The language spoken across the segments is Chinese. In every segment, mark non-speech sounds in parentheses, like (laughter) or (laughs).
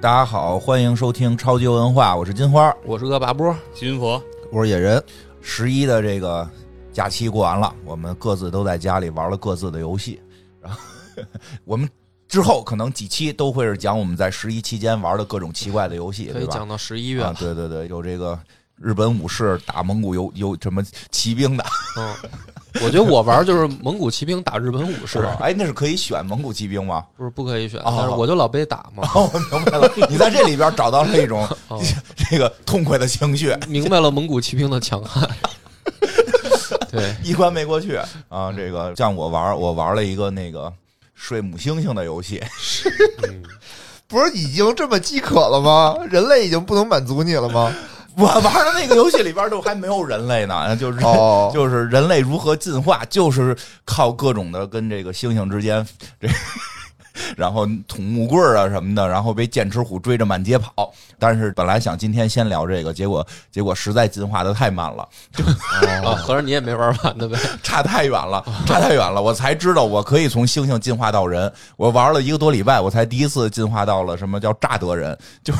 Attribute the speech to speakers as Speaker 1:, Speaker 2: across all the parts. Speaker 1: 大家好，欢迎收听超级文化，我是金花，
Speaker 2: 我是恶霸波，
Speaker 3: 金佛，
Speaker 1: 我是野人。十一的这个假期过完了，我们各自都在家里玩了各自的游戏， (laughs) 然后我们之后可能几期都会是讲我们在十一期间玩的各种奇怪的游戏，
Speaker 2: 可
Speaker 1: 对
Speaker 2: 以
Speaker 1: 吧
Speaker 2: 讲？到十一月
Speaker 1: 啊
Speaker 2: 了，。
Speaker 1: 对对对，有这个日本武士打蒙古游有什么骑兵的，
Speaker 2: 嗯， (laughs) 我觉得我玩就是蒙古骑兵打日本武士，啊
Speaker 1: 哎，那是可以选蒙古骑兵吗？ (laughs)
Speaker 2: 不是不可以选，
Speaker 1: 哦
Speaker 2: 但是我就老被打嘛。
Speaker 1: (laughs) 哦，我明白了，你在这里边找到了一种
Speaker 2: 哦
Speaker 1: 这个痛快的情绪，
Speaker 2: 明白了蒙古骑兵的强
Speaker 1: (laughs)
Speaker 2: 悍。对，
Speaker 1: 一关没过去啊。这个像我玩儿，我玩了一个那个睡母猩猩的游戏，
Speaker 4: 不是已经这么饥渴了吗？人类已经不能满足你了吗？
Speaker 1: 我玩的那个游戏里边都还没有人类呢， (laughs) 就是、(laughs)
Speaker 4: 哦
Speaker 1: 就是人类如何进化，就是靠各种的跟这个猩猩之间这。然后捅木棍儿啊什么的，然后被剑齿虎追着满街跑。但是本来想今天先聊这个，结果结果实在进化的太慢了，哦
Speaker 2: 啊，合着你也没玩完的呗？
Speaker 1: 差太远了，
Speaker 4: 啊
Speaker 1: 差太远了，我才知道我可以从猩猩进化到人。我玩了一个多礼拜，我才第一次进化到了什么叫乍得人，
Speaker 4: (laughs)
Speaker 1: 就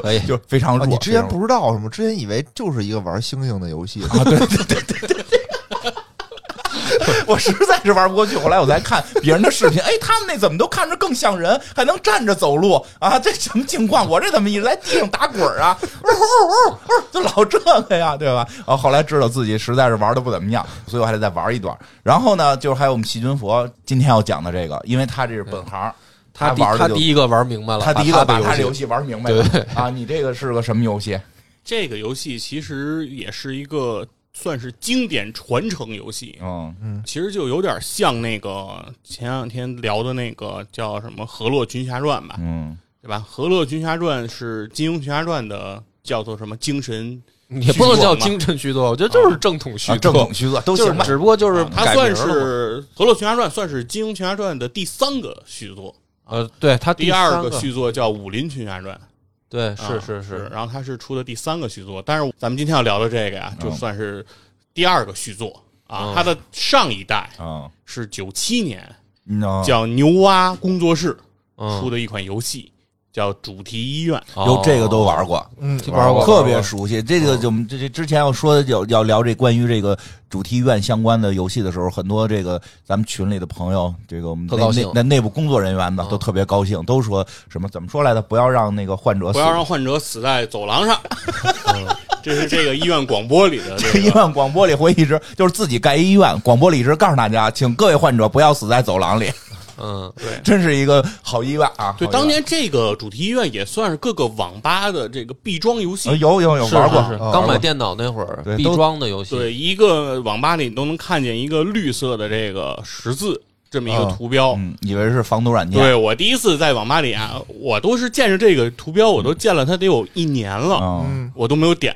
Speaker 2: 可以
Speaker 1: 就非常弱。
Speaker 4: 啊你之前
Speaker 1: 非常弱
Speaker 4: 不知道是吗？之前以为就是一个玩猩猩的游戏，
Speaker 1: (laughs) 我实在是玩不过去，后来我才看别人的视频，哎，他们那怎么都看着更像人，还能站着走路啊？这什么情况？我这怎么一直在地上打滚儿啊？ (laughs) 呜呜呜呜，就老这个呀，对吧？啊，后来知道自己实在是玩的不怎么样，所以我还得再玩一段。然后呢，就是还有我们细菌佛今天要讲的这个，因为他这是本行。
Speaker 2: 他第
Speaker 1: 玩
Speaker 2: 他
Speaker 1: 的就
Speaker 2: 第一个玩明白了，
Speaker 1: 他第一个把
Speaker 2: 把
Speaker 1: 他
Speaker 2: 他
Speaker 1: 这
Speaker 2: 的
Speaker 1: 游
Speaker 2: 游
Speaker 1: 戏玩明白了
Speaker 2: 对
Speaker 1: 啊！你这个是个什么游戏？
Speaker 3: 这个游戏其实也是一个算是经典传承游戏，
Speaker 1: 嗯，
Speaker 3: 其实就有点像那个前两天聊的那个叫什么《河洛军侠传》吧，
Speaker 1: 嗯，
Speaker 3: 对吧？《河洛军侠传》是金庸群侠传的叫做什么精神，
Speaker 2: 也不能叫
Speaker 3: 虚作嘛
Speaker 2: 精神虚作，我觉得就是正统虚
Speaker 1: 啊，正
Speaker 2: 作
Speaker 1: 统，虚作都
Speaker 2: (laughs) 就
Speaker 1: 行
Speaker 2: 是
Speaker 1: 吧。啊
Speaker 2: 只不过就是
Speaker 3: 它
Speaker 2: 嗯改
Speaker 3: 算
Speaker 2: 名了嘛
Speaker 3: 是《河洛群侠传》算是金庸群侠传的第三个续作，
Speaker 2: 呃，对他
Speaker 3: 第
Speaker 2: 三
Speaker 3: 二
Speaker 2: 个
Speaker 3: 个续作叫《武林群侠传》。
Speaker 2: 对是
Speaker 3: 啊
Speaker 2: 是
Speaker 3: 是
Speaker 2: 是，，
Speaker 3: 然后它是出的第三个续作，但是咱们今天要聊的这个呀，就
Speaker 1: 嗯
Speaker 3: 算是第二个续作啊
Speaker 2: 嗯。
Speaker 3: 它的上一代
Speaker 1: 嗯，
Speaker 3: 是九七年
Speaker 1: 你知道吗？
Speaker 3: 叫牛蛙工作室出
Speaker 1: 啊
Speaker 2: 嗯，哦
Speaker 3: 的一款游戏，叫《主题医院》。
Speaker 1: 有这个都哦玩过，嗯
Speaker 4: 嗯，
Speaker 2: 玩过
Speaker 1: 特别熟悉。这个就我们这这之前要说的有要聊这关于这个主题院相关的游戏的时候，很多这个咱们群里的朋友，这个我们
Speaker 2: 特
Speaker 1: 内
Speaker 2: 高兴
Speaker 1: 内那内部工作人员呢
Speaker 2: 嗯
Speaker 1: 都特别高兴，都说什么怎么说来着？不要让那个患者死
Speaker 3: 不，要让患者死在走廊上， (laughs) 这是这个医院广播里的
Speaker 1: 啊 (laughs) 这
Speaker 3: 这
Speaker 1: (laughs) 医
Speaker 3: 个。
Speaker 1: 院广播里会一直就是自己盖一医院，广播里一直告诉大家，请各位患者不要死在走廊里，
Speaker 2: 嗯，
Speaker 3: 对
Speaker 1: 真是一个好医院啊！
Speaker 3: 对，
Speaker 1: 好医院
Speaker 3: 当年这个主题医院也算是各个网吧的这个必装游戏
Speaker 1: 呃。有有有
Speaker 2: 是
Speaker 1: 玩
Speaker 2: 是
Speaker 1: 过，
Speaker 2: 是
Speaker 4: 哦
Speaker 2: 刚
Speaker 4: 玩
Speaker 2: 买
Speaker 4: 过
Speaker 2: 电脑那会儿
Speaker 1: 对
Speaker 2: 必
Speaker 1: 都
Speaker 2: 装的游戏，
Speaker 3: 对，一个网吧里你都能看见一个绿色的这个十字这么一个
Speaker 4: 嗯
Speaker 3: 图标，
Speaker 1: 嗯，以为是防毒软件，
Speaker 3: 对我第一次在网吧里啊，我都是见着这个图标，我都见了它得有一年了，
Speaker 1: 嗯，
Speaker 4: 嗯，
Speaker 3: 我都没有点，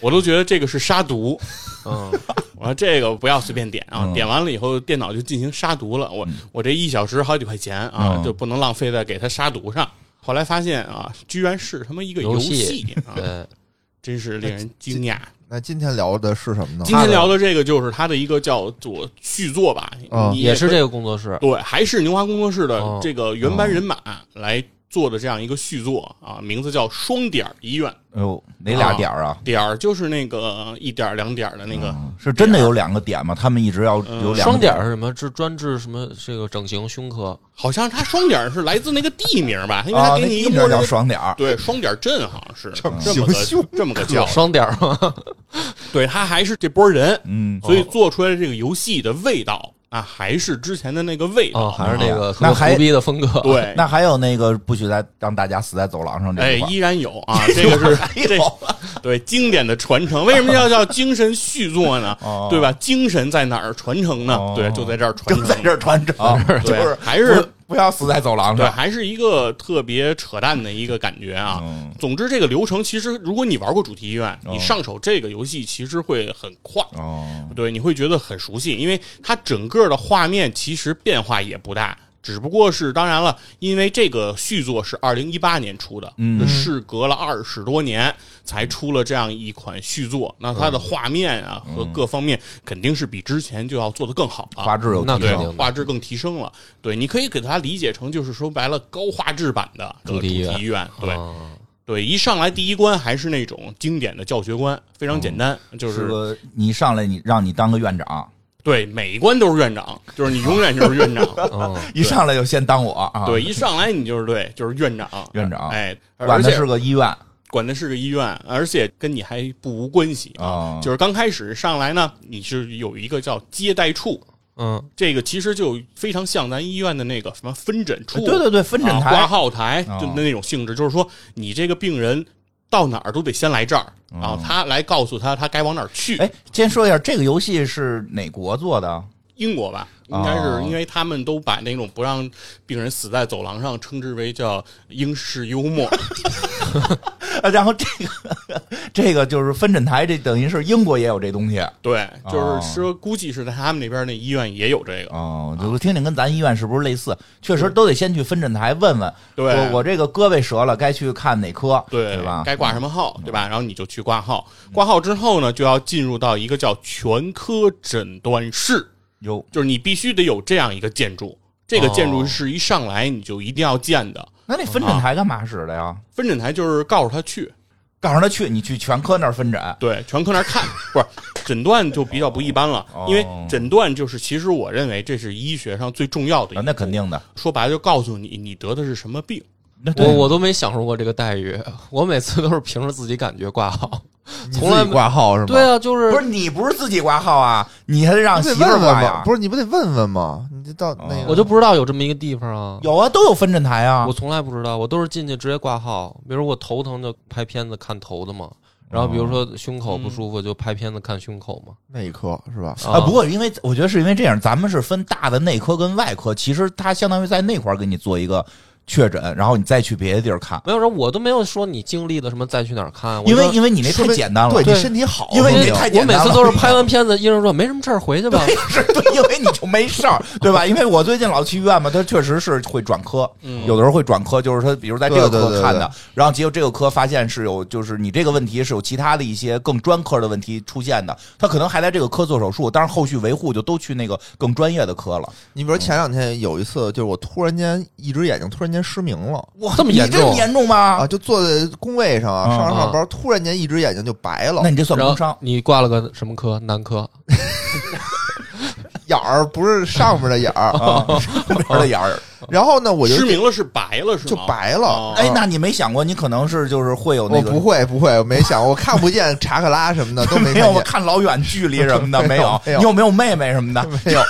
Speaker 3: 我都觉得这个是杀毒。
Speaker 2: 嗯，
Speaker 3: 我说这个不要随便点啊
Speaker 1: 嗯，
Speaker 3: 点完了以后电脑就进行杀毒了。我我这一小时好几块钱啊
Speaker 1: 嗯，
Speaker 3: 就不能浪费在给它杀毒上。后来发现啊，居然是他妈一个游
Speaker 2: 游
Speaker 3: 戏
Speaker 2: 戏
Speaker 3: 啊，
Speaker 2: 对，
Speaker 3: 真是令人惊讶。
Speaker 4: 那今天聊的是什么呢？
Speaker 3: 今天聊的这个就是它的一个叫做续作吧，
Speaker 4: 嗯
Speaker 3: 你
Speaker 2: 也是
Speaker 3: 可以
Speaker 2: 这个工作室，
Speaker 3: 对，还是牛蛙工作室
Speaker 2: 哦
Speaker 3: 的这个原班人马来做的这样一个续作啊，名字叫《双点儿医院
Speaker 1: 哎呦，哪俩点儿啊？》，
Speaker 3: 点儿就是那个一点儿两点儿的那个，
Speaker 1: 是真的有两个点吗？他们一直要
Speaker 3: 嗯
Speaker 1: 有两个
Speaker 2: 双点儿是什么？是专治什么？这个整形胸科，
Speaker 3: 好像它双点儿是来自那个地名吧，因为
Speaker 1: 啊，
Speaker 3: 它
Speaker 1: 那
Speaker 3: 给你一个
Speaker 1: 一
Speaker 3: 默
Speaker 1: 直
Speaker 3: 认
Speaker 1: 叫
Speaker 3: 的。
Speaker 1: 双点儿，
Speaker 3: 对，双点儿镇好像是
Speaker 4: 整
Speaker 3: 这么
Speaker 4: 形胸
Speaker 3: 个这么个叫法，
Speaker 2: 双点儿吗？
Speaker 3: 对，它还是这波人，
Speaker 1: 嗯，
Speaker 3: 所以做出来这个游戏的味道啊，还是之前的那个味道，
Speaker 2: 哦，还是那个特
Speaker 1: 啊那
Speaker 2: 别
Speaker 1: 还
Speaker 2: 胡逼的风格。
Speaker 3: 对，
Speaker 1: 那还有那个不许再让大家死在走廊上这
Speaker 3: 哎，
Speaker 1: 一块儿
Speaker 3: 依然有
Speaker 1: (laughs)
Speaker 3: 啊，这个是这对经典的传承。为什么要叫精神续作呢
Speaker 1: 哦？
Speaker 3: 对吧？精神在哪儿传承呢
Speaker 1: 哦？
Speaker 3: 对，就在这儿传
Speaker 1: 正
Speaker 3: 承，
Speaker 1: 在这儿传承， (laughs) 就
Speaker 3: 啊对
Speaker 1: 是
Speaker 3: 还是
Speaker 1: 不不要死在走廊
Speaker 3: 对，
Speaker 1: 上。
Speaker 3: 还是一个特别扯淡的一个感觉啊
Speaker 1: 嗯。
Speaker 3: 总之，这个流程其实，如果你玩过主题医院，你上手这个游戏其实会很快。
Speaker 1: 哦，
Speaker 3: 对，你会觉得很熟悉，因为它整个的画面其实变化也不大，只不过是当然了，因为这个续作是二零一八年出的，
Speaker 1: 嗯
Speaker 3: 那事隔了二十多年才出了这样一款续作，那它的画面啊和各方面肯定是比之前就要做得更好了，
Speaker 1: 画质有
Speaker 2: 那
Speaker 1: 提
Speaker 3: 对
Speaker 2: 肯定
Speaker 1: 升
Speaker 2: 的，
Speaker 3: 画质更提升了。对，你可以给它理解成就是说白了高画质版的这个
Speaker 2: 主题
Speaker 3: 主
Speaker 2: 乐
Speaker 3: 题院，对。
Speaker 2: 啊
Speaker 3: 对，一上来第一关还是那种经典的教学关，非常简单，就是是
Speaker 1: 个你上来你让你当个院长，
Speaker 3: 对每一关都是院长，就是你永远就是
Speaker 1: (laughs)
Speaker 3: 院长。
Speaker 1: 啊
Speaker 2: 嗯，
Speaker 1: 一上来就先当我啊，
Speaker 3: 对，，一上来你就是对，就是院长，
Speaker 1: 院长
Speaker 3: 哎，
Speaker 1: 管
Speaker 3: 而
Speaker 1: 的
Speaker 3: 且
Speaker 1: 是个医院
Speaker 3: 管的是个医院，而且跟你还不无关系。
Speaker 1: 啊，
Speaker 3: 就是刚开始上来呢，你是有一个叫接待处，
Speaker 2: 嗯，
Speaker 3: 这个其实就非常像咱医院的那个什么分诊处，
Speaker 1: 哎对对对，分诊
Speaker 3: 啊
Speaker 1: 台
Speaker 3: 挂号台，就
Speaker 1: 啊
Speaker 3: 那种性质，就是说你这个病人到哪儿都得先来这儿，
Speaker 1: 嗯
Speaker 3: 然后他来告诉他他该往哪儿去。
Speaker 1: 哎，先说一下这个游戏是哪国做的？
Speaker 3: 英国吧，应该
Speaker 1: 哦
Speaker 3: 是因为他们都把那种不让病人死在走廊上称之为叫英式幽
Speaker 1: (laughs)
Speaker 3: 默。
Speaker 1: 呃，然后这个这个就是分诊台，这等于是英国也有这东西
Speaker 3: 对，就
Speaker 1: 哦
Speaker 3: 是说估计是在他们那边那医院也有这个。
Speaker 1: 哦，就听听跟咱医院是不是类似？确实都得先去分诊台问问，
Speaker 3: 对
Speaker 1: 我我这个胳膊折了，该去看哪科，
Speaker 3: 对，
Speaker 1: 对吧？嗯
Speaker 3: 该挂什么号，对吧？然后你就去挂号，挂号之后呢，就要进入到一个叫全科诊断室，
Speaker 1: 有
Speaker 3: 就是你必须得有这样一个建筑。这个建
Speaker 1: 哦
Speaker 3: 筑是一上来你就一定要建的。
Speaker 1: 那那分诊
Speaker 3: 啊
Speaker 1: 台干嘛使的呀？
Speaker 3: 分诊台就是告诉他去，
Speaker 1: 告诉他去，你去全科那儿分诊。
Speaker 3: 对，全科那儿看，不是诊断就比较不一般了
Speaker 1: 哦，
Speaker 3: 因为诊断就是其实我认为这是医学上最重要的一
Speaker 1: 啊
Speaker 3: 步，
Speaker 1: 那肯定的，
Speaker 3: 说白了就告诉你你得的是什么病。
Speaker 1: 那对
Speaker 2: 我我都没享受过这个待遇，我每次都是凭着自己感觉挂号，从来
Speaker 4: 你自己挂号是吗？
Speaker 2: 对啊，就是
Speaker 1: 不是你不是自己挂号啊，你还得让
Speaker 4: 你
Speaker 1: 媳
Speaker 4: 得
Speaker 1: 妇儿
Speaker 4: 问问
Speaker 1: 挂
Speaker 4: 嘛
Speaker 1: 呀？，
Speaker 4: 不是你不得问问吗？你就
Speaker 1: 哦
Speaker 4: 到那个，
Speaker 2: 我就不知道有这么一个地方啊。
Speaker 1: 有啊，都有分诊台啊
Speaker 2: 我。从来不知道，我都是进去直接挂号。比如我头疼就拍片子看头的嘛，然后比如
Speaker 1: 哦
Speaker 2: 说胸口不舒服就拍片子看胸口嘛。
Speaker 4: 内科是吧？
Speaker 1: 嗯啊，不过因为我觉得是因为这样，咱们是分大的内科跟外科，其实它相当于在那块儿给你做一个确诊，然后你再去别的地儿看，
Speaker 2: 啊没有人，我都没有说你经历了什么再去哪儿看，我
Speaker 1: 因为
Speaker 2: 就
Speaker 1: 因为你那
Speaker 4: 说
Speaker 1: 太
Speaker 4: 明
Speaker 1: 简单了，(laughs)
Speaker 4: 对
Speaker 2: 对
Speaker 4: 你身体好，
Speaker 1: 因为
Speaker 2: 因
Speaker 1: 你
Speaker 2: 为
Speaker 1: 太
Speaker 2: 哦我
Speaker 1: 简
Speaker 2: 每
Speaker 1: 单
Speaker 2: 次
Speaker 1: 了
Speaker 2: 都是拍完片子，医生说没什么事儿，回去吧。
Speaker 1: 是对，因为你就没事儿，对吧？因为我最近老去医院嘛，他确实是会转科，有的时候会转科，就是他比如在这个
Speaker 4: 对对
Speaker 1: 科
Speaker 4: 对
Speaker 1: 看的，然后结果这个科发现是有，就是你这个问题是有其他的一些更专科的问题出现的，他可能还在这个科做手术，但是后续维护就都去那个更专业的科了。
Speaker 4: 你比如前两天有一次，就是我突然间一只眼睛突然间失明了
Speaker 1: 哇
Speaker 2: 这么严重
Speaker 1: 你这么严重吗
Speaker 4: 啊，？就坐在工位上啊，
Speaker 1: 啊
Speaker 4: 上着上
Speaker 2: 啊
Speaker 4: 班，突然间一只眼睛就白了
Speaker 1: 那，你这算
Speaker 2: 然
Speaker 1: 工伤
Speaker 2: 后？你挂了个什么科？男科。
Speaker 4: 眼儿不是上面的眼儿。
Speaker 1: (laughs) 啊，里边的眼儿。
Speaker 4: 然后呢，我就
Speaker 3: 失明了是白了是
Speaker 4: 就
Speaker 3: 吗？
Speaker 4: 白了啊
Speaker 3: 哦
Speaker 1: 哎，那你没想过，你可能是就是会有那
Speaker 4: 我
Speaker 1: 个
Speaker 4: 不会不会，我没想，我看不见查克拉什么的都没
Speaker 1: (laughs) 没
Speaker 4: 看
Speaker 1: 有
Speaker 4: 见。
Speaker 1: 看老远距离什么的 (laughs) 没
Speaker 4: 没有
Speaker 1: 有？
Speaker 4: 没有
Speaker 1: 你有没有妹妹什么的？
Speaker 4: 没有。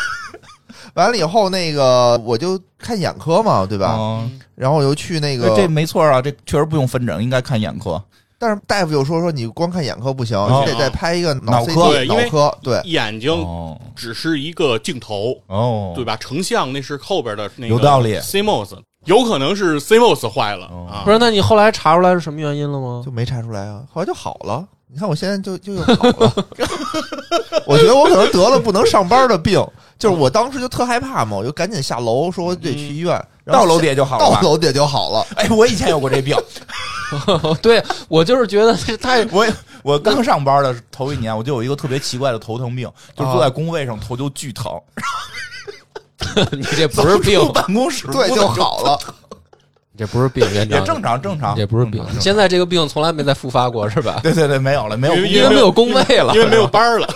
Speaker 4: 完了以后，那个我就看眼科嘛，对吧？
Speaker 1: 嗯
Speaker 4: 然后我就去那
Speaker 1: 对这
Speaker 4: 个，
Speaker 1: 没错啊，这确实不用分诊，应该看眼科。
Speaker 4: 但是大夫就说说你光看眼科不行，
Speaker 1: 哦
Speaker 4: 你得再拍一个
Speaker 1: 脑
Speaker 4: 脑
Speaker 1: 科
Speaker 4: CT
Speaker 3: 对因
Speaker 4: 脑
Speaker 3: 为
Speaker 4: 科。对，
Speaker 3: 眼睛
Speaker 1: 哦
Speaker 3: 只是一个镜头，
Speaker 1: 哦，
Speaker 3: 对吧？成像那是后边的那个
Speaker 1: 有道理
Speaker 3: CMOS 有可能是 CMOS 坏了
Speaker 1: 哦
Speaker 3: 啊
Speaker 2: 不。是，那你后来查出来是什么原因了吗？
Speaker 4: 就没查出来啊，后来就好了。你看我现在就就又好了。 (laughs) 我觉得我可能得了不能上班的病，就是我当时就特害怕嘛，我就赶紧下楼，说我得去医院。然
Speaker 1: 到
Speaker 4: 后
Speaker 1: 楼底下就好了吧
Speaker 4: 到。楼底下就
Speaker 1: (laughs)
Speaker 4: 好了。
Speaker 1: 哎，我以前有过这病，
Speaker 2: (laughs) 对我就是觉得这太
Speaker 1: (laughs) 我我刚上班的头一年，我就有一个特别奇怪的头疼病，就是坐在工位上头就巨疼，
Speaker 2: 你这不是病 (laughs)
Speaker 1: 走，出办公室
Speaker 4: 对
Speaker 1: 屋子
Speaker 4: 就好了，
Speaker 2: 你这不是病，院
Speaker 1: 也
Speaker 2: 长，
Speaker 1: 正常正常
Speaker 2: 你这，不是病。嗯现在这个病从来没再复发过，是吧？
Speaker 1: (laughs) 对对对，没有了没有
Speaker 3: 因为
Speaker 2: 因
Speaker 1: 病
Speaker 2: 为没有工
Speaker 3: 因
Speaker 2: 位
Speaker 1: (laughs)
Speaker 2: 了，
Speaker 3: 啊因为没有班儿了，
Speaker 1: 了，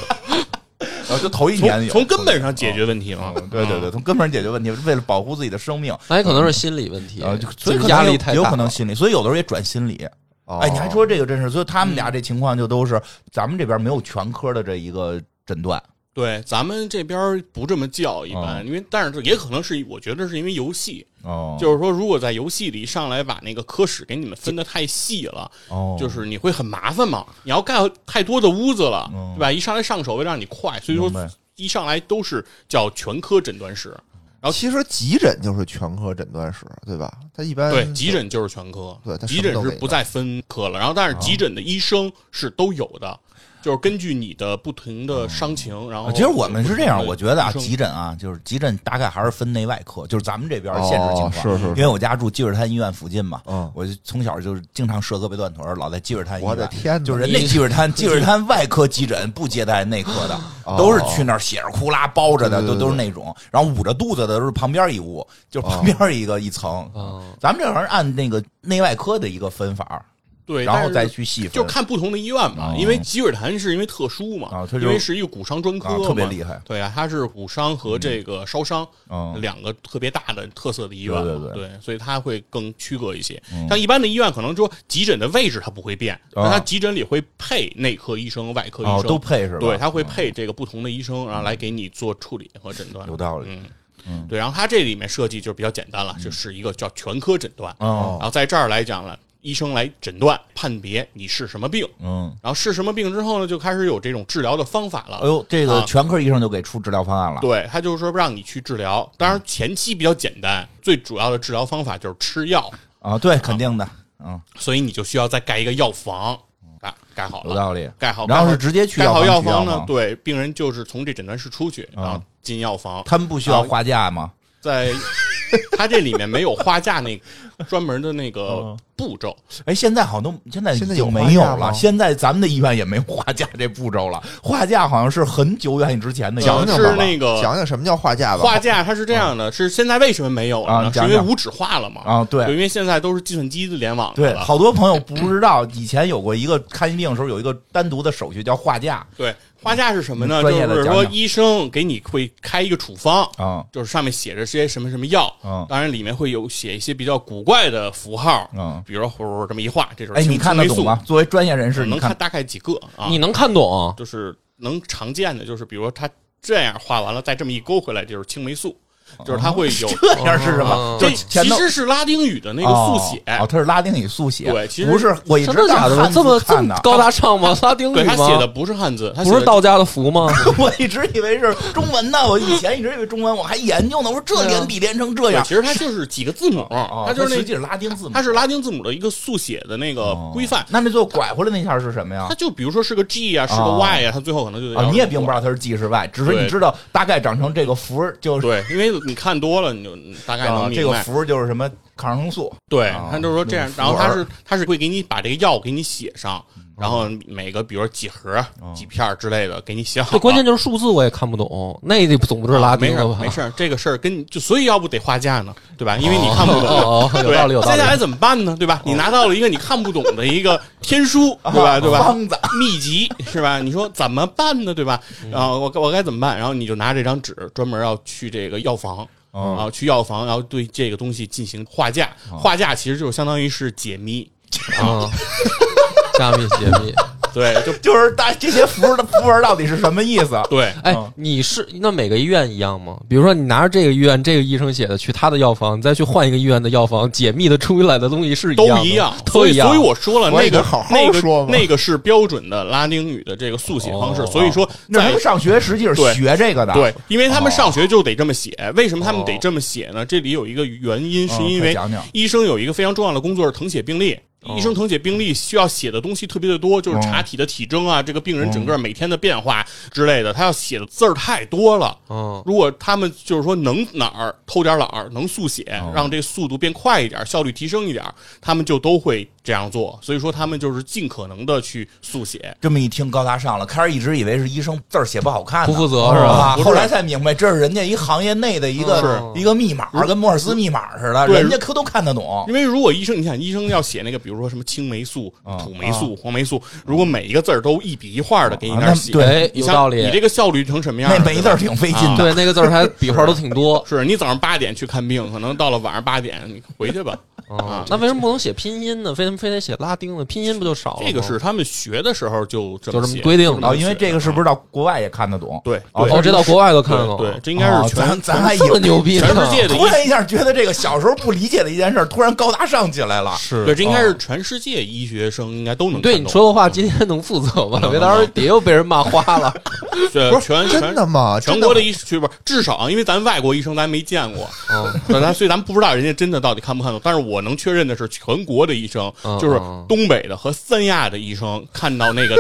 Speaker 1: 呃就头一年
Speaker 3: 从
Speaker 1: 有
Speaker 3: 从根本上解决问题嘛。啊
Speaker 1: 嗯对对对，从根本上解决问题，为了保护自己的生命，
Speaker 2: 那也可能是心理问题
Speaker 1: 啊，就，所以
Speaker 2: 就
Speaker 1: 可能
Speaker 2: 是压
Speaker 1: 有
Speaker 2: 力太大，
Speaker 1: 有可能心理，所以有的时候也转心理。
Speaker 4: 哦
Speaker 1: 哎，你还说这个真是，所以他们俩这情况就都是咱们这边没有全科的这一个诊断，
Speaker 3: 对，咱们这边儿不这么叫一般，因为但是也可能是我觉得是因为游戏，
Speaker 1: 哦
Speaker 3: 就是说如果在游戏里上来把那个科室给你们分的太细了，
Speaker 1: 哦
Speaker 3: 就是你会很麻烦嘛。你要盖太多的屋子了
Speaker 1: 嗯，
Speaker 3: 对吧？一上来上手会让你快，所以说
Speaker 1: 明白
Speaker 3: 一上来都是叫全科诊断室。然后
Speaker 4: 其实急诊就是全科诊断室，对吧？他一般
Speaker 3: 对，急诊就是全科，
Speaker 4: 对它什么
Speaker 3: 急诊
Speaker 4: 都
Speaker 3: 是
Speaker 4: 没
Speaker 3: 不再分科了。然后，但是急诊的医生是都有的，就是根据你的不同的伤情，然后
Speaker 1: 啊其实我们是这样，
Speaker 3: 有
Speaker 1: 我
Speaker 3: 不同
Speaker 1: 觉得啊，
Speaker 3: 哦的医生
Speaker 1: 急诊啊，就是急诊大概还是分内外科，就是咱们这边儿现实情况。
Speaker 4: 哦是是是
Speaker 1: 因为我家住积水潭医院附近嘛，
Speaker 4: 嗯
Speaker 1: 我就从小就是经常蛇胳膊断腿儿，老在积水潭医院。
Speaker 4: 我的天哪
Speaker 1: 就是人家积水潭，积水潭外科急诊不接待内科的，都是去那儿血着哭啦包着的，
Speaker 4: 对
Speaker 1: 都
Speaker 4: 对对
Speaker 1: 都是那种，然后捂着肚子的都是旁边一屋，就是旁边一个一层。
Speaker 3: 哦
Speaker 2: 嗯，
Speaker 1: 咱们这玩意儿按那个内外科的一个分法儿，
Speaker 3: 对，
Speaker 1: 然后
Speaker 3: 但
Speaker 1: 再
Speaker 3: 是
Speaker 1: 去细分，
Speaker 3: 就看不同的医院吧
Speaker 1: 哦，
Speaker 3: 因为积水潭是因为特殊嘛，
Speaker 1: 啊它就
Speaker 3: 因为是一个骨伤专科
Speaker 1: 啊
Speaker 3: 嘛，
Speaker 1: 特别厉害。
Speaker 3: 对啊，它是骨伤和这个烧伤、
Speaker 1: 嗯
Speaker 3: 两个特别大的特色的医院，
Speaker 1: 对对对
Speaker 3: 所以它会更区隔一些。
Speaker 1: 嗯
Speaker 3: 像一般的医院，可能说急诊的位置它不会变，
Speaker 1: 啊
Speaker 3: 但它急诊里会配内科医生、外科医生，
Speaker 1: 哦，都配是吧？
Speaker 3: 对，它会配这个不同的医生，然后来给你做处理和诊断。
Speaker 1: 有道理。
Speaker 3: 嗯，对，然后它这里面设计就比较简单了，就是一个叫全科诊断。
Speaker 1: 嗯哦
Speaker 3: 然，后在这儿来讲了，医生来诊断判别你是什么病，
Speaker 1: 嗯，
Speaker 3: 然后是什么病之后呢，就开始有这种治疗的方法了。
Speaker 1: 哎呦，这个
Speaker 3: 啊
Speaker 1: 全科医生就给出治疗方案了。
Speaker 3: 对他就是说让你去治疗，当然前期比较简单，最主要的治疗方法就是吃药，
Speaker 1: 啊，对，肯定的，嗯，
Speaker 3: 所以你就需要再盖一个药房，啊，盖好
Speaker 1: 有
Speaker 3: 了，
Speaker 1: 道理。
Speaker 3: 盖好，
Speaker 1: 然后是
Speaker 3: 盖好
Speaker 1: 直接去
Speaker 3: 盖好
Speaker 1: 药
Speaker 3: 药
Speaker 1: 房取啊药
Speaker 3: 房
Speaker 1: 吗
Speaker 3: 呢，对，病人就是从这诊断室出去，然后进药房，
Speaker 1: 他们不需要
Speaker 3: 啊
Speaker 1: 花架吗？
Speaker 3: 在 (laughs) 他这里面没有花架那专门的那
Speaker 1: 嗯
Speaker 3: 个步骤，
Speaker 1: 哎，现在好像都现在
Speaker 4: 现在
Speaker 1: 已
Speaker 4: 有
Speaker 1: 经
Speaker 4: 花架
Speaker 1: 没有
Speaker 4: 吗
Speaker 1: 了。现在咱们的医院也没有花架这步骤了，花架好像是很久远之前的一个
Speaker 4: 讲
Speaker 3: 讲的
Speaker 4: 讲
Speaker 3: 呃是
Speaker 4: 吧，
Speaker 3: 那个
Speaker 4: 讲讲什么叫画架吧。
Speaker 3: 画架它是这样的，是现在为什么没有
Speaker 1: 嗯
Speaker 3: 了
Speaker 1: 啊
Speaker 3: 呢？
Speaker 1: 你
Speaker 3: 是
Speaker 1: 讲
Speaker 3: 因为
Speaker 1: 讲
Speaker 3: 无纸化了嘛？
Speaker 1: 啊对
Speaker 3: 因为现在都是计算机的联网的
Speaker 1: 对，
Speaker 3: 了
Speaker 1: 好多朋友不知道，以前有过一个看病的时候有一个单独的手续叫画架
Speaker 3: 对，花架是什么呢？
Speaker 1: 嗯
Speaker 3: 就
Speaker 1: 专业的
Speaker 3: 是
Speaker 1: 讲
Speaker 3: 说
Speaker 1: 讲
Speaker 3: 医生给你会开一个处方，
Speaker 1: 啊，
Speaker 3: 就是上面写着些什么什么药，
Speaker 1: 嗯
Speaker 3: 当然里面会有写一些比较古怪的符号，
Speaker 1: 嗯
Speaker 3: 比如说呼呼这么一画，这就是
Speaker 1: 哎，你看得
Speaker 3: 得
Speaker 1: 懂吗？？作为专业人士，
Speaker 3: 是
Speaker 1: 你
Speaker 3: 嗯能看
Speaker 1: 看
Speaker 3: 大概几个啊？
Speaker 2: 你能看懂？
Speaker 3: 就是能常见的，就是比如说他这样画完了，再这么一勾回来，就是青霉素，就是它会有。
Speaker 1: 哦 (laughs) 这样是什么？
Speaker 2: 哦
Speaker 1: 就
Speaker 3: 这
Speaker 1: 前
Speaker 3: 其
Speaker 1: 头
Speaker 3: 实是拉丁语的那个速写，
Speaker 1: 哦，哦它是拉丁语速写，
Speaker 3: 对其实
Speaker 1: 不是我一直
Speaker 2: 真的假
Speaker 1: 当汉
Speaker 2: 的？
Speaker 1: 字
Speaker 2: 这么这
Speaker 1: 看
Speaker 2: 么
Speaker 1: 呢
Speaker 2: 高大上吗？拉丁语
Speaker 3: 对他
Speaker 2: 吗？
Speaker 3: 写的不是汉字，他
Speaker 2: 不
Speaker 3: 写
Speaker 2: 是
Speaker 3: 的
Speaker 2: 道家的符吗？
Speaker 1: (laughs)
Speaker 2: (laughs)
Speaker 1: 我一直以为是中文呢，我以前一直以为中文，我还研究呢。我说这
Speaker 2: 啊
Speaker 1: 连笔连成这
Speaker 3: 对
Speaker 1: 样，
Speaker 3: 其实它就是几个字母，
Speaker 1: 哦
Speaker 3: 它就是
Speaker 1: 实
Speaker 3: 那
Speaker 1: 际是拉丁字母
Speaker 3: 它，是拉丁字母的一个速写的那个
Speaker 1: 哦
Speaker 3: 规范。
Speaker 1: (laughs) 那那最后拐回来那下是什么呀
Speaker 3: 它？就比如说是个 G 啊，是个
Speaker 1: 哦
Speaker 3: Y 啊，它最后可能就得
Speaker 1: 啊，
Speaker 3: 要
Speaker 1: 你也并不知道它是 G 是 Y，只是
Speaker 3: 对
Speaker 1: 你知道大概长成这个符儿就是。
Speaker 3: 对，因为你看多了，你就你大概
Speaker 1: 啊
Speaker 3: 能，
Speaker 1: 这
Speaker 3: 明
Speaker 1: 个
Speaker 3: 白。
Speaker 1: 符儿就是什么抗生素，
Speaker 3: 对
Speaker 1: 啊，
Speaker 3: 他就是说这样，
Speaker 1: 那
Speaker 3: 然后
Speaker 1: 个符文嗯
Speaker 3: 他是他是会给你把这个药给你写上，然后每个比如说几盒、
Speaker 1: 哦
Speaker 3: 几片儿之类的给你写好
Speaker 2: 这
Speaker 3: 了。啊
Speaker 2: 关键就是数字我也看不懂，那个总不是拉
Speaker 3: 没
Speaker 2: 丁
Speaker 3: 事
Speaker 2: 了吧？
Speaker 3: 没事，这个事儿跟你就所以要不得花架呢，对吧？因为你看不
Speaker 1: (laughs)
Speaker 3: 懂，
Speaker 2: 哦 (laughs) 哦有
Speaker 3: 对
Speaker 2: 道理有道理
Speaker 3: 接下来怎么办呢？对吧？你拿到了一个你看不懂的一个天书，对吧？对吧？
Speaker 1: 方子
Speaker 3: 秘籍是吧？你说怎么办呢？对吧？然后我我该怎么办？然后你就拿这张纸，专门要去这个药房。
Speaker 1: 哦
Speaker 3: 啊，去药房，然后对这个东西进行画架。画架其实就是相当于是解谜，
Speaker 2: 啊，加密解密。
Speaker 3: 对，就
Speaker 1: (laughs) 就是大这些符儿的符文到底是什么意思？
Speaker 3: 对，
Speaker 2: 哎
Speaker 1: 嗯，
Speaker 2: 你是那每个医院一样吗？比如说你拿着这个医院这个医生写的去他的药房，你再去换一个医院的药房，解密的出来的东西是一
Speaker 3: 都
Speaker 2: 样的
Speaker 3: 一样，
Speaker 2: 都
Speaker 3: 所以
Speaker 2: 一样。
Speaker 3: 所以我说了，
Speaker 4: 我
Speaker 3: 那
Speaker 4: 以
Speaker 3: 个
Speaker 4: 为好好
Speaker 3: 那个
Speaker 4: 说嘛
Speaker 3: 那个是标准的拉丁语的这个速写方式，
Speaker 2: 哦
Speaker 3: 所以说
Speaker 1: 那他
Speaker 3: 在
Speaker 1: 们上学实际是
Speaker 3: 对
Speaker 1: 学这个的，
Speaker 3: 对，因为他们
Speaker 1: 哦
Speaker 3: 上学就得这么写。为什么他们得
Speaker 2: 哦
Speaker 3: 这么写呢？这里有一个原因，
Speaker 1: 嗯，
Speaker 3: 是因
Speaker 1: 快
Speaker 3: 为
Speaker 1: 讲讲哦
Speaker 3: 医生有一个非常重要的工作是誊写病历。医生誊写病历需要写的东西特别的多，就是查体的体征啊，这个病
Speaker 1: 哦
Speaker 3: 人整个每天的变化之类的，他要写的字儿太多了。
Speaker 1: 哦
Speaker 2: 嗯，
Speaker 3: 如果他们就是说能哪儿偷点懒儿，能速写
Speaker 1: 哦，
Speaker 3: 让这速度变快一点，效率提升一点，他们就都会这样做。所以说，他们就是尽可能的去速写。
Speaker 1: 这么一听高大上了，开始一直以为是医生字儿写不好看呢，
Speaker 2: 不负责是吧
Speaker 1: 啊
Speaker 3: 不是
Speaker 1: 后来才明白，这是人家一行业内的一个
Speaker 2: 嗯
Speaker 1: 一个密码，跟莫尔斯密码似的，
Speaker 3: 对
Speaker 1: 人家可都看得懂。
Speaker 3: 因为如果医生，你想医生要写那个，比如说什么青霉素、
Speaker 2: 啊
Speaker 3: 土霉素、黄霉素，如果每一个字儿都一笔一画的给你那
Speaker 1: 啊
Speaker 3: 儿
Speaker 1: 那
Speaker 3: 写，
Speaker 1: 对
Speaker 2: 哎，
Speaker 3: 你
Speaker 2: 有
Speaker 3: 像
Speaker 2: 道理嗯
Speaker 3: 你。这个效率成什么样
Speaker 1: 那
Speaker 3: 儿？
Speaker 1: 每一字儿
Speaker 3: 对吧
Speaker 1: 挺费劲
Speaker 3: 啊
Speaker 1: 的，
Speaker 2: 对，那个字儿还笔画都挺
Speaker 3: (laughs)
Speaker 2: 多。
Speaker 3: 是你早上八点去看病，可能到了晚上八点，你回去吧。啊
Speaker 2: 嗯，那为什么不能写拼音呢？为什么非得写拉丁呢？拼音不就少了吗？
Speaker 3: 这个是他们学的时候就这
Speaker 2: 就
Speaker 3: 么
Speaker 2: 这么
Speaker 3: 写
Speaker 2: 规定的
Speaker 3: 就
Speaker 1: 啊，
Speaker 3: 么
Speaker 1: 因为
Speaker 3: 写
Speaker 1: 这个是不是到国外也看得懂？
Speaker 3: 对
Speaker 1: 哦
Speaker 3: 对
Speaker 2: 哦，这到国外都看哦
Speaker 3: 对
Speaker 2: 过。
Speaker 3: 对，这应
Speaker 1: 应
Speaker 3: 该是全
Speaker 1: 咱咱还以
Speaker 2: 这么
Speaker 1: 为
Speaker 2: 牛逼呢，
Speaker 3: 全世界的医
Speaker 1: 突然一下觉得这个小时候不理解的一件事儿，突然高大上起来了。
Speaker 2: 是
Speaker 3: 对，这应该是全世界医学生应该都能
Speaker 2: 哦对
Speaker 3: 看
Speaker 2: 你
Speaker 3: 懂
Speaker 2: 说的话，今天能负责
Speaker 3: 嗯
Speaker 2: 吗？别到时候也又被人骂花了。
Speaker 3: 对
Speaker 4: 不是
Speaker 3: 呃全全
Speaker 4: 真的吗？
Speaker 3: 全
Speaker 4: 真
Speaker 3: 国的
Speaker 4: 吗
Speaker 3: 医学不是至少啊，因为咱外国医生咱没见过，
Speaker 2: 嗯，
Speaker 3: 对咱所以咱不知道人家真的到底看不看懂。但是我能确认的是全国的医生，
Speaker 2: 嗯
Speaker 3: 就是
Speaker 2: 嗯
Speaker 3: 东北的和三亚的医生看到
Speaker 2: (laughs)
Speaker 3: 那个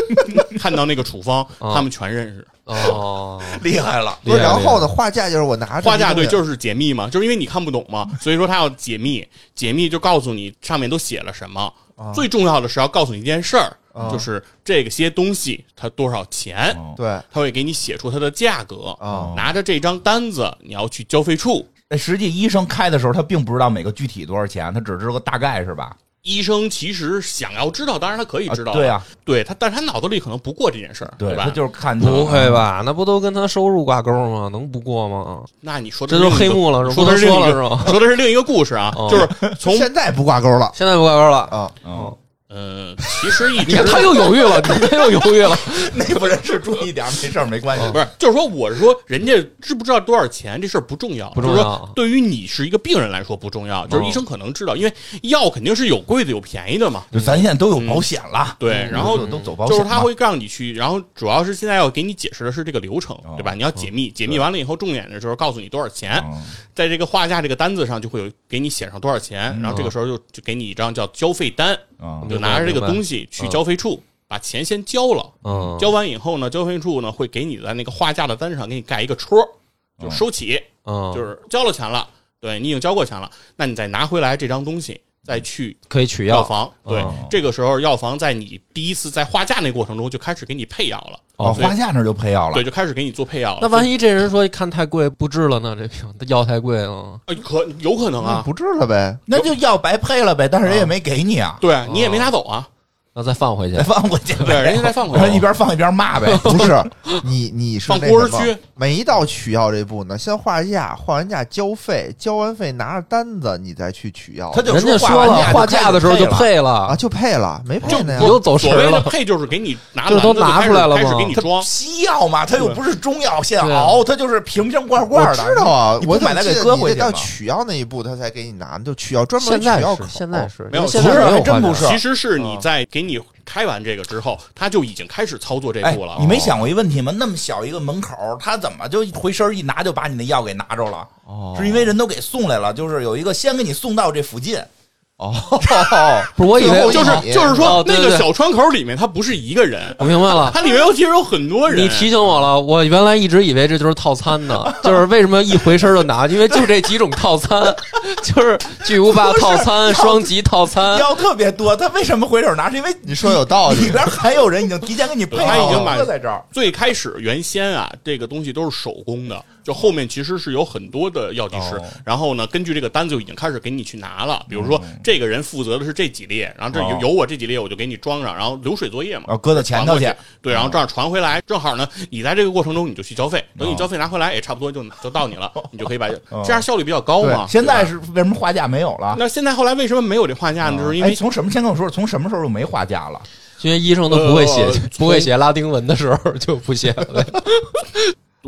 Speaker 3: 看到那个处方，
Speaker 2: 嗯
Speaker 3: 他们全认识。
Speaker 2: 哦，
Speaker 1: 厉害了，
Speaker 4: 不是，
Speaker 2: 厉害
Speaker 4: 然
Speaker 1: 啊
Speaker 4: 后
Speaker 2: 厉
Speaker 4: 呢，画架就是我拿着
Speaker 3: 花架对，
Speaker 4: 是
Speaker 3: 就是解密嘛，就是因为你看不懂嘛，所以说他要解密，解密就告诉你上面都写了什么。
Speaker 1: 啊
Speaker 3: 最重要的是要告诉你一件事儿，
Speaker 4: 啊
Speaker 3: 就是这个些东西它多少钱，
Speaker 1: 哦
Speaker 4: 对
Speaker 3: 他会给你写出它的价格。
Speaker 4: 啊
Speaker 3: 拿着这张单子，你要去交费处。
Speaker 1: 哎实际医生开的时候，他并不知道每个具体多少钱，他只知道个大概是吧？
Speaker 3: 医生其实想要知道，当然他可以知道，
Speaker 1: 啊对啊，
Speaker 3: 对他，但是他脑子里可能不过这件事儿，对
Speaker 1: 他
Speaker 3: 吧？
Speaker 1: 就是看
Speaker 2: (laughs) 不会吧？那不都跟他收入挂钩吗？能不过吗？
Speaker 3: 那你说的
Speaker 2: 这就是
Speaker 3: 另一
Speaker 2: 黑
Speaker 3: 个
Speaker 2: 幕了，是
Speaker 3: 说
Speaker 2: 不
Speaker 3: 的
Speaker 2: 能
Speaker 3: 是另
Speaker 2: 说
Speaker 3: 一
Speaker 2: 了
Speaker 3: 个
Speaker 2: 是吧？
Speaker 3: 说的是另一个故事啊，
Speaker 2: 哦 (laughs)
Speaker 3: 就是从
Speaker 4: 现在不挂钩了
Speaker 2: 现在不挂钩了。
Speaker 4: 啊，
Speaker 1: (laughs) 嗯，
Speaker 3: 呃，其实一
Speaker 2: 你
Speaker 3: 直
Speaker 2: 看他又犹豫 (laughs) 了，你看他又犹豫了。
Speaker 1: 内部人士注意点，没事儿，没关系。
Speaker 3: 不是，就是说，我是说，人家知不知道多少钱这事儿不重要，
Speaker 2: 不重要哦
Speaker 3: 就是说对于你是一个病人来说不重要，就是医生可能知道，因为药肯定是有贵的有便宜的嘛。
Speaker 1: 就咱现在都有保险了，嗯
Speaker 3: 对，然后
Speaker 1: 都都走保
Speaker 3: 就
Speaker 1: 险
Speaker 3: 是
Speaker 1: 了，
Speaker 3: 他会让你去，然后主要是现在要给你解释的是这个流程
Speaker 1: 哦，
Speaker 3: 对吧？你要解密，解密完了以后，重点的就是告诉你多少钱，
Speaker 1: 嗯
Speaker 3: 在这个画价这个单子上就会有给你写上多少钱，然后这个时候就就给你一张叫交费单，
Speaker 1: 嗯
Speaker 3: 你
Speaker 2: 明
Speaker 3: 就
Speaker 2: 白
Speaker 3: 拿着这个
Speaker 2: 明白
Speaker 3: 东西去交费处把钱先交了。
Speaker 2: 嗯，
Speaker 3: 交完以后呢，交费处呢会给你在那个画架的单上给你盖一个戳儿，就收起，
Speaker 2: 嗯，
Speaker 3: 就是交了钱了，对你已经交过钱了，那你再拿回来这张东西，再去
Speaker 2: 可以取
Speaker 3: 药
Speaker 2: 药。
Speaker 3: 房。对，
Speaker 2: 嗯
Speaker 3: 哦这个时候药房在你第一次在画架那过程中就开始给你配药了，
Speaker 1: 哦，
Speaker 3: 所以
Speaker 1: 花架那儿就配药了
Speaker 3: 对，，就开始给你做配药了。
Speaker 2: 那万一这人说看太贵不治了呢？这病药太贵了。
Speaker 3: 呃可有可能
Speaker 4: 那
Speaker 3: 啊，
Speaker 4: 不治了
Speaker 3: (laughs)
Speaker 4: 呗。
Speaker 1: 那就药白配了呗，但是人也没给你啊，
Speaker 3: 对你也没拿走啊，
Speaker 2: 那再放回去
Speaker 1: 再。放回去呗，
Speaker 3: 对，人家再放回
Speaker 1: 然 (laughs) 后一
Speaker 3: 来。
Speaker 1: 边放一边骂呗。
Speaker 4: 不是你，你是
Speaker 3: 放
Speaker 4: 那
Speaker 3: 孤儿
Speaker 4: 什么
Speaker 3: 区
Speaker 4: 没到取药这步呢，先画架，画完架交费，交完费拿着单子，你再去取药。
Speaker 1: 他就
Speaker 2: 人家说了，
Speaker 1: 画
Speaker 2: 画架的时候就
Speaker 1: 配了，
Speaker 2: 配
Speaker 4: 啊，
Speaker 2: 了，
Speaker 4: 就配了，没配
Speaker 3: 就
Speaker 4: 呢呀
Speaker 2: 你。又走神
Speaker 3: 所
Speaker 2: 儿
Speaker 3: 谓的
Speaker 2: 了。
Speaker 3: 配就是给你拿
Speaker 2: 这
Speaker 3: 完
Speaker 2: 都
Speaker 3: 就
Speaker 2: 拿
Speaker 3: 开始
Speaker 2: 出来了
Speaker 3: 开始
Speaker 2: 吗
Speaker 3: 给你
Speaker 1: 他
Speaker 3: 装。
Speaker 1: 西药嘛，他又不是中药现
Speaker 2: 对啊
Speaker 1: 熬，他就是瓶瓶罐
Speaker 4: 我
Speaker 1: 罐的。
Speaker 4: 知道啊
Speaker 1: 你，不
Speaker 4: 我怎
Speaker 1: 买
Speaker 4: 么
Speaker 1: 它
Speaker 4: 记
Speaker 1: 给
Speaker 4: 得
Speaker 1: 搁
Speaker 4: 你
Speaker 1: 回
Speaker 4: 得
Speaker 1: 去
Speaker 4: 到
Speaker 1: 嘛
Speaker 4: 取药那一步，他才给你拿，就取药专门
Speaker 2: 现
Speaker 4: 取
Speaker 2: 在
Speaker 4: 药
Speaker 2: 是
Speaker 4: 口。
Speaker 2: 现在是，
Speaker 3: 没有
Speaker 2: 现
Speaker 1: 不
Speaker 2: 在
Speaker 1: 是
Speaker 2: 哦没有
Speaker 1: 真
Speaker 2: 画
Speaker 1: 不
Speaker 2: 架
Speaker 1: 是
Speaker 3: 其实是你
Speaker 1: 嗯
Speaker 3: 在给你开完这个之后，他就已经开始操作这
Speaker 1: 哎
Speaker 3: 步了。，哦
Speaker 1: 你没想过一问题吗？那么小一个门口，他怎么就回身一拿就把你的药给拿着了？
Speaker 4: 哦
Speaker 1: 是因为人都给送来了，就是有一个先给你送到这附近，
Speaker 4: 哦，
Speaker 2: 不是我以为
Speaker 4: 最后一
Speaker 3: 就是
Speaker 4: 米
Speaker 3: 就是说
Speaker 2: 哦，对
Speaker 3: 那
Speaker 2: 对
Speaker 3: 个
Speaker 2: 对
Speaker 3: 小窗口里面，他不是一个人，
Speaker 2: 我明白了。
Speaker 3: 它里面有其实有很多人。
Speaker 2: 你提醒我了，我原来一直以为这就是套餐
Speaker 3: (laughs)
Speaker 2: 呢，就是为什么一回身就拿，因为就这几种套餐，
Speaker 3: (laughs)
Speaker 2: 就是巨无霸套餐、双极套餐，
Speaker 1: 药特别多，他为什么回手拿？是因为
Speaker 4: (laughs) (laughs) 你说有道
Speaker 1: 里
Speaker 4: 理。
Speaker 1: 边还有人已经提前给你配
Speaker 3: 他
Speaker 1: 好
Speaker 3: 已经把
Speaker 1: 了，在这 (laughs) 儿。
Speaker 3: 最开始原先啊，这个东西都是手工的，就后面其实是有很多的药剂师，
Speaker 1: 哦
Speaker 3: 然后呢，根据这个单子就已经开始给你去拿了。比如说，
Speaker 2: 嗯
Speaker 3: 这个人负责的是这几列，然后这有
Speaker 1: 哦
Speaker 3: 有我这几列，我就给你装上，然后流水作业嘛，
Speaker 2: 哦
Speaker 1: 然后哦搁到嗯前头去
Speaker 3: 传过对，然后这样传回来，正好呢，你在这个过程中你就去交费，
Speaker 1: 嗯
Speaker 3: 等你交费拿回来，也差不多就就
Speaker 1: (laughs)
Speaker 3: 到你了，你就可以把这样效率比较高嘛。
Speaker 1: 现在
Speaker 3: 对吧
Speaker 1: 是为什么花架没有了？
Speaker 3: 那现在后来为什么没有这画架呢？就是因
Speaker 1: 哎，
Speaker 3: 为
Speaker 1: 从什么先跟我说，从什么时候就没花架了？
Speaker 2: 因为医生都不会写
Speaker 3: 呃
Speaker 2: (laughs) 不会写拉丁文的时候就不写
Speaker 3: (laughs)
Speaker 2: 了。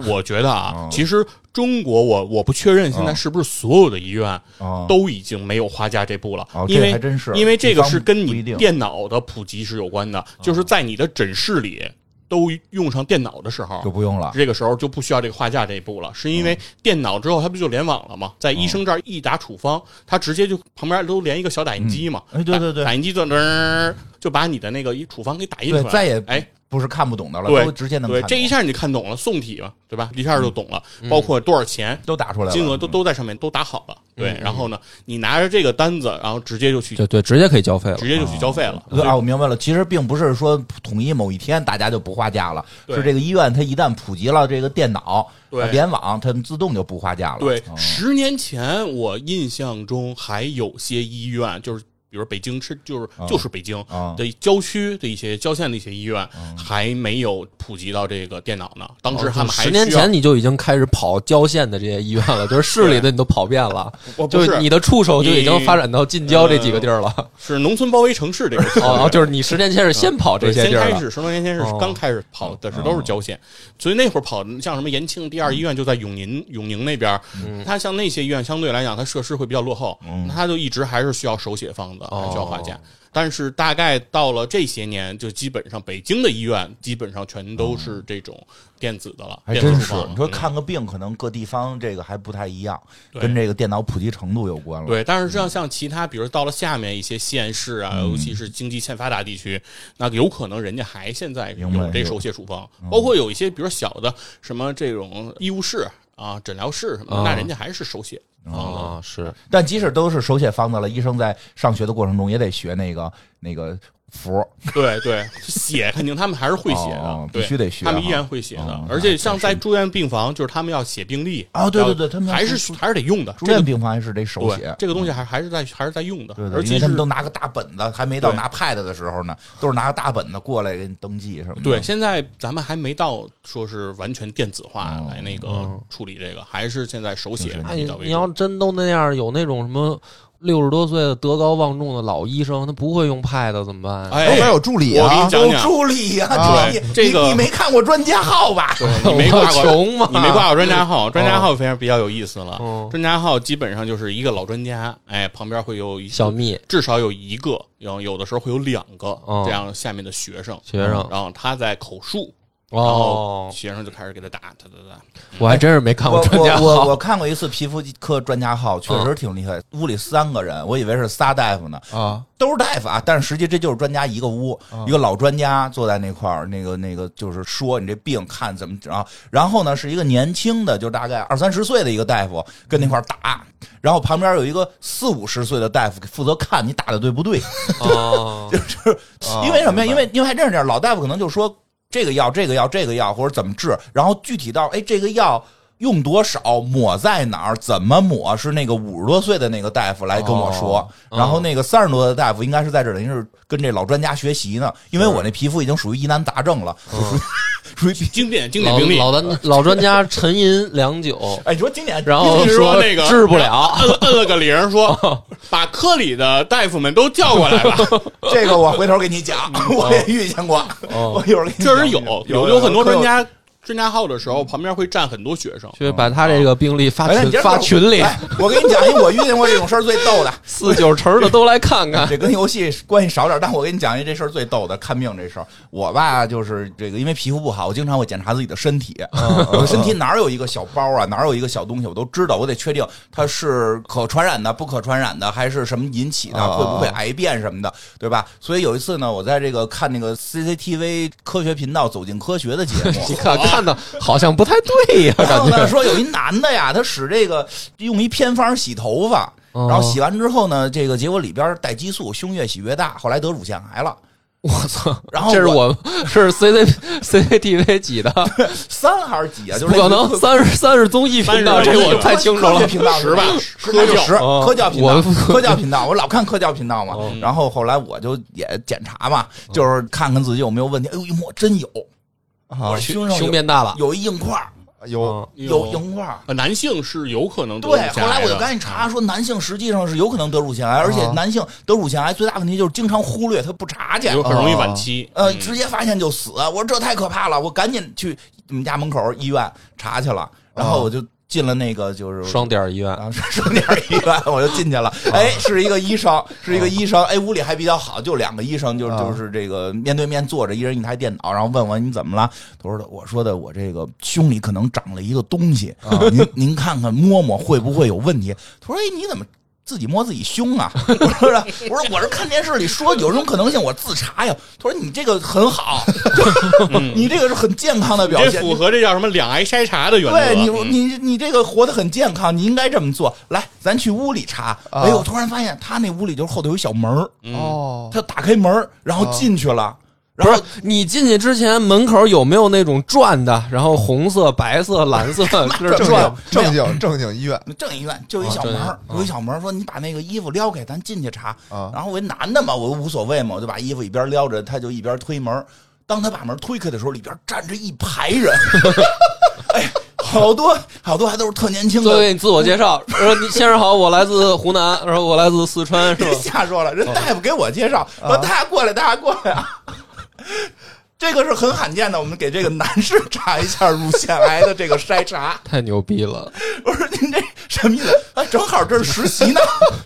Speaker 3: 我觉得啊
Speaker 1: 哦，
Speaker 3: 其实中国我我不确认现
Speaker 1: 嗯
Speaker 3: 在是不是所有的医院
Speaker 1: 哦
Speaker 3: 都已经没有花架这步了
Speaker 1: 哦，这
Speaker 3: 因为
Speaker 1: 还真是
Speaker 3: 因为这个
Speaker 1: 地方
Speaker 3: 是跟
Speaker 1: 不一
Speaker 3: 你
Speaker 1: 定嗯
Speaker 3: 电脑的普及是有关的，就是在你的诊室里都用上电脑的时候
Speaker 1: 就。不用了。
Speaker 3: 啊这个时候就不需要这个画架这一步了，是因
Speaker 1: 嗯
Speaker 3: 为电脑之后它不就联网了吗？在医生这儿一打处方，它直接就旁边都连一个小打印机嘛，
Speaker 1: 嗯哎对对
Speaker 3: 打
Speaker 1: 对
Speaker 3: 打印机就噔儿就把你的那个一处方给打印出
Speaker 1: 对
Speaker 3: 来，，
Speaker 1: 再也
Speaker 3: 哎
Speaker 1: 不是看不懂的了，
Speaker 3: 对
Speaker 1: 都直接能看嗯
Speaker 3: 对，
Speaker 1: 懂。
Speaker 3: 这一下你就看懂了宋体嘛，对吧？一下就懂了，包括多少钱，
Speaker 1: 都打出来了，
Speaker 3: 金额都都在上面都打好了。
Speaker 1: 嗯
Speaker 3: 对，然后呢，你拿着这个单子，然后直接就去
Speaker 2: 对对，直接可以交费了
Speaker 3: 直。接就去交费了。
Speaker 1: 呃啊，我明白了，其实并不是说统一某一天大家就不花价了，
Speaker 3: 对
Speaker 1: 是这个医院它一旦普及了这个电脑、
Speaker 3: 对
Speaker 1: 啊联网，它们自动就不花价了。
Speaker 3: 对
Speaker 1: 哦，
Speaker 3: 十年前我印象中还有些医院就是。比如北京吃就是
Speaker 1: 啊
Speaker 3: 就是北京
Speaker 1: 啊
Speaker 3: 的郊区的一些郊县的一些医院还没有普及到这个电脑呢，当时他们还
Speaker 2: 十年
Speaker 3: 需要
Speaker 2: 前你嗯哦就已经开始跑郊县的这些医院了，就是市里的你都跑遍了，
Speaker 3: 我不
Speaker 2: 就是你的触手就已经
Speaker 3: 你
Speaker 2: 发展到近郊这几个地儿了。
Speaker 3: 是农村包围
Speaker 2: (laughs)
Speaker 3: 城市这个词
Speaker 2: 哦，哦就是你十年前是先跑这
Speaker 3: 呃对，
Speaker 2: 些
Speaker 3: 先
Speaker 2: 地儿
Speaker 3: 开
Speaker 2: 了，
Speaker 3: 始十多年前是
Speaker 2: 哦
Speaker 3: 刚开始跑的是都是郊县，所以那会儿跑像什么延庆第二医院就在永宁永宁
Speaker 2: 嗯
Speaker 3: 那边儿，它像那些医院相对来讲它设施会比较落后，那它就一直还是需要手写方子，了，
Speaker 2: 哦
Speaker 3: 还需要画家。但是大概到了这些年，就基本上北京的医院基本上全
Speaker 2: 哦
Speaker 3: 都是这种电子的了，
Speaker 1: 还
Speaker 3: 电子
Speaker 1: 真
Speaker 3: 处
Speaker 1: 是
Speaker 3: 方了，
Speaker 1: 你说
Speaker 3: 嗯
Speaker 1: 看个病，可能各地方这个还不太一样，
Speaker 3: 对
Speaker 1: 跟这个电脑普及程度有关了。
Speaker 3: 对，但是像像其他，比如到了下面一些县市啊，
Speaker 1: 嗯
Speaker 3: 尤其是经济欠发达地区，那有可能人家还现在
Speaker 1: 明白嗯
Speaker 3: 有这手写处方，包括有一些比如小的什么这种医务室啊、诊疗室什么的，
Speaker 1: 嗯
Speaker 2: 啊
Speaker 3: 那人家还是手写啊。
Speaker 2: 啊，是
Speaker 1: 但即使都是手写方子了，医生在上学的过程中也得学那个那个符，
Speaker 3: 对对，写肯定他们还是会写的
Speaker 1: 哦，
Speaker 3: 对
Speaker 1: 必须得学
Speaker 3: 他们
Speaker 1: 哈
Speaker 3: 依然会写的
Speaker 1: 哦。
Speaker 3: 而且像在住院病房，就是他们要写病历
Speaker 1: 啊对对
Speaker 3: 要
Speaker 1: 对他们要
Speaker 3: 还是
Speaker 1: 出
Speaker 3: 还是得用的。
Speaker 1: 住
Speaker 3: 这个
Speaker 1: 院病房还是得手
Speaker 3: 对
Speaker 1: 写。嗯
Speaker 3: 这个东西还还是在还是在用的
Speaker 1: 对，
Speaker 3: 而
Speaker 1: 对，因
Speaker 3: 且
Speaker 1: 为
Speaker 3: 是
Speaker 1: 他们都拿个大本子，还没到
Speaker 3: 对
Speaker 1: 拿 pad 的时候呢，都是拿个大本子过来给你登记什么的。
Speaker 2: 嗯
Speaker 3: 对，现在咱们还没到说是完全电子化来那个
Speaker 2: 嗯
Speaker 3: 处理这个，还是现在手写
Speaker 1: 就是
Speaker 2: 哎
Speaker 3: 比较，为
Speaker 2: 你
Speaker 3: 主。
Speaker 2: 要真都那样，有那种什么六十多岁的德高望重的老医生，他不会用 Pad 怎么办啊呀？
Speaker 3: 哎，
Speaker 4: 边有助理
Speaker 3: 我给
Speaker 4: 啊
Speaker 3: 你，讲
Speaker 1: 有
Speaker 3: 讲，
Speaker 1: 助理呀、
Speaker 4: 啊
Speaker 1: 你你
Speaker 3: 这个
Speaker 1: 你没看过专家号吧？
Speaker 3: 你没挂
Speaker 2: 我
Speaker 3: 过，
Speaker 2: 穷嗯哦嘛，
Speaker 3: 你没挂过专家号，专家号非常比较有意思了。
Speaker 2: 嗯
Speaker 3: 专家号基本上就是一个老专家，哎，旁边会有一
Speaker 2: 小蜜
Speaker 3: 至少有一个，然后有的时候会有两个
Speaker 2: 哦
Speaker 3: 这样下面的学生，嗯
Speaker 2: 学生
Speaker 3: 然后他在口述，然后
Speaker 2: 哦，
Speaker 3: 学生就开始给他打，哒哒哒，
Speaker 2: 我还真是没看过
Speaker 1: 我
Speaker 2: 专家
Speaker 1: 我我
Speaker 2: 号
Speaker 1: 我看过一次皮肤科专家号，确实挺厉害。屋里三个人，我以为是仨大夫呢，
Speaker 4: 啊，
Speaker 1: 都是大夫啊，但是实际这就是专家一个屋，一个老专家坐在那块儿，那个那个就是说你这病看怎么着，啊然后呢是一个年轻的，就大概二三十岁的一个大夫跟那块儿打，然后旁边有一个四五十岁的大夫负责看你打的对不对， (laughs)
Speaker 2: 哦，
Speaker 1: 就是
Speaker 3: 啊
Speaker 4: 哦
Speaker 1: 因为什么呀？
Speaker 4: 明白
Speaker 1: 因为因为还真是这样，老大夫可能就说这个药、这个药、这个药，或者怎么治，然后具体到哎这个药。用多少抹在哪儿？怎么抹？是那个五十多岁的那个大夫来跟我说，
Speaker 2: 哦
Speaker 1: 然后那个三十多的大夫应该是在这儿，等于是跟这老专家学习呢。因为我那皮肤已经属于疑难杂症了，
Speaker 3: 嗯
Speaker 1: 属于属于
Speaker 3: 经典经典
Speaker 2: 老
Speaker 3: 病例，
Speaker 2: 老专老专家沉吟良久，
Speaker 1: 哎，你说经哦典，
Speaker 2: 然后
Speaker 3: 你是说那个
Speaker 2: 治不了，
Speaker 3: 摁摁了个铃，
Speaker 2: 哦
Speaker 3: 说把科里的大夫们都叫过来吧。
Speaker 1: (laughs) 这个我回头给你讲， (laughs) 我也遇见过， (laughs) 我一会儿给你
Speaker 3: 嗯哦确
Speaker 1: 讲
Speaker 3: 实有有有很多
Speaker 1: 可
Speaker 3: 专家专家号的时候，旁边会站很多学生。
Speaker 2: 去把他这个病例发
Speaker 1: 哎你
Speaker 2: 群
Speaker 1: 这
Speaker 2: 发群里，
Speaker 1: 哎我跟你讲，因为我遇见过这种事儿最逗的，
Speaker 2: 四九成儿的都来看看。 (laughs)
Speaker 1: 这跟游戏关系少点儿，但我跟你讲一这事儿最逗的，看病这事儿。我吧就是这个，因为皮肤不好，我经常会检查自己的身体。我的身体哪儿有一个小包啊，哪儿有一个小东西，我都知道，我得确定它是可传染的、不可传染的，还是什么引起的，
Speaker 4: 哦
Speaker 1: 会不会癌变什么的，对吧？所以有一次呢，我在这个看那个 CCTV 科学频道《走进科学》的节目，
Speaker 2: 你看看的好像不太对呀，
Speaker 1: 啊然
Speaker 2: 感
Speaker 1: 后呢，
Speaker 2: 觉
Speaker 1: 说有一男的呀，他使这个用一偏方洗头发，
Speaker 2: 哦
Speaker 1: 然后洗完之后呢，这个结果里边带激素，胸越洗越大，后来得乳腺癌了。
Speaker 2: 我操！
Speaker 1: 然后
Speaker 2: 这是
Speaker 1: 我
Speaker 2: 我是 C C C C T V 几
Speaker 1: (laughs)
Speaker 2: 的，
Speaker 1: 三还是几啊？就是
Speaker 2: 不可能三十三十综艺频道，
Speaker 3: 30
Speaker 2: 这我
Speaker 3: 不
Speaker 2: 太清楚
Speaker 1: 科学
Speaker 2: 了。
Speaker 1: 频道
Speaker 3: 十吧
Speaker 1: 科教十
Speaker 2: 哦
Speaker 1: 科教频道
Speaker 2: 我，
Speaker 1: 科教频道，我老看科教频道嘛
Speaker 2: 哦。
Speaker 1: 然后后来我就也检查嘛，就是看看自己有没有问题。哎呦，一摸真有，我胸上
Speaker 2: 胸
Speaker 1: 有
Speaker 2: 变大了，
Speaker 1: 有一硬块儿，
Speaker 4: 有
Speaker 2: 嗯
Speaker 1: 有硬块儿。
Speaker 3: 呃男性是有可能得
Speaker 1: 对，
Speaker 3: 乳腺
Speaker 1: 后来
Speaker 3: 癌
Speaker 1: 我就
Speaker 3: 的
Speaker 1: 赶紧查，说男性实际上是有可能得乳腺癌，而且
Speaker 2: 啊
Speaker 4: 哦
Speaker 1: 男性得乳腺癌最大问题就是经常忽略，他不查去，
Speaker 3: 有很容易晚期。
Speaker 1: 呃，
Speaker 3: 嗯
Speaker 1: 直接发现就死。我说这太可怕了，我赶紧去我们家门口医院查去了，然后我就进了那个就是
Speaker 2: 双点儿医院
Speaker 1: 啊， (laughs) 省点儿医院，我就进去了。哎，是一个医生，是一个医生。哎，屋里还比较好，就两个医生，就
Speaker 4: 啊
Speaker 1: 就是这个面对面坐着，一人一台电脑，然后问我你怎么了？他说的，我说的，我这个胸里可能长了一个东西，
Speaker 3: 啊
Speaker 1: 您您看看摸摸会不会有问题？他说，哎，你怎么？自己摸自己胸啊！ (laughs) 我说的，我说我是看电视里说有这种可能性，我自查呀。他说你这个很好， (laughs) 你这个是很健康的表
Speaker 3: 嗯这
Speaker 1: 现，
Speaker 3: 符合这叫什么两癌筛查的原则。
Speaker 1: 对你，
Speaker 3: 嗯
Speaker 1: 你你这个活得很健康，你应该这么做。来，咱去屋里查。
Speaker 4: 啊
Speaker 1: 哎呦，突然发现他那屋里就是后头有一小门儿，
Speaker 2: 嗯
Speaker 4: 哦，
Speaker 1: 他打开门儿，然后进去了。然
Speaker 2: 不
Speaker 1: 后
Speaker 2: 是你进去之前门口有没有那种转的，然后红色、白色、蓝色 (laughs) 就是
Speaker 4: 正
Speaker 2: 转
Speaker 4: 经？正经正经医院
Speaker 1: 正医院就有一小门儿，有一小门儿说你把那个衣服撩开，咱进去查。
Speaker 4: 啊
Speaker 1: 然后我一男的嘛，我无所谓嘛，我就把衣服一边撩着，他就一边推门儿。当他把门推开的时候，里边站着一排人， (laughs) 哎，好多好多还都是特年轻的，
Speaker 2: 作为你自我介
Speaker 1: (laughs)
Speaker 2: 绍，说你先生好，我来自湖南，然后我来自四川，是吧
Speaker 1: (laughs) 别？瞎说了，人大夫给我介绍，
Speaker 3: 哦
Speaker 1: 说大家过来，大家过来啊。这个是很罕见的，我们给这个男士查一下乳腺癌的这个筛查。
Speaker 2: 太牛逼了！
Speaker 1: 我说您这什么意思？啊，正好这是实习呢，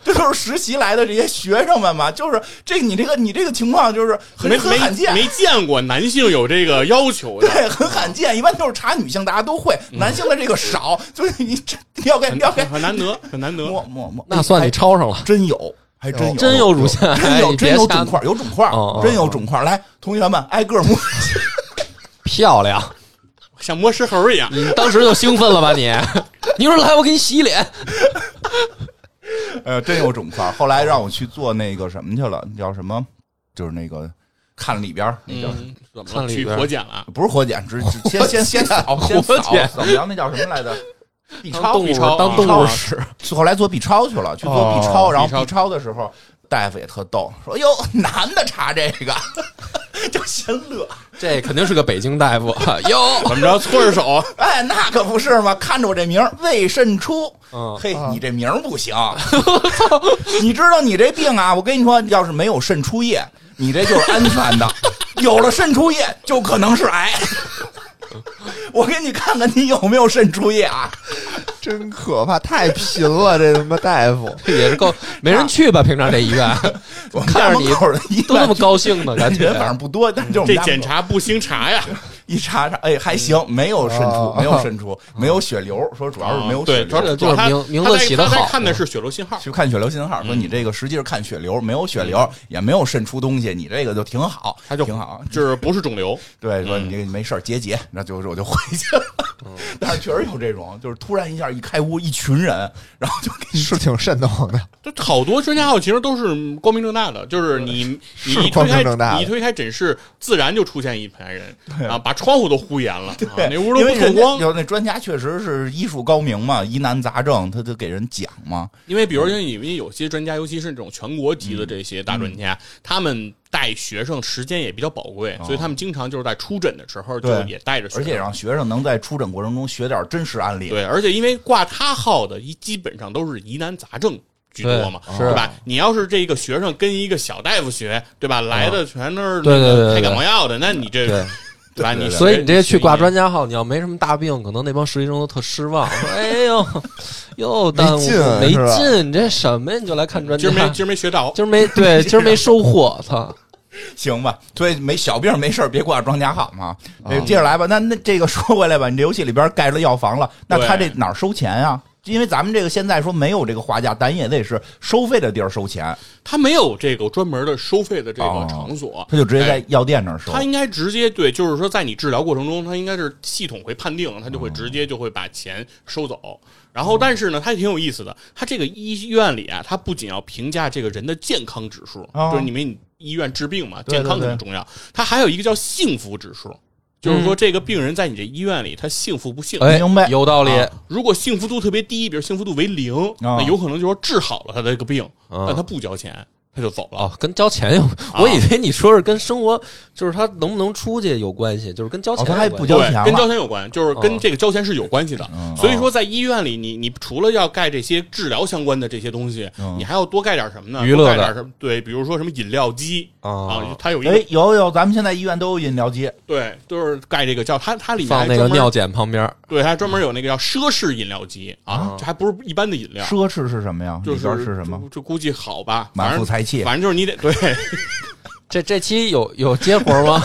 Speaker 1: 这都是实习来的这些学生们嘛，就是这你这个你这个情况就是很
Speaker 3: 嗯没
Speaker 1: 很罕
Speaker 3: 没
Speaker 1: 见，
Speaker 3: 没见过男性有这个要
Speaker 1: (laughs)
Speaker 3: 求的，
Speaker 1: 对，很罕见，一般都是查女性，大家都会，
Speaker 3: 嗯
Speaker 1: 男性的这个少，所以你这你要给
Speaker 3: 很
Speaker 1: 你要给
Speaker 3: 很很难得，很难得。
Speaker 1: 摸摸摸，
Speaker 2: 那算你
Speaker 1: 还
Speaker 2: 抄上了，
Speaker 1: 真有，还真有，
Speaker 2: 真有乳腺
Speaker 1: 哎真
Speaker 2: 癌，
Speaker 1: 有
Speaker 2: 你
Speaker 1: 真
Speaker 2: 哎别
Speaker 1: 有
Speaker 2: 瞎
Speaker 1: 肿块，有肿块
Speaker 2: 哦哦，
Speaker 1: 真有肿块。来，同学们，挨个摸。
Speaker 2: 漂亮！
Speaker 3: 像摸石猴一样。
Speaker 2: 你当时就兴奋了吧你？你说来，我给你洗脸。
Speaker 1: (laughs) 呃，真有肿块。后来让我去做那个什么去了，叫什么？就是那个看里边儿那叫什么。
Speaker 3: 嗯，怎么
Speaker 2: 看
Speaker 3: 了？
Speaker 2: 里
Speaker 3: 去
Speaker 2: 边
Speaker 3: 活检了？
Speaker 1: 不是活检，只
Speaker 2: (laughs)
Speaker 1: 只先先先扫先
Speaker 2: 活
Speaker 1: 扫
Speaker 2: 嗯检
Speaker 1: 扫描那叫什么来着？B
Speaker 2: 当
Speaker 1: 超
Speaker 2: 动
Speaker 1: B
Speaker 2: 物
Speaker 1: 超
Speaker 2: 当
Speaker 1: ，B
Speaker 2: 动物
Speaker 1: 超
Speaker 2: 使，
Speaker 1: 后来做 B 超去了，去做
Speaker 4: 哦
Speaker 1: B 超，然后
Speaker 3: B 超
Speaker 1: B 超的时候，大夫也特逗，说：“哟，男的查这个， (laughs) 就先乐。
Speaker 2: 这肯定是个北京大夫。 (laughs) 哟，
Speaker 3: 怎么着？搓着手，
Speaker 1: 哎，那可不是嘛！看着我这名儿魏慎初，
Speaker 2: 嗯
Speaker 1: 嘿，你这名儿不行，你知道你这病啊？我跟你说，要是没有肾出液，你这就是安全的；有了肾出液，就可能是癌。我给你看看你有没有肾出液啊！
Speaker 4: (laughs) 真可怕，太贫了，这他妈大夫。
Speaker 2: 也 (laughs) 是够没人去吧？平常这医院
Speaker 1: 我们家
Speaker 2: 看着你
Speaker 1: 门口的医
Speaker 2: (laughs) 都那么
Speaker 1: 院。
Speaker 2: 高兴呢，感 (laughs) 觉
Speaker 1: 人反正不多，但是 (laughs) 就我们
Speaker 3: 这
Speaker 1: 家门
Speaker 3: 检
Speaker 1: 口
Speaker 3: 查不兴查呀？
Speaker 1: 一查查，哎，还行，没有渗出
Speaker 4: 哦，
Speaker 1: 没有渗出，没有血流，说主要是没有血
Speaker 3: 啊对，主要
Speaker 1: 流。
Speaker 2: 是
Speaker 3: 主要他
Speaker 2: 就是名
Speaker 3: 他
Speaker 2: 名字
Speaker 3: 在
Speaker 2: 起得
Speaker 3: 他在
Speaker 2: 好
Speaker 3: 看的是血流信号。
Speaker 1: 去看血流信号，说
Speaker 3: 嗯
Speaker 1: 你这个实际是看血流，没有血流，也没有渗出东西，你这个就挺好，
Speaker 3: 他嗯就嗯
Speaker 1: 挺好。
Speaker 3: 就是不是肿瘤，
Speaker 1: 对，说你这个没事儿结节，那就是我就回去了。
Speaker 3: 嗯
Speaker 1: (laughs) 但是确实有这种，就是突然一下一开屋，一群人，然后就给你
Speaker 4: (laughs) 是挺瘆得慌的，
Speaker 3: 就好多专家药其实都是光明正大的，就是你
Speaker 1: (laughs)
Speaker 3: 你
Speaker 4: 是
Speaker 3: 一推
Speaker 4: 光
Speaker 3: 开
Speaker 4: 明正大的
Speaker 3: 你一推开诊室，自然就出现一排人啊，把窗户都呼严了，啊
Speaker 1: 对，
Speaker 3: 那屋都
Speaker 1: 因
Speaker 3: 不
Speaker 1: 为
Speaker 3: 透
Speaker 1: 人家
Speaker 3: 光。
Speaker 1: 有那专家确实是医术高明嘛，疑难杂症他就给人讲嘛。
Speaker 3: 因为比如因为因为有些专家，尤其是这种全国级的这些大专家，
Speaker 1: 嗯
Speaker 3: 他们带学生时间也比较宝贵，所以他们经常就是在出诊的时候就
Speaker 1: 哦对
Speaker 3: 也带着学
Speaker 1: 而
Speaker 3: 生，
Speaker 1: 且让学生能在出诊过程中学点真实案例，
Speaker 3: 对，而且因为挂他号的一基本上都是疑难杂症。居多嘛，
Speaker 2: 对是
Speaker 3: 对吧？你要是这个学生跟一个小大夫学，对吧？来的全都是
Speaker 2: 啊对对
Speaker 3: 那
Speaker 2: 对对
Speaker 3: 个开
Speaker 2: 对
Speaker 3: 感冒药的，那你这
Speaker 2: 对。
Speaker 3: 对吧？
Speaker 1: 对
Speaker 3: 你
Speaker 1: 对
Speaker 2: 所以你这去挂
Speaker 3: 专。
Speaker 2: 专家号，你要没什么大病，可能那帮实习生都特失望，说：“ (laughs) 哎呦，又耽误
Speaker 4: 没劲
Speaker 2: 了没
Speaker 4: 是吧
Speaker 2: 劲，你这什么呀？你就来看专家
Speaker 3: 今儿，没今儿没学
Speaker 2: (laughs)
Speaker 3: 着，
Speaker 2: 今儿没对，今儿没收获，操！
Speaker 1: 行吧？所以没小病没事儿别挂庄家好
Speaker 3: 啊
Speaker 1: 嘛。这接着来吧，那那这个 (laughs) 说回来吧，你这游戏里边盖了药房了，那他这
Speaker 3: 对
Speaker 1: 哪儿收钱啊？因为咱们这个现在说没有这个花价，但也得是收费的地儿收钱，
Speaker 3: 他没有这个专门的收费的这
Speaker 1: 哦
Speaker 3: 个场所，
Speaker 1: 他就直接
Speaker 3: 哎
Speaker 1: 在药店那儿收。
Speaker 3: 他应该直接对，就是说在你治疗过程中，他应该是系统会判定，他就会直接就会把钱收走。然
Speaker 1: 嗯
Speaker 3: 后，但是呢，他也挺有意思的，他这个医院里啊，他不仅要评价这个人的健康指数，
Speaker 1: 哦
Speaker 3: 就是你们医院治病嘛，
Speaker 1: 对
Speaker 3: 健康
Speaker 1: 对
Speaker 3: 很重要，他还有一个叫幸福指数。就是
Speaker 1: 嗯
Speaker 3: 说，这个病人在你这医院里，他幸福不幸？
Speaker 2: 哎，
Speaker 1: 明白
Speaker 2: 有道理。
Speaker 3: 啊如果幸福度特别低，比如幸福度为零，
Speaker 1: 啊
Speaker 3: 那有可能就说治好了他的这个病，
Speaker 2: 嗯
Speaker 3: 但他不交钱，他就走了。
Speaker 2: 哦，跟交钱有，我以为你说是跟生活，就是他能不能出去有关系，就是跟交钱
Speaker 1: 哦，
Speaker 2: 有
Speaker 1: 他
Speaker 2: 关
Speaker 1: 还
Speaker 2: 系
Speaker 1: 不交钱
Speaker 3: 对，
Speaker 1: 了，
Speaker 3: 跟交钱有关，就是
Speaker 2: 哦
Speaker 3: 跟这个交钱是有关系的。
Speaker 1: 嗯
Speaker 3: 所以说，在医院里，你你除了要盖这些治疗相关的这些东西，
Speaker 1: 嗯
Speaker 3: 你还要多盖点什么呢？
Speaker 2: 娱乐的
Speaker 3: 多盖点什么？对，比如说什么饮料机、
Speaker 2: 啊
Speaker 3: 啊，，它有一个、
Speaker 1: 哎，有有，咱们现在医院都有饮料机，
Speaker 3: 对，就是盖这个叫它它里面
Speaker 2: 放
Speaker 3: 还
Speaker 2: 那个
Speaker 3: 专门
Speaker 2: 尿检旁边儿，
Speaker 3: 对，还专门有那个叫奢侈饮料机啊
Speaker 2: 啊，
Speaker 3: 这还不是一般的饮料，
Speaker 1: 奢侈是什么呀？
Speaker 3: 就
Speaker 1: 里边
Speaker 3: 是
Speaker 1: 是什么
Speaker 3: 就？？就估计好吧，
Speaker 1: 满
Speaker 3: 反
Speaker 1: 腹
Speaker 3: 正
Speaker 1: 才气，
Speaker 3: 反正就是你得对，
Speaker 2: 这这期有有接活 (laughs) 吗？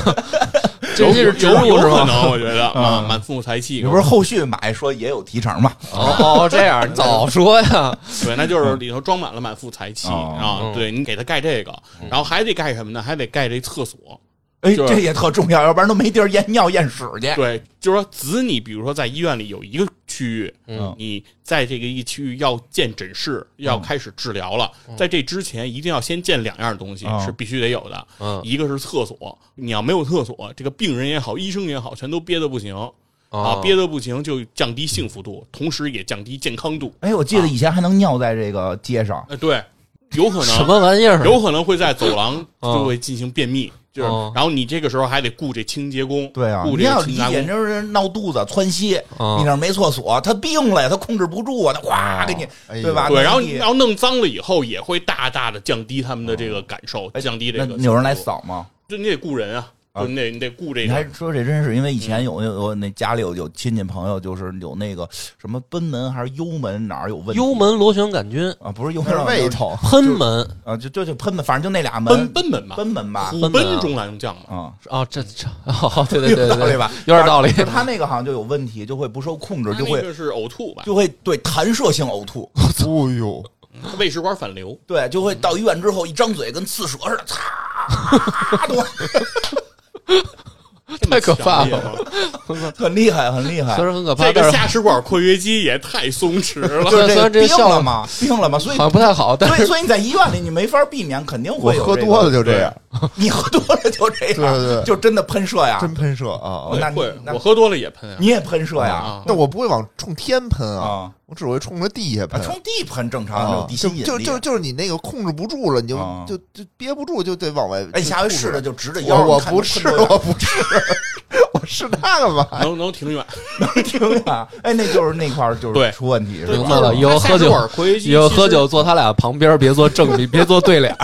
Speaker 2: 这
Speaker 3: 有
Speaker 2: 期是植
Speaker 3: 有
Speaker 2: 入
Speaker 3: 有
Speaker 2: 是
Speaker 3: 可
Speaker 2: 吗？
Speaker 3: 能，我觉
Speaker 1: (laughs)
Speaker 3: 得啊，满腹才气，
Speaker 1: 嗯你不是后续买说也有提成嘛？
Speaker 2: 哦哦，这样早说呀！
Speaker 3: 对，那就是里头装满了满腹才气
Speaker 1: 嗯哦
Speaker 3: 啊！
Speaker 2: 嗯
Speaker 3: 对你给他盖这个，然后还得盖什么呢？还得盖这厕所。
Speaker 1: 哎，
Speaker 3: 就是
Speaker 1: 这也特重要，要不然都没地儿验尿验屎去。
Speaker 3: 对，就是说子女，比如说在医院里有一个区域，
Speaker 1: 嗯
Speaker 3: 你在这个一区域要建诊室，要开始治疗了，
Speaker 2: 嗯
Speaker 3: 在这之前一定要先建两样东西、
Speaker 1: 嗯
Speaker 3: 是必须得有的，
Speaker 2: 嗯
Speaker 3: 一个是厕所，你要没有厕所，这个病人也好，医生也好，全都憋得不行。
Speaker 2: 哦
Speaker 3: 啊，憋得不行就降低幸福度，同时也降低健康度。
Speaker 1: 哎，我
Speaker 3: 啊
Speaker 1: 记得以前还能尿在这个街上，
Speaker 3: 呃，对，有可能
Speaker 2: 什么玩意儿？
Speaker 3: 有可能会在走廊
Speaker 2: 嗯
Speaker 3: 就会进行便秘，就是
Speaker 2: 哦，
Speaker 3: 然后你这个时候还得顾这清洁工，
Speaker 1: 对啊，
Speaker 3: 顾
Speaker 1: 你
Speaker 3: 这
Speaker 1: 要
Speaker 3: 个
Speaker 1: 理
Speaker 3: 清
Speaker 1: 解，
Speaker 3: 洁工。
Speaker 1: 就是闹肚子、窜稀，
Speaker 2: 嗯
Speaker 1: 你那儿没厕所，他病了呀，他控制不住啊，他咵给你，
Speaker 4: 哎呦
Speaker 1: 对吧？
Speaker 3: 对，然后
Speaker 1: 你
Speaker 3: 然后弄脏了以后，也会大大的降低他们的这个感受，降低这
Speaker 1: 哦哎那
Speaker 3: 个。
Speaker 1: 有人来，扫吗？
Speaker 3: 就你得雇人啊，
Speaker 1: 啊
Speaker 3: 就你得你得顾这
Speaker 1: 你还
Speaker 3: 个，
Speaker 1: 说这真是因为以前有那我那家里有有亲戚朋友，就是有那个什么贲门还是幽门哪儿有问题？
Speaker 2: 嗯幽门螺旋杆菌、
Speaker 1: 啊，不是幽
Speaker 4: 那是
Speaker 1: 门
Speaker 4: 胃疼。
Speaker 2: 喷门
Speaker 1: 啊，就就就喷门，反正就那俩
Speaker 3: 奔
Speaker 1: 门，
Speaker 3: 奔门嘛，
Speaker 1: 贲门吧，
Speaker 3: 虎
Speaker 2: 奔门啊
Speaker 3: 贲中郎将嘛，
Speaker 1: 啊，
Speaker 2: 哦，这这哦，对对对对
Speaker 1: 有道理
Speaker 2: 对
Speaker 1: 吧？
Speaker 2: 有点道理
Speaker 1: 就他那个好像就有问题，就会不受控制，
Speaker 3: 他
Speaker 1: 就
Speaker 3: 那
Speaker 1: 会
Speaker 3: 个是呕吐吧，
Speaker 1: 就会对弹射性呕吐，
Speaker 4: 哦呦，
Speaker 3: 他胃食管反流，
Speaker 1: 对，就会到医院之后一张嘴跟刺蛇似的，擦，多
Speaker 3: 这么
Speaker 2: (laughs) 太可怕
Speaker 3: 强烈
Speaker 2: 了
Speaker 3: 吗
Speaker 1: 很厉害，很厉害
Speaker 2: 虽。然很可怕，
Speaker 3: 这
Speaker 2: 但
Speaker 3: 个
Speaker 2: 是
Speaker 3: 下食管括约肌也太松弛了。
Speaker 1: 就是
Speaker 2: 虽
Speaker 1: 这
Speaker 2: 然这个
Speaker 1: 病
Speaker 2: 效
Speaker 1: 了
Speaker 2: 果
Speaker 1: 嘛，病了嘛，所以
Speaker 2: 好像不太好，但
Speaker 1: 所以
Speaker 2: 是
Speaker 1: 所以你在医院里你没法避免，肯定
Speaker 4: 我
Speaker 1: 会有
Speaker 4: 喝
Speaker 1: 这个
Speaker 4: 多了就这样，
Speaker 1: 你喝多了就这样，
Speaker 4: 对对对
Speaker 1: 就真的喷射呀，
Speaker 4: 真喷射啊！
Speaker 1: 哦
Speaker 4: 啊
Speaker 1: 那
Speaker 3: 会
Speaker 1: 你
Speaker 3: 会
Speaker 1: 那，
Speaker 3: 我喝多了也喷啊
Speaker 1: 你也喷射呀
Speaker 3: 啊
Speaker 4: 但我不会往冲天喷啊，
Speaker 1: 啊，
Speaker 4: 我只会冲着地下
Speaker 1: 啊
Speaker 4: 喷。
Speaker 1: 冲地喷正常，有
Speaker 4: 啊，
Speaker 1: 地
Speaker 4: 就
Speaker 1: 心引力。
Speaker 4: 就就就是你那个控制不住了，你就
Speaker 1: 啊
Speaker 4: 就就憋不住，就得往外。
Speaker 1: 哎，下回试着
Speaker 4: 着
Speaker 1: 就直着腰，
Speaker 4: 我我
Speaker 1: 看
Speaker 4: 不
Speaker 1: 能
Speaker 4: 吃，
Speaker 1: 喷多远
Speaker 4: 我不吃， (laughs) 我吃那个嘛。
Speaker 3: 啊能能挺远。
Speaker 1: 听啊，哎，那就是那块儿就是
Speaker 3: 对
Speaker 1: 出问题是
Speaker 2: 明
Speaker 1: 吧？
Speaker 2: 白
Speaker 3: (laughs)
Speaker 2: 了，以后喝
Speaker 3: 下食
Speaker 2: 酒
Speaker 3: 管括约肌，
Speaker 2: 以后喝酒坐他俩旁边，别坐正面，别坐对脸。
Speaker 3: (laughs)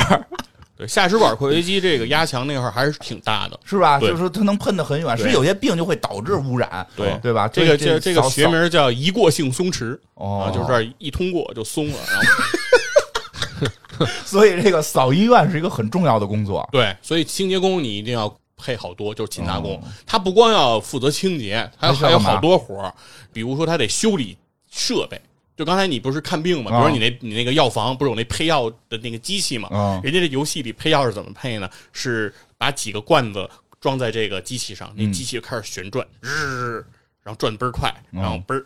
Speaker 3: 对下食管括约肌这个压强那块儿还是挺大的。
Speaker 1: 是吧？就
Speaker 3: 对
Speaker 1: 是说它能喷得很远，
Speaker 3: 对
Speaker 1: 所以有些病就会导致污染，
Speaker 3: 对
Speaker 1: 对吧？
Speaker 3: 这个这这个
Speaker 1: 扫
Speaker 3: 学名叫一过性松弛
Speaker 1: 哦
Speaker 3: 啊，，就是这儿一通过就松了，然后。
Speaker 1: (laughs) 所以这个扫医院是一个很重要的工作
Speaker 3: 对，所以清洁工你一定要配好多，就是勤杂工，他不光要负责清洁，他
Speaker 1: 哦还是要
Speaker 3: 还有
Speaker 1: 干嘛
Speaker 3: 好多活儿，比如说他得修理设备。就刚才你不是看病嘛，比如
Speaker 1: 啊
Speaker 3: 说你那你那个药房不是有那配药的那个机器嘛
Speaker 1: 啊？
Speaker 3: 人家这游戏里配药是怎么配呢？是把几个罐子装在这个机器上，
Speaker 1: 嗯
Speaker 3: 那机器就开始旋转，日，然后转倍儿快，然后倍儿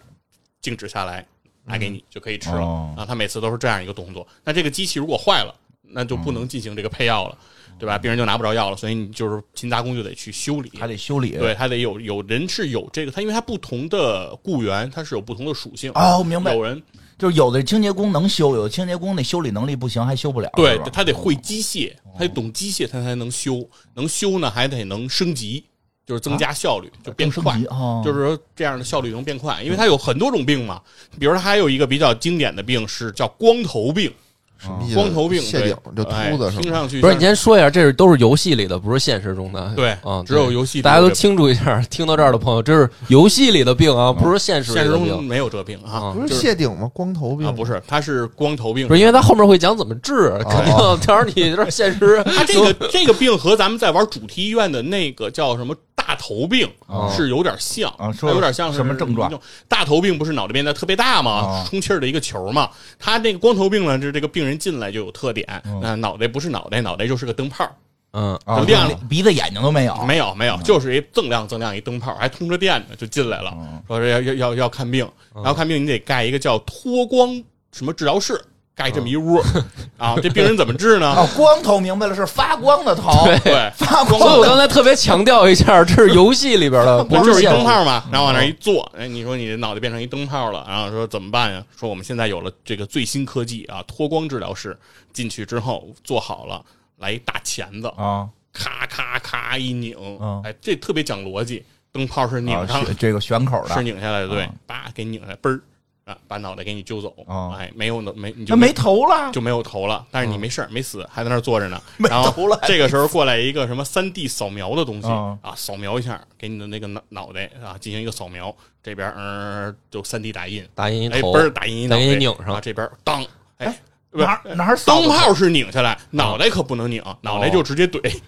Speaker 3: 静止下来，拿给你就可以吃
Speaker 1: 哦
Speaker 3: 了。啊，他每次都是这样一个动作。那这个机器如果坏了，那就不
Speaker 1: 嗯
Speaker 3: 能进行这个配药了，对吧？病人就拿不着药了，所以你就是勤杂工就得去修理，
Speaker 1: 还得修理，
Speaker 3: 对，还得有有人是有这个，他因为他不同的雇员，他是有不同的属性。
Speaker 1: 哦，明白
Speaker 3: 有，人
Speaker 1: 就是有的清洁工能修，有的清洁工那修理能力不行，还修不了。
Speaker 3: 啊对
Speaker 1: 是吧
Speaker 3: 他得会机械，他得懂机械，他才能修。能修呢，还得能升级，就是增加效率，就变
Speaker 1: 升
Speaker 3: 快
Speaker 1: 级。哦
Speaker 3: 就是说这样的效率能变快，因为它有很多种病嘛。比如它还有一个比较经典的病是叫光头病，
Speaker 4: 什
Speaker 1: 哦
Speaker 4: 么意思
Speaker 3: 光头病
Speaker 4: 谢
Speaker 3: 对
Speaker 4: 顶就秃子
Speaker 3: 哎
Speaker 4: 是
Speaker 3: 听
Speaker 4: 吗？
Speaker 3: 上去
Speaker 2: 不是，
Speaker 3: 像
Speaker 2: 你先说一下，这是都是游戏里的，不是现实中的。
Speaker 3: 对
Speaker 2: 啊，
Speaker 3: 只有游戏里
Speaker 2: 大家
Speaker 3: 有
Speaker 2: 都
Speaker 3: 这
Speaker 2: 清楚一下。听到这儿的朋友，这是游戏里的病啊，不是现实里
Speaker 3: 现实
Speaker 2: 的
Speaker 3: 中
Speaker 2: 病。
Speaker 3: 没有这病啊，
Speaker 2: 啊
Speaker 4: 不
Speaker 3: 就是
Speaker 4: 谢顶吗？光头病
Speaker 3: 啊，不是，他是光头病
Speaker 2: 不。是，因为他后面会讲怎么治，肯定。到时候你这现
Speaker 3: (laughs)
Speaker 2: 实，
Speaker 3: 他啊这个这个病和咱们在玩主题医院的那个叫什么大头病
Speaker 1: 哦
Speaker 3: 是有点像
Speaker 1: 啊说
Speaker 3: 它有点像是
Speaker 1: 什么症状？
Speaker 3: 大头病不是脑袋变得特别大吗
Speaker 1: 哦？
Speaker 3: 充气儿的一个球嘛。他这个光头病呢，就是这个病人进来就有特点，
Speaker 1: 嗯
Speaker 3: 那脑袋不是脑袋，脑袋就是个灯泡儿，
Speaker 2: 嗯，
Speaker 1: 啊
Speaker 3: 就亮了
Speaker 1: 鼻子眼睛都没有，
Speaker 3: 没有
Speaker 1: 嗯
Speaker 3: 没有，就是一锃亮锃亮一灯泡，还通着电呢，就进来了
Speaker 1: 嗯，
Speaker 3: 说是要要要要看病，然后看病你得盖一个叫脱光什么治疗室，盖这么一屋
Speaker 1: (laughs)
Speaker 3: 啊，这病人怎么治呢？
Speaker 1: 哦，光头明白了，是发光的头，
Speaker 3: 对。
Speaker 1: 发光
Speaker 2: 所以我
Speaker 1: 的
Speaker 2: 刚才特别强调一下，这是游戏里边的，不
Speaker 3: 对，就是是一
Speaker 2: 现实
Speaker 3: 灯。泡嘛，然后往那
Speaker 1: 哦
Speaker 3: 儿一坐，哎，你说你的脑袋变成一灯泡了，然后说怎么办呀？说我们现在有了这个最新科技啊，脱光治疗室，进去之后做好了，来一大钳子，
Speaker 1: (laughs) 啊
Speaker 3: 咔咔咔一拧
Speaker 1: 嗯，
Speaker 3: 哎，这特别讲逻辑，灯泡是拧
Speaker 1: 啊，
Speaker 3: 上
Speaker 1: 是这个旋口
Speaker 3: 是
Speaker 1: 的，
Speaker 3: 拧下来的，对
Speaker 1: 啊，
Speaker 3: 叭给拧下来，嘣儿啊，把脑袋给你揪走
Speaker 1: 啊，
Speaker 3: 哎，没有脑没你就
Speaker 1: 那没头 (laughs) 了，
Speaker 3: 就没有头了，但是你没事儿，没死，还在那儿坐着呢。
Speaker 1: 没
Speaker 3: 然后
Speaker 1: 头了
Speaker 3: 这个时候过来一个什么三 D 扫描的东西
Speaker 1: 啊
Speaker 3: 啊，扫描一下，给你的那个脑脑袋啊进行一个扫描，这边嗯、呃就三 D 打印，
Speaker 2: 打印一
Speaker 3: 哎，
Speaker 2: 头
Speaker 3: 嘣，儿打印一脑
Speaker 2: 再
Speaker 3: 袋，
Speaker 2: 给你拧上
Speaker 3: 啊，这边儿当，哎，不是
Speaker 1: 哪儿哪儿扫的
Speaker 3: 灯泡是拧下来，脑袋可不能拧，
Speaker 2: 嗯
Speaker 3: 脑袋就直接
Speaker 2: 哦
Speaker 3: (laughs) 怼，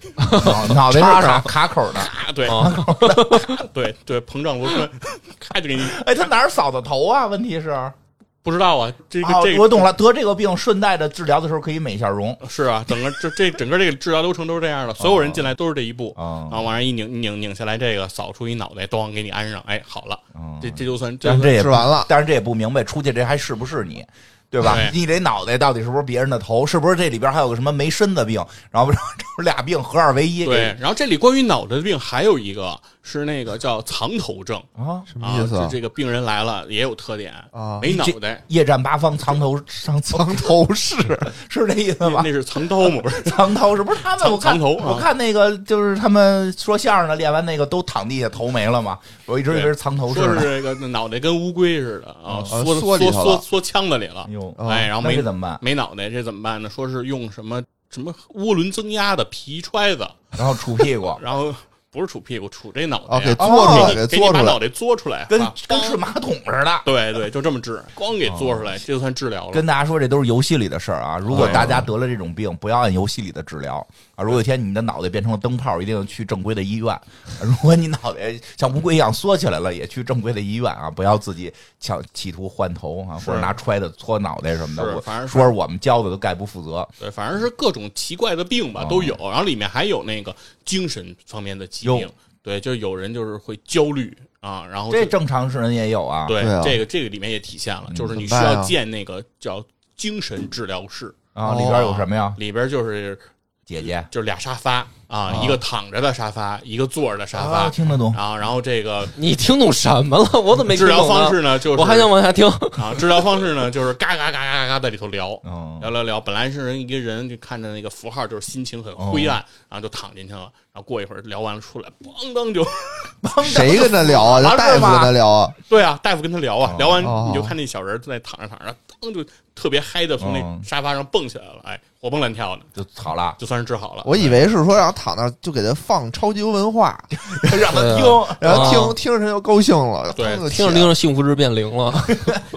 Speaker 1: 头，哦脑袋
Speaker 2: 插
Speaker 1: 是卡
Speaker 2: 上
Speaker 1: 卡口的。
Speaker 3: 啊，对 (laughs)
Speaker 2: 啊，
Speaker 3: 对对，膨胀螺栓， (laughs) 咔就给你，
Speaker 1: 哎，他哪儿扫的头啊？问题是，
Speaker 3: 不知道啊，这个
Speaker 1: 哦
Speaker 3: 这个
Speaker 1: 我懂了，得这个病顺带着治疗的时候可以美一下容
Speaker 3: 是啊，整个这这整个这个治疗流程都是这样的，所有人进来都是这一步，
Speaker 1: 啊
Speaker 4: 嗯
Speaker 3: 然后往上一拧拧拧下来，这个扫出一脑袋，咣给你安上，哎，好了，
Speaker 1: 嗯
Speaker 3: 这这就算这
Speaker 1: 但是这也
Speaker 4: 吃完了
Speaker 1: 但是这也不明白出去这还是不是你，对吧？
Speaker 3: 对
Speaker 1: 你这脑袋到底是不是别人的头？是不是这里边还有个什么没身子病？然后这俩病合二为一？
Speaker 3: 对。然后这里关于脑袋病还有一个是那个叫藏头症
Speaker 1: 啊，
Speaker 4: 什么
Speaker 3: 啊，
Speaker 4: 意思
Speaker 3: 就
Speaker 4: 啊？
Speaker 3: 这个病人来了也有特点
Speaker 4: 啊
Speaker 3: 没脑袋，
Speaker 1: 夜战八方藏头藏藏头士是这意思
Speaker 3: 那
Speaker 1: 吗？
Speaker 3: 那是藏刀嘛，
Speaker 4: (laughs)
Speaker 3: 不是
Speaker 1: 藏头是不是他们？
Speaker 3: 藏
Speaker 1: 我看
Speaker 3: 藏头啊
Speaker 1: 我看那个就是他们说相声的练完那个都躺地下头没了嘛，我一直以为是藏头士
Speaker 3: 说是
Speaker 1: 呢。
Speaker 3: 这个脑袋跟乌龟似的
Speaker 4: 啊
Speaker 3: 啊，缩
Speaker 4: 缩
Speaker 3: 缩
Speaker 4: 里头了
Speaker 3: 缩缩腔子里了
Speaker 1: 哎，呦，
Speaker 4: 哦
Speaker 3: 哎，然后
Speaker 1: 那
Speaker 3: 没
Speaker 1: 这怎么办？
Speaker 3: 没脑袋，这怎么办呢？说是用什么什么涡轮增压的皮揣子， (laughs)，
Speaker 1: 然后杵屁股
Speaker 3: 然后不是杵屁股，杵这脑
Speaker 4: 啊，
Speaker 3: 袋
Speaker 4: 给
Speaker 3: 呀，
Speaker 4: 嘬出来，
Speaker 3: 给
Speaker 4: 给嘬
Speaker 3: 你给你
Speaker 4: 出
Speaker 3: 把脑
Speaker 4: 来，
Speaker 3: 袋嘬出来，
Speaker 1: 跟
Speaker 3: 啊
Speaker 1: 跟是马桶似的。
Speaker 3: 对对，就这么治，光给嘬出来，这就算治疗了
Speaker 1: 跟。大家说，这都是游戏里的事儿啊！如果大家得了这种病，不要按游戏里的治疗啊！如果有一天你的脑袋变成了灯泡，一定要去正规的医院。 (laughs) 如果你脑袋像乌龟一样缩起来了，也去正规的医院啊！不要自己抢企图换头啊，或者拿揣子搓脑袋什么
Speaker 3: 是
Speaker 1: 的。我
Speaker 3: 反正是哦
Speaker 1: 说是我们教的都概不负责。
Speaker 3: 对，反正是各种奇怪的病吧都有，然后里面还有那个精神方面的疾病
Speaker 1: 哟，
Speaker 3: 对，就有人就是会焦虑啊，然后就
Speaker 1: 这正常人也有啊。
Speaker 3: 对
Speaker 4: 对啊
Speaker 3: 这个这个里面也体现了，就是你需
Speaker 4: 怎么办
Speaker 3: 要
Speaker 4: 啊
Speaker 3: 建那个叫精神治疗室，
Speaker 1: 啊，里边有什么呀？
Speaker 3: 里边就是
Speaker 1: 姐姐
Speaker 3: 就是俩沙发啊，
Speaker 1: 啊
Speaker 3: 一个躺着的沙发，一个坐着的沙
Speaker 1: 啊
Speaker 3: 发，
Speaker 1: 听得懂。
Speaker 3: 然后然后这个
Speaker 2: 你听懂什么了？我怎么没
Speaker 3: 治
Speaker 2: 听懂
Speaker 3: 疗
Speaker 2: 呢
Speaker 3: 方式呢，就是
Speaker 2: 我还想往下听。
Speaker 3: 啊，治疗方式呢，就是嘎嘎嘎嘎嘎在里头聊。
Speaker 1: 嗯
Speaker 3: 聊聊聊，本来是人一个人就看着那个符号，就是心情很灰暗，
Speaker 1: 哦
Speaker 3: 然后就躺进去了。然后过一会儿聊完了出来，咣当就 (laughs)
Speaker 4: 谁跟他聊啊？这
Speaker 1: 完事
Speaker 4: 大
Speaker 1: 儿
Speaker 4: 夫
Speaker 1: 吧
Speaker 4: 跟他聊啊？
Speaker 3: 对啊，大夫跟他聊啊，
Speaker 1: 哦
Speaker 3: 聊完
Speaker 4: 哦
Speaker 3: 你就看那小人在躺着躺着，噔就特别嗨的从
Speaker 1: 哦
Speaker 3: 那沙发上蹦起来了，哎，活蹦乱跳的，
Speaker 1: 就好
Speaker 3: (laughs)
Speaker 1: 了，
Speaker 3: 就算是治好了。
Speaker 4: 我以为是说让躺那儿就给他放超级文化，
Speaker 1: 让他听。
Speaker 4: 然后
Speaker 2: 啊
Speaker 4: 听听着他就高兴了，
Speaker 3: 对
Speaker 4: 腾就起
Speaker 2: 听
Speaker 4: 来
Speaker 2: 着听着，幸福值变零了。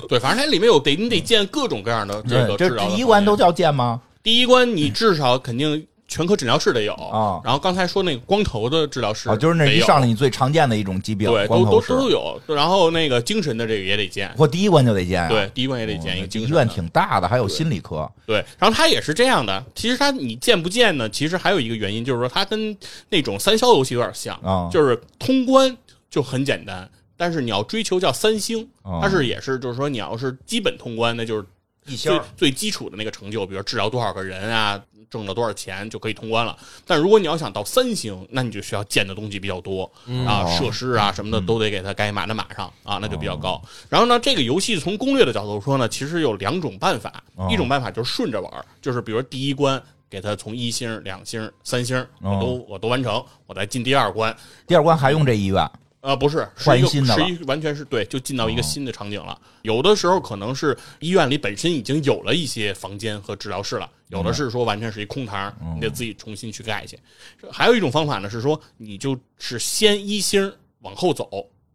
Speaker 3: 对，反正它里面有得你得见各种各样的这个
Speaker 1: 这
Speaker 3: 治疗的
Speaker 1: 第一
Speaker 3: 方
Speaker 1: 关
Speaker 3: 面
Speaker 1: 都叫剑吗？
Speaker 3: 第一关，你至少肯定全科诊疗室得有
Speaker 1: 啊
Speaker 3: 然后刚才说那个光头的治疗室得
Speaker 1: 啊，
Speaker 3: 有，
Speaker 1: 就是那一上来你最常见的一种疾病，
Speaker 3: 对，
Speaker 1: 光
Speaker 3: 都
Speaker 1: 头
Speaker 3: 都
Speaker 1: 氏。
Speaker 3: 都有。然后那个精神的这个也得见，
Speaker 1: 我第一关就得见啊，
Speaker 3: 对，第一关也得
Speaker 1: 嗯
Speaker 3: 见一个精
Speaker 1: 医
Speaker 3: 神
Speaker 1: 院
Speaker 3: 的。
Speaker 1: 挺大的，还有心理科。
Speaker 3: 对，然后它也是这样的。其实它你见不见呢？其实还有一个原因，就是说它跟那种三消游戏有点像，
Speaker 1: 啊
Speaker 3: 就是通关就很简单，但是你要追求叫三星，
Speaker 1: 啊
Speaker 3: 它是也是就是说你要是基本通关，那就是
Speaker 1: 一
Speaker 3: 最最基础的那个成就，比如治疗多少个人啊，挣了多少钱就可以通关了。但如果你要想到三星，那你就需要建的东西比较多、啊，设施啊什么的都得给它该码的码上啊，那就比较高。然后呢，这个游戏从攻略的角度说呢，其实有两种办法，
Speaker 1: 哦
Speaker 3: 一种办法就是顺着玩儿，就是比如第一关。给它从一星、两星、三星，我都、我都完成，我再进第二关，
Speaker 1: 第二关还用这医院
Speaker 3: 呃，不是，是
Speaker 1: 换
Speaker 3: 一
Speaker 1: 一
Speaker 3: 个
Speaker 1: 新的了哦
Speaker 3: 是一个完全是对，就进到一个新的场景了。有的时候可能是医院里本身已经有了一些房间和治疗室了，有的是说完全是一空堂，你
Speaker 1: 哦
Speaker 3: 得自己重新去盖去。还有一种方法呢，是说你就是先一星儿往后走，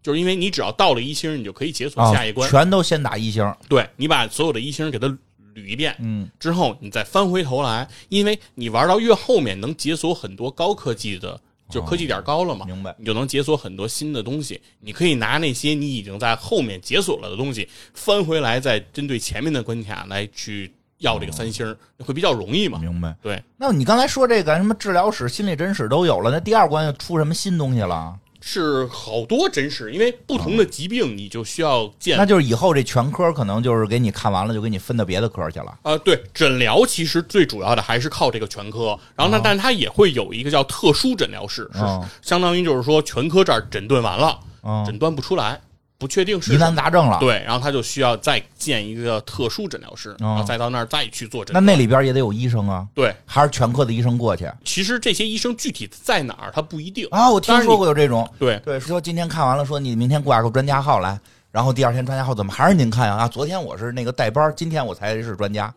Speaker 3: 就是因为你只要到了一星儿，你就可以解锁
Speaker 1: 啊
Speaker 3: 下一，关。
Speaker 1: 全都先打一星。
Speaker 3: 对你把所有的一星儿给它捋一遍，
Speaker 1: 嗯，
Speaker 3: 之后你再翻回头来，因为你玩到越后面能解锁很多高科技的，就科技点儿高了嘛。
Speaker 1: 哦明白。
Speaker 3: 你就能解锁很多新的东西。你可以拿那些你已经在后面解锁了的东西翻回来，再针对前面的关卡来去要这个三星儿，会比较容易嘛？
Speaker 1: 明白。
Speaker 3: 对，
Speaker 1: 那你刚才说这个什么治疗室、心理诊室都有了，那第二关又出什么新东西了？
Speaker 3: 是好多真实，因为不同的疾病你就需要见。
Speaker 1: 啊那就是以后这全科可能就是给你看完了，就给你分到别的科去了。
Speaker 3: 啊、对，诊疗其实最主要的还是靠这个全科，然后
Speaker 1: 啊
Speaker 3: 呢，但是它也会有一个叫特殊诊疗室，是、
Speaker 1: 哦
Speaker 3: 相当于就是说全科这儿诊断完了，
Speaker 1: 嗯，
Speaker 3: 诊断不出来，不确定是
Speaker 1: 疑
Speaker 3: 什么
Speaker 1: 难杂症了。，
Speaker 3: 对，然后他就需要再建一个特殊诊疗室，
Speaker 1: 啊
Speaker 3: 然后再到那儿再去做诊
Speaker 1: 那
Speaker 3: 断。
Speaker 1: 那里边也得有医生啊，
Speaker 3: 对，
Speaker 1: 还是全科的医生过去
Speaker 3: 其实这些医生具体在哪儿，他不一定。
Speaker 1: 啊？我听
Speaker 3: 当然你
Speaker 1: 说过有这种。 (laughs)
Speaker 3: 对
Speaker 1: 对，说今天看完了，说你明天挂个专家号来，然后第二天专家号怎么还是您看啊？啊昨天我是那个代班，今天我才是专家，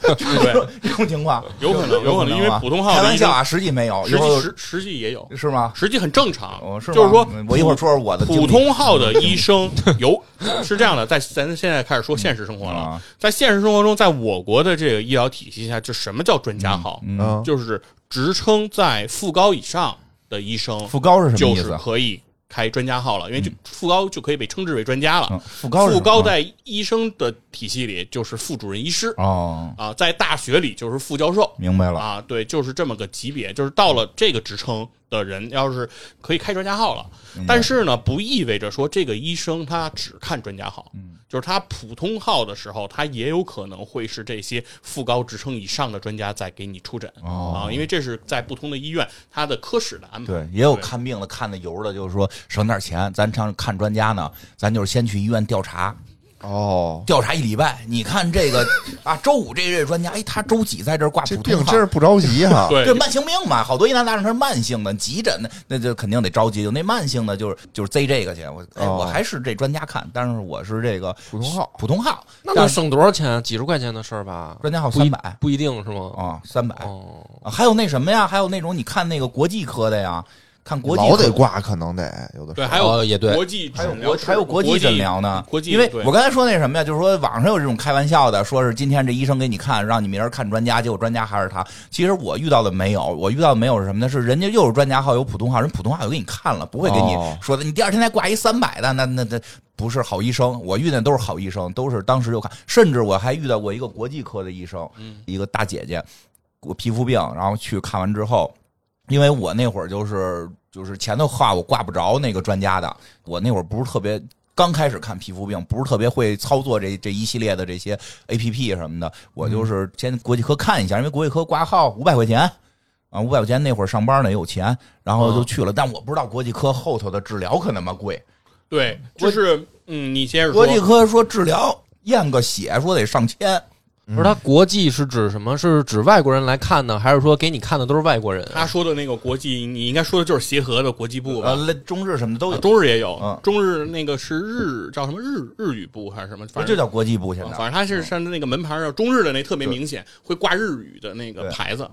Speaker 1: (laughs)
Speaker 3: 对，
Speaker 1: 这种情况
Speaker 3: 有可能，有可能，因为
Speaker 1: 啊
Speaker 3: 普通号
Speaker 1: 开
Speaker 3: 的
Speaker 1: 玩
Speaker 3: 医
Speaker 1: 笑
Speaker 3: 生，
Speaker 1: 啊，实际没有，
Speaker 3: 实
Speaker 1: 一会
Speaker 3: 际
Speaker 1: 儿
Speaker 3: 实实际也有，
Speaker 1: 是吗？
Speaker 3: 实际很正常。
Speaker 1: 哦，吗
Speaker 3: 就是说，
Speaker 1: 我一会儿说说我的经
Speaker 3: 普
Speaker 1: 历
Speaker 3: 通号的
Speaker 1: (laughs)
Speaker 3: 医生有是这样的，在咱现在开始说现实生活了
Speaker 1: 啊，
Speaker 3: 在现实生活中，在我国的这个医疗体系下，就什么叫专家号？
Speaker 4: 嗯，
Speaker 3: 就是职称在副高以上的医生，
Speaker 1: 副高是什么
Speaker 3: 就
Speaker 1: 意
Speaker 3: 是
Speaker 1: 思？啊
Speaker 3: 可以开专家号了，因为就副高就可以被称之为专家
Speaker 1: 嗯
Speaker 3: 了。
Speaker 1: 副高是
Speaker 3: 副
Speaker 1: 什么
Speaker 3: 高在医生的体系里就是副主任医师
Speaker 1: 哦，
Speaker 3: 啊，在大学里就是副教授
Speaker 1: 明白了，
Speaker 3: 啊，对，就是这么个级别，就是到了这个职称的人，要是可以开专家号了。但是呢，不意味着说这个医生他只看专家号，
Speaker 1: 嗯
Speaker 3: 就是他普通号的时候，他也有可能会是这些副高职称以上的专家在给你出诊
Speaker 1: 哦
Speaker 3: 啊，因为这是在不同的医院他的科室的安排。
Speaker 1: 对，也有看病的、看的油的，就是说省点钱，咱上看专家呢，咱就是先去医院调查，
Speaker 4: 哦，
Speaker 1: 调查一礼拜。你看这
Speaker 4: (laughs)
Speaker 1: 个啊，周五这位专家，哎，他周几在这儿挂
Speaker 4: 这
Speaker 1: 普
Speaker 4: 病
Speaker 1: 通号
Speaker 4: 真？是不着急哈。
Speaker 3: 对，
Speaker 1: 这慢性病嘛，好多疑难杂症它是慢性的，急诊的那就肯定得着急。有那慢性的，就是就是贼这个去。我、哎、
Speaker 4: 哦
Speaker 1: 我还是这专家看，但是我是这个
Speaker 4: 普通号
Speaker 1: 普通号，
Speaker 2: 那
Speaker 1: 但
Speaker 2: 能
Speaker 1: 是
Speaker 2: 省多少钱？啊几十块钱的事儿吧？
Speaker 1: 专家号
Speaker 2: 不一
Speaker 1: 三百
Speaker 2: 不一定是吗？
Speaker 1: 啊，三百、
Speaker 2: 哦，
Speaker 1: 啊还有那什么呀？还有那种你看那个国际科的呀，看国际
Speaker 4: 老得挂，可能得有的时
Speaker 3: 对，
Speaker 4: 候。
Speaker 3: 还
Speaker 2: 哦
Speaker 3: 有
Speaker 2: 也对
Speaker 3: 国际
Speaker 1: 还有
Speaker 3: 诊疗
Speaker 1: 国
Speaker 3: 室，
Speaker 1: 还有国际诊疗呢，
Speaker 3: 国际
Speaker 1: 因为
Speaker 3: 对
Speaker 1: 我刚才说那什么呀，就是说网上有这种开玩笑的，说是今天这医生给你看，让你明儿看专家，结果专家还是他。其实我遇到的没有，我遇到的没有是什么呢？是人家又有专家号，有普通号，人普通号就给你看了，不会给你
Speaker 4: 哦
Speaker 1: 说的，你第二天再挂一三百的，那那那不是好医生。我遇见都是好医生，都是当时就看，甚至我还遇到过一个国际科的医生，一个大姐姐，我皮肤病，然后去看完之后，因为我那会儿就是就是前头话我挂不着那个专家的，我那会儿不是特别。刚开始看皮肤病，不是特别会操作这这一系列的这些 A P P 什么的，我就是先国际科看一下，因为国际科挂号五百块钱啊，五百块钱那会儿上班呢也有钱，然后就去了。但我不知道国际科后头的治疗可那么贵，
Speaker 3: 对，就是嗯，你先
Speaker 1: 国际
Speaker 3: 说，
Speaker 1: 科说治疗验个血说得上千，
Speaker 2: 不是，它国际是指什么？是指外国人来看呢，还是说给你看的都是外国人？
Speaker 3: 他说的那个国际，你应该说的就是协和的国际部吧
Speaker 1: 呃，？类中日什么的都
Speaker 3: 啊
Speaker 1: 有，
Speaker 3: 中日也有，
Speaker 1: 嗯
Speaker 3: 中日那个是日叫什么日日语部还是什么？
Speaker 1: 不
Speaker 3: 反
Speaker 1: 就
Speaker 3: 正
Speaker 1: 叫国际部现
Speaker 3: 啊
Speaker 1: 在。
Speaker 3: 反正它是上那个门牌上，中日的那特别
Speaker 1: 对
Speaker 3: 明显，会挂日语的那个
Speaker 1: 对
Speaker 3: 牌子。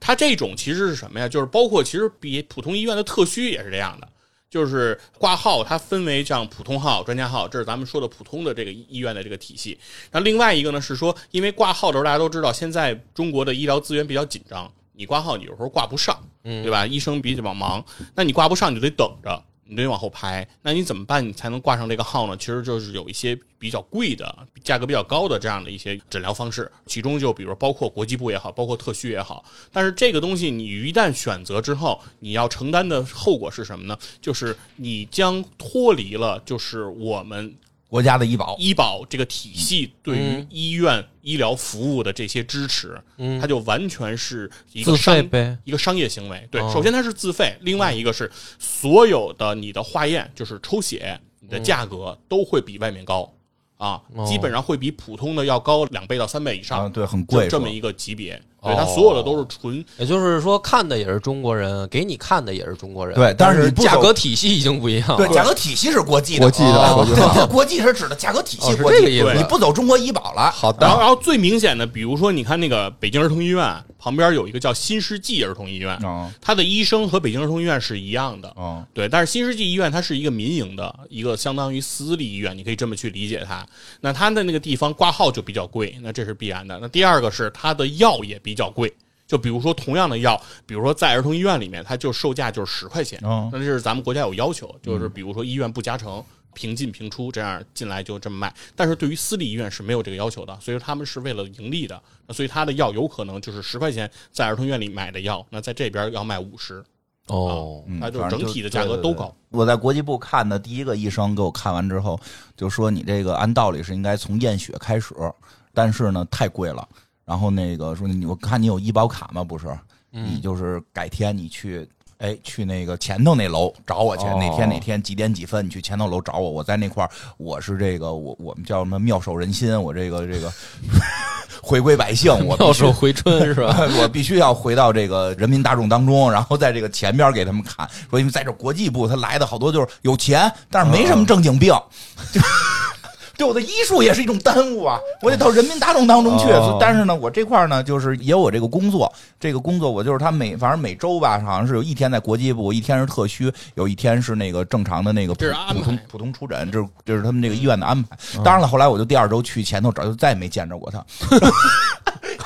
Speaker 3: 它这种其实是什么呀？就是包括其实比普通医院的特需也是这样的，就是挂号它分为像普通号、专家号，这是咱们说的普通的这个医院的这个体系。那另外一个呢是说，因为挂号的时候大家都知道，现在中国的医疗资源比较紧张，你挂号你有时候挂不上，对吧？医生比较忙，那你挂不上你就得等着。你得往后排，那你怎么办？你才能挂上这个号呢？其实就是有一些比较贵的、价格比较高的这样的一些诊疗方式，其中就比如包括国际部也好，包括特需也好。但是这个东西你一旦选择之后，你要承担的后果是什么呢？就是你将脱离了就是我们
Speaker 1: 国家的医保，
Speaker 3: 医保这个体系对于医院医疗服务的这些支持，
Speaker 2: 嗯
Speaker 3: 它就完全是一个
Speaker 2: 自费
Speaker 3: 商
Speaker 2: 呗。
Speaker 3: 一个商业行为。对，
Speaker 2: 哦
Speaker 3: 首先它是自费，另外一个是所有的你的化验，就是抽血，你的价格都会比外面高啊
Speaker 2: 哦，
Speaker 3: 基本上会比普通的要高两倍到三倍以
Speaker 1: 啊，
Speaker 3: 上，
Speaker 1: 对，很
Speaker 3: 就
Speaker 1: 贵，
Speaker 3: 这
Speaker 1: 是
Speaker 3: 么
Speaker 1: 吧
Speaker 3: 一个级别。
Speaker 2: 哦
Speaker 3: 对，它所有的都是纯
Speaker 2: 也就是说，看的也是中国人，给你看的也是中国人，
Speaker 1: 对但
Speaker 2: 但
Speaker 1: 是你不走
Speaker 2: 价格体系已经不一样了。
Speaker 1: 对，价格体系是国际的，啊
Speaker 4: 国际的
Speaker 2: 哦
Speaker 4: 国际
Speaker 1: 对，
Speaker 4: 化
Speaker 1: 这国际是指的价格体系
Speaker 2: 哦是
Speaker 1: 国
Speaker 2: 这个
Speaker 1: 际，
Speaker 2: 意思
Speaker 3: 对
Speaker 1: 你不走中国医保了。啊好
Speaker 3: 然后，然后最明显的，比如说，你看那个北京儿童医院旁边有一个叫新世纪儿童医院，
Speaker 1: 嗯
Speaker 3: 它的医生和北京儿童医院是一样的，
Speaker 1: 嗯，
Speaker 3: 对，但是新世纪医院它是一个民营的，一个相当于私立医院，你可以这么去理解它。那它的那个地方挂号就比较贵，那这是必然的。那第二个是它的药也比较贵，就比如说同样的药，比如说在儿童医院里面，它就售价就是十块钱，
Speaker 1: 哦嗯
Speaker 3: 那这是咱们国家有要求，就是比如说医院不加成。平进平出，这样进来就这么卖。但是对于私立医院是没有这个要求的，所以他们是为了盈利的。那所以他的药有可能就是十块钱在儿童医院里买的药，那在这边要卖五十，
Speaker 2: 哦，
Speaker 1: 嗯
Speaker 3: 那啊就
Speaker 1: 反正
Speaker 3: 整体的价格都高。
Speaker 1: 我在国际部看的第一个医生给我看完之后，就说你这个按道理是应该从验血开始，但是呢太贵了。然后那个说你我看你有医保卡吗？不是，
Speaker 3: 嗯
Speaker 1: 你就是改天你去。哎，去那个前头那楼找我去，
Speaker 4: 哦
Speaker 1: 哪天哪天几点几分，你去前头楼找我，我在那块儿，我是这个我我们叫什么妙手仁心，我这个这 (laughs) 个回归百姓，我必
Speaker 2: 到
Speaker 1: 须
Speaker 2: 手哦回春是吧？
Speaker 1: (laughs) 我必须要回到这个人民大众当中，然后在这个前边给他们看，说因为在这国际部他来的好多就是有钱，但是没
Speaker 2: 嗯
Speaker 1: 什么正经病， (laughs) 就对我的医术也是一种耽误啊，我得到人民大众当中去。
Speaker 4: 哦
Speaker 1: 所以但是呢，我这块呢，就是也有我这个工作，这个工作我就是他每反正每周吧，好像是有一天在国际部，一天是特需，有一天是那个正常的那个普
Speaker 3: 这是安排
Speaker 1: 普通普通出诊，这是这是他们这个医院的安排。当然了，后来我就第二周去前头找，就再也没见着过他。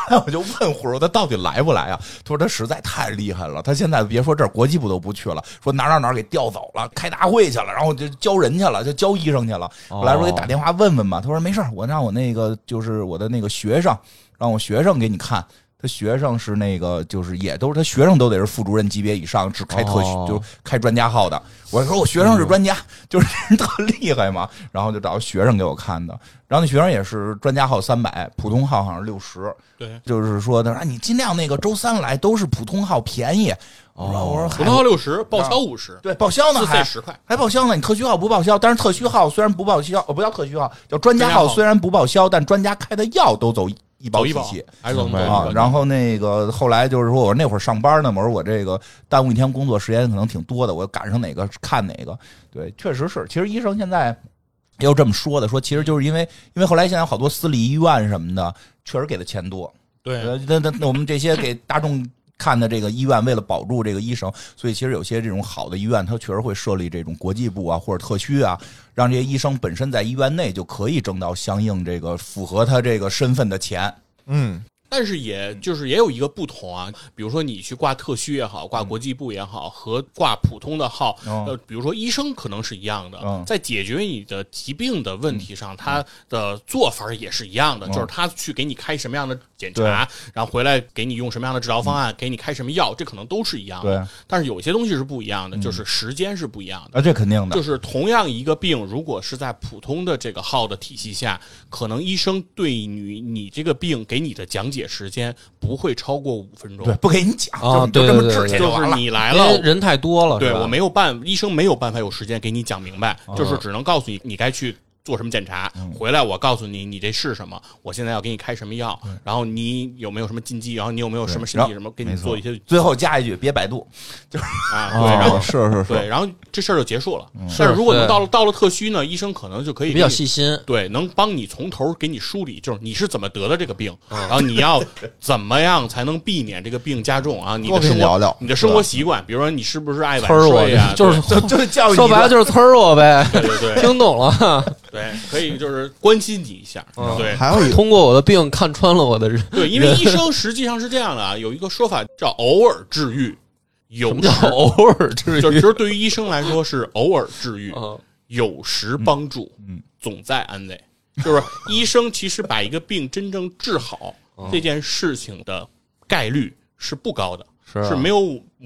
Speaker 1: 后来我就问胡说他到底来不来啊？他说他实在太厉害了，他现在别说这儿国际部都不去了，说哪儿哪儿哪儿给调走了，开大会去了，然后就教人去了，就教医生去了。后来说
Speaker 3: 哦
Speaker 1: 给打电话问问吧，他说没事儿，我让我那个就是我的那个学生，让我学生给你看。他学生是那个，就是也都是他学生都得是副主任级别以上，只开特许、
Speaker 4: 哦
Speaker 1: 就开专家号的。我说我学生
Speaker 3: 嗯
Speaker 1: 是专家， (laughs) 就是人特厉害嘛。然后就找学生给我看的，然后那学生也是专家号三百，普通号好像是六十。
Speaker 3: 对，
Speaker 1: 就是说他说啊你尽量那个周三来，都是普通号便宜。我说我说
Speaker 3: 哦
Speaker 1: 还
Speaker 3: 普通号六十，报销五十，
Speaker 1: 对报销呢
Speaker 3: 自费
Speaker 1: 还
Speaker 3: 十块。
Speaker 1: 还报销呢，你特需号不报销，但是特需号虽然不报销，哦不叫特需号，叫专家
Speaker 3: 专
Speaker 1: 号
Speaker 3: 家号
Speaker 1: 虽然不报销，但专家开的药都走医保
Speaker 3: 走
Speaker 1: 体
Speaker 3: 医保
Speaker 1: 系。
Speaker 3: 还是走医
Speaker 4: 明白
Speaker 3: 保
Speaker 1: 啊，？然后那个后来就是说，我那会儿上班呢，我说我这个耽误一天工作时间可能挺多的，我赶上哪个 (laughs) 看哪个。对，确实是。其实医生现在也有这么说的，说其实就是因为因为后来现在有好多私立医院什么的，确实给的钱多。
Speaker 3: 对
Speaker 1: 呃，那那那我们这些给大众看的这个医院为了保住这个医生，所以其实有些这种好的医院，它确实会设立这种国际部啊或者特区啊，让这些医生本身在医院内就可以挣到相应这个符合他这个身份的钱。
Speaker 4: 嗯，
Speaker 3: 但是也就是也有一个不同啊，比如说你去挂特需也好，挂国际部也好，和挂普通的号，
Speaker 1: 哦
Speaker 3: 呃，比如说医生可能是一样的，
Speaker 1: 嗯
Speaker 3: 在解决你的疾病的问题上，他的做法也是一样的，就是他去给你开什么样的检查，然后回来给你用什么样的治疗方案，给你开什么药，这可能都是一样的。
Speaker 1: 对
Speaker 3: 但是有些东西是不一样的，就是时间是不一样的。
Speaker 1: 啊，这肯定的
Speaker 3: 就。是同样一个病，如果是在普通的这个号的体系下，可能医生对你你这个病给你的讲解时间不会超过五分钟
Speaker 1: 对，，不给你讲，
Speaker 2: 啊
Speaker 1: 就是你就这么
Speaker 2: 对对
Speaker 1: 治
Speaker 2: 对
Speaker 1: 去
Speaker 3: 就
Speaker 1: 完
Speaker 3: 是
Speaker 1: 了。
Speaker 3: 你来
Speaker 2: 因为
Speaker 3: 了。
Speaker 2: 人啊太多了，
Speaker 3: 对
Speaker 2: 是吧
Speaker 3: 我没有办，医生没有办法有时间给你讲明白，就是只能告诉你你该去做什么检查，回来我告诉你你这是什么，我现在要给你开什么药，然后你有没有什么禁忌，然后你有没有什么身
Speaker 1: 然
Speaker 3: 体
Speaker 1: 后
Speaker 3: 什么，给你
Speaker 1: 没错
Speaker 3: 做一些
Speaker 1: 最后加一句，别百度。
Speaker 3: 啊，对，然后
Speaker 4: 哦，是是
Speaker 3: 对，
Speaker 4: 是，
Speaker 3: 然后这事儿就结束了。但是如果
Speaker 2: 是
Speaker 3: 能到了到了特需呢，医生可能就可以
Speaker 2: 比较
Speaker 3: 给你
Speaker 2: 细心，
Speaker 3: 对，能帮你从头给你梳理，就是你是怎么得的这个病，
Speaker 2: 啊
Speaker 3: 然后你要怎么样才能避免这个病加重啊？你
Speaker 4: 多
Speaker 3: 的
Speaker 4: 跟
Speaker 3: 生
Speaker 4: 你聊聊
Speaker 3: 活，你的生活习惯，比如说你是不是爱晚
Speaker 2: 呲
Speaker 3: 睡呀
Speaker 2: 我，？ (laughs) 就是
Speaker 1: 就就是教育你
Speaker 2: 说白了就是呲我呗，
Speaker 3: 对对
Speaker 2: (laughs)
Speaker 3: 对
Speaker 2: 听懂了，
Speaker 3: 对，可以就是关心你一下，
Speaker 2: 嗯
Speaker 3: 对。
Speaker 4: 还有一
Speaker 2: 通过我的病看穿了我的人，
Speaker 3: 对，因为医生实际上是这样的啊，有一个说法叫偶尔治愈，
Speaker 2: 什
Speaker 3: 有
Speaker 2: 么叫
Speaker 3: 时
Speaker 2: 偶尔治
Speaker 3: 就
Speaker 2: 愈
Speaker 3: 其？实对于医生来说是偶尔治愈，
Speaker 2: 嗯
Speaker 3: 有时帮助，
Speaker 1: 嗯嗯
Speaker 3: 总在安慰。 (laughs) 就是医生其实把一个病真正治好、这件事情的概率是不高的，
Speaker 2: 是啊
Speaker 3: 是没有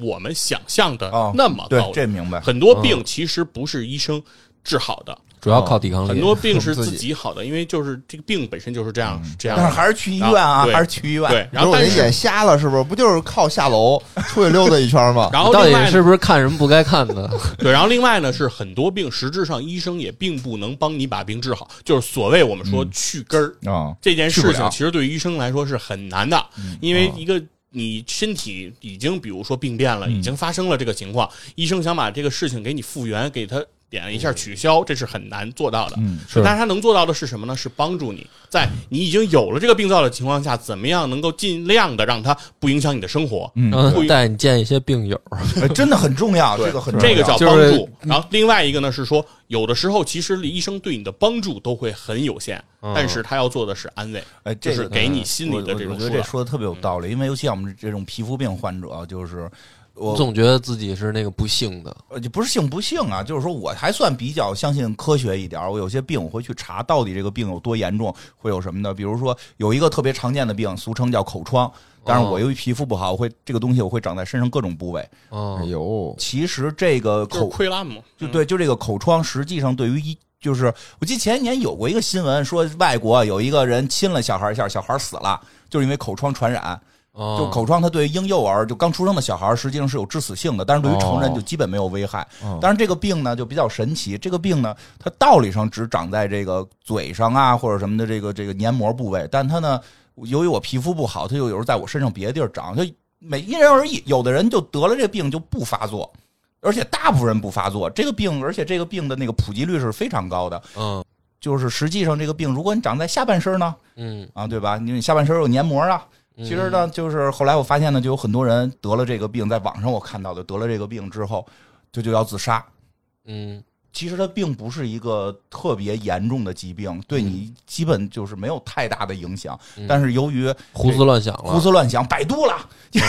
Speaker 3: 我们想象的
Speaker 1: 啊
Speaker 3: 那么
Speaker 1: 对
Speaker 3: 高，的。
Speaker 1: 这嗯明白。
Speaker 3: 很多病其实不是医生治好的，
Speaker 2: 主要靠抵抗
Speaker 3: 很
Speaker 2: 力，
Speaker 3: 多病是
Speaker 2: (laughs)
Speaker 4: 自己
Speaker 3: 自己好的，因为就是这个病本身就是这样，是这样
Speaker 1: 但是
Speaker 3: 的。
Speaker 1: 还是去医院啊，
Speaker 3: 啊对
Speaker 1: 还是去医院。
Speaker 3: 对，然后
Speaker 4: 我
Speaker 3: 但
Speaker 4: 那
Speaker 3: 是
Speaker 4: 眼瞎了是不是？不就是靠下楼出去溜达一圈吗？
Speaker 3: 然后
Speaker 2: 到
Speaker 3: 另
Speaker 2: 底
Speaker 3: 外
Speaker 2: 是不是看什么不该看的？
Speaker 3: 对，然后另外呢是很多病实质上医生也并不能帮你把病治好，就是所谓我们说
Speaker 1: 嗯
Speaker 3: 去根儿。
Speaker 1: 啊，
Speaker 3: 这件
Speaker 1: 去
Speaker 3: 事
Speaker 1: 不了嗯哦
Speaker 3: 情其实对于医生来说是很难的，因为一个你身体已经比如说病变了，
Speaker 1: 嗯
Speaker 3: 已经发生了这个情况，医生想把这个事情给你复原，给他点一下取消，这是很难做到的。
Speaker 1: 嗯
Speaker 2: 是
Speaker 3: 但是他能做到的是什么呢？是帮助你在你已经有了这个病灶的情况下，怎么样能够尽量的让它不影响你的生活。
Speaker 1: 嗯
Speaker 2: 然后
Speaker 3: 不一
Speaker 2: 带你见一些病友，
Speaker 1: 哎真的很重要，这个很重要
Speaker 3: 这个叫
Speaker 2: 就
Speaker 3: 帮
Speaker 2: 是
Speaker 3: 助。然后另外一个呢是说，有的时候其实医生对你的帮助都会很有限，但是他要做的是安慰，
Speaker 1: 哎，
Speaker 3: 就
Speaker 1: 这
Speaker 3: 是
Speaker 1: 个
Speaker 3: 给你心
Speaker 1: 我
Speaker 3: 里的这
Speaker 1: 我
Speaker 3: 种嗯
Speaker 1: 我觉得
Speaker 3: 疏导
Speaker 1: 这。说的特别有道理，因为尤其像我们这种皮肤病患者，啊就是我
Speaker 2: 总觉得自己是那个不幸的，
Speaker 1: 呃，就不是幸不幸啊，就是说我还算比较相信科学一点儿。我有些病我会去查到底这个病有多严重，会有什么的。比如说有一个特别常见的病，俗称叫口疮，但
Speaker 3: 哦
Speaker 1: 是我由于皮肤不好，我会这个东西我会长在身上各种部位。
Speaker 4: 哎
Speaker 2: 嗯，
Speaker 4: 呦，
Speaker 1: 其实这个
Speaker 3: 就是
Speaker 1: 口
Speaker 3: 嗯溃烂嘛，
Speaker 1: 就对，就这个口疮，实际上对于一就是，我记得前一年有过一个新闻，说外国有一个人亲了小孩一下，小孩死了，就是因为口疮传染。就
Speaker 2: 就
Speaker 1: 口疮，它对于婴幼儿，就刚出生的小孩儿，实际上是有致死性的，但是对于成人
Speaker 2: 哦
Speaker 1: 就基本没有危害
Speaker 4: 嗯。
Speaker 1: 但是这个病呢，就比较神奇。这个病呢，它道理上只长在这个嘴上啊，或者什么的这个这个黏膜部位，但它呢，由于我皮肤不好，它又有时候在我身上别的地儿长，它每因人而异。有的人就得了这病就不发作。而且大部分人不发作，这个病，而且这个病的那个普及率是非常高的。
Speaker 2: 嗯
Speaker 1: 就是实际上，这个病如果你长在下半身呢，
Speaker 2: 嗯，
Speaker 1: 啊，对吧？因为你下半身有黏膜啊，
Speaker 2: 嗯
Speaker 1: 其实呢，就是后来我发现呢，就有很多人得了这个病，在网上我看到的，得了这个病之后，就就要自杀。
Speaker 2: 嗯
Speaker 1: 其实它并不是一个特别严重的疾病，对
Speaker 2: 嗯
Speaker 1: 你基本就是没有太大的影响。但是由于
Speaker 2: 胡思乱想了，
Speaker 1: 胡思乱想，百度了，
Speaker 2: 嗯